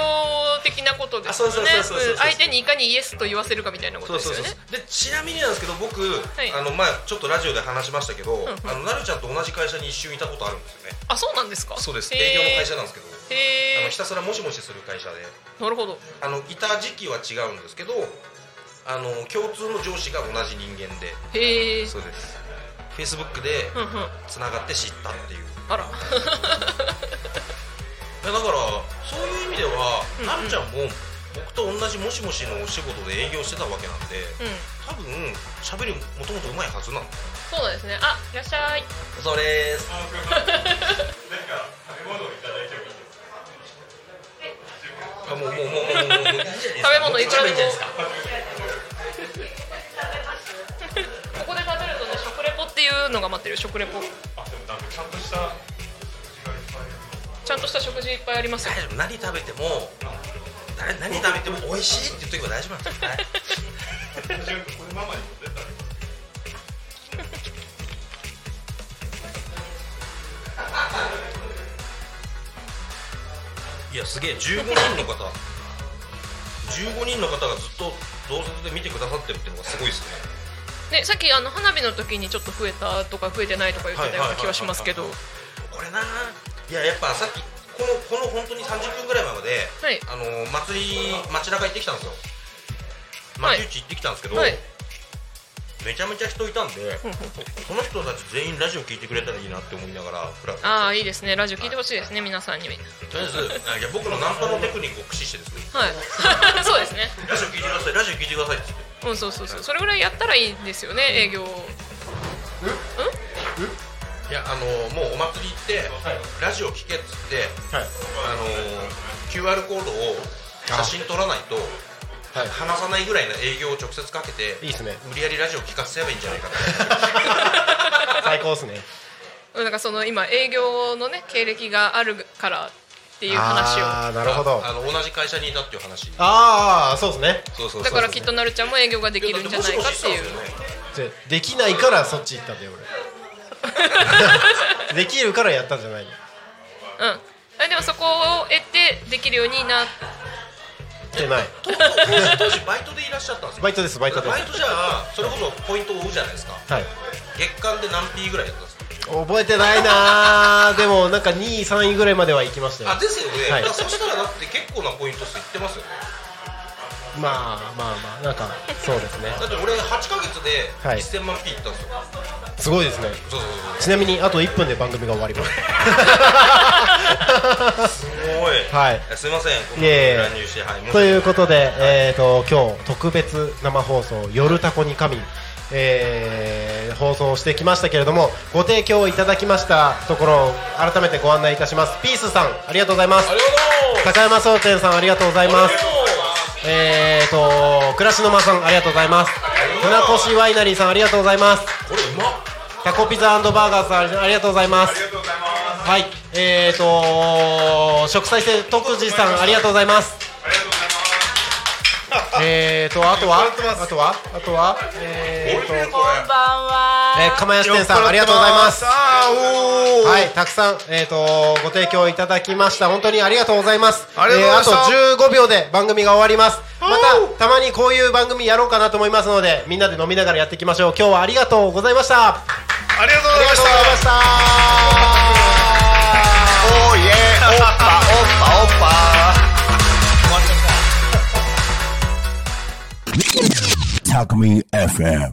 的なことですよねあそうそうそうそうそううん相手にいかにイエスと言わせるかみたいなことですよねでちなみになんですけど僕、いあのまあちょっとラジオで話しましたけど、んうんあのなるちゃんと同じ会社に一瞬いたことあるんですよねあそうなんですかそうですへー営業の会社なんですけどあへのひたすらもしもしする会社でえなるほどあのいた時期は違うんですけどあの共通の上司が同じ人間でへえそうですフェイスブックでうんうんつながって知った っていうあらえだからそういう意味では、うんうんなるちゃんも僕と同じもしもしのお仕事で営業してたわけなんで、うん多分喋りもともとうまいはずなのそうなんですねあいらっしゃいそれです あもうもうもうもうもうもういいじゃないですか食べ物いこっちくらでも食べんじゃないですか ここで食べるとね食レポっていうのが待ってる食レポちゃんとしたちゃんとした食事いっぱいありますよ大丈夫何食べても誰何食べても美味しいって言っとけば大丈夫なんですよ、 はいいやすげえ15人の方15人の方がずっと同族で見てくださってるっていうのがすごいですねねさっきあの花火の時にちょっと増えたとか増えてないとか言ってたような気はしますけどはいこれなあいややっぱさっきこのこの本当に30分ぐらい前まで、はいあの祭り街中行ってきたんですよはい町内行ってきたんですけど、はいめちゃめちゃ人いたん でふんふんその人たち全員ラジオ聞いてくれたらいいなって思いながらフラフラああいいですねラジオ聞いてほしいですね皆さん にはいとりあえずあいや僕のナンパのテクニックを駆使してですね そうですねラジオ聞いてくださいラジオ聞いてくださいって言ってうんそうそうそうそれぐらいやったらいいんですよね営業いやあのもうお祭り行って、ラジオ聞けっつって、あの QR コードを写真撮らないと話さないぐらいの営業を直接かけていいっすね無理やりラジオ聞かせればいいんじゃないかって 最高ですねうんなんかその今営業のね経歴があるからっていう話をああなるほどあの同じ会社にいたっていう話ああそうですねそうそうだからきっとなるちゃんも営業ができるんじゃないかっていうじゃあできないからそっち行ったんだよ 俺できるからやったんじゃないのうんえでもそこを得てできるようになしてない当時当時バイトでいらっしゃったんですよバイトですバイトですバイトじゃあそれこそポイントを追うじゃないですかはい月間で何 P ぐらいやったんですか覚えてないなーでもなんか2位3位ぐらいまでは行きましたよあですよね、はいだからそしたらだって結構なポイント数いってますよねまあまあまあなんかそうですねだって俺8ヶ月ではい1000万 P いったんですよ、すごいですねそうそうそうちなみにあと1分で番組が終わります すごい。はい。すみません。いえいえ乱入して、はい。ということで、えー、と今日特別生放送「夜タコに神」えー放送してきましたけれどもご提供いただきましたところを改めてご案内いたしますピースさんありがとうございます高山総店さんありがとうございますえーと暮らしの間さんありがとうございます船越ワイナリーさんありがとうございますこれうまっタコピザバーガーさんありがとうございますはい、えーと植栽生徳次さんありがとうございます。えーとあと はあとはあとはえーとえー、釜安店さんありがとうございます。はい、たくさんえっ、とご提供いただきました。本当にありがとうございます。ありがとうございましたえーあと15秒で番組が終わります。またたまにこういう番組やろうかなと思いますので、みんなで飲みながらやっていきましょう。今日はありがとうございました。ありがとうございましたおーいえおっぱおっぱおっぱ Talk Me FM.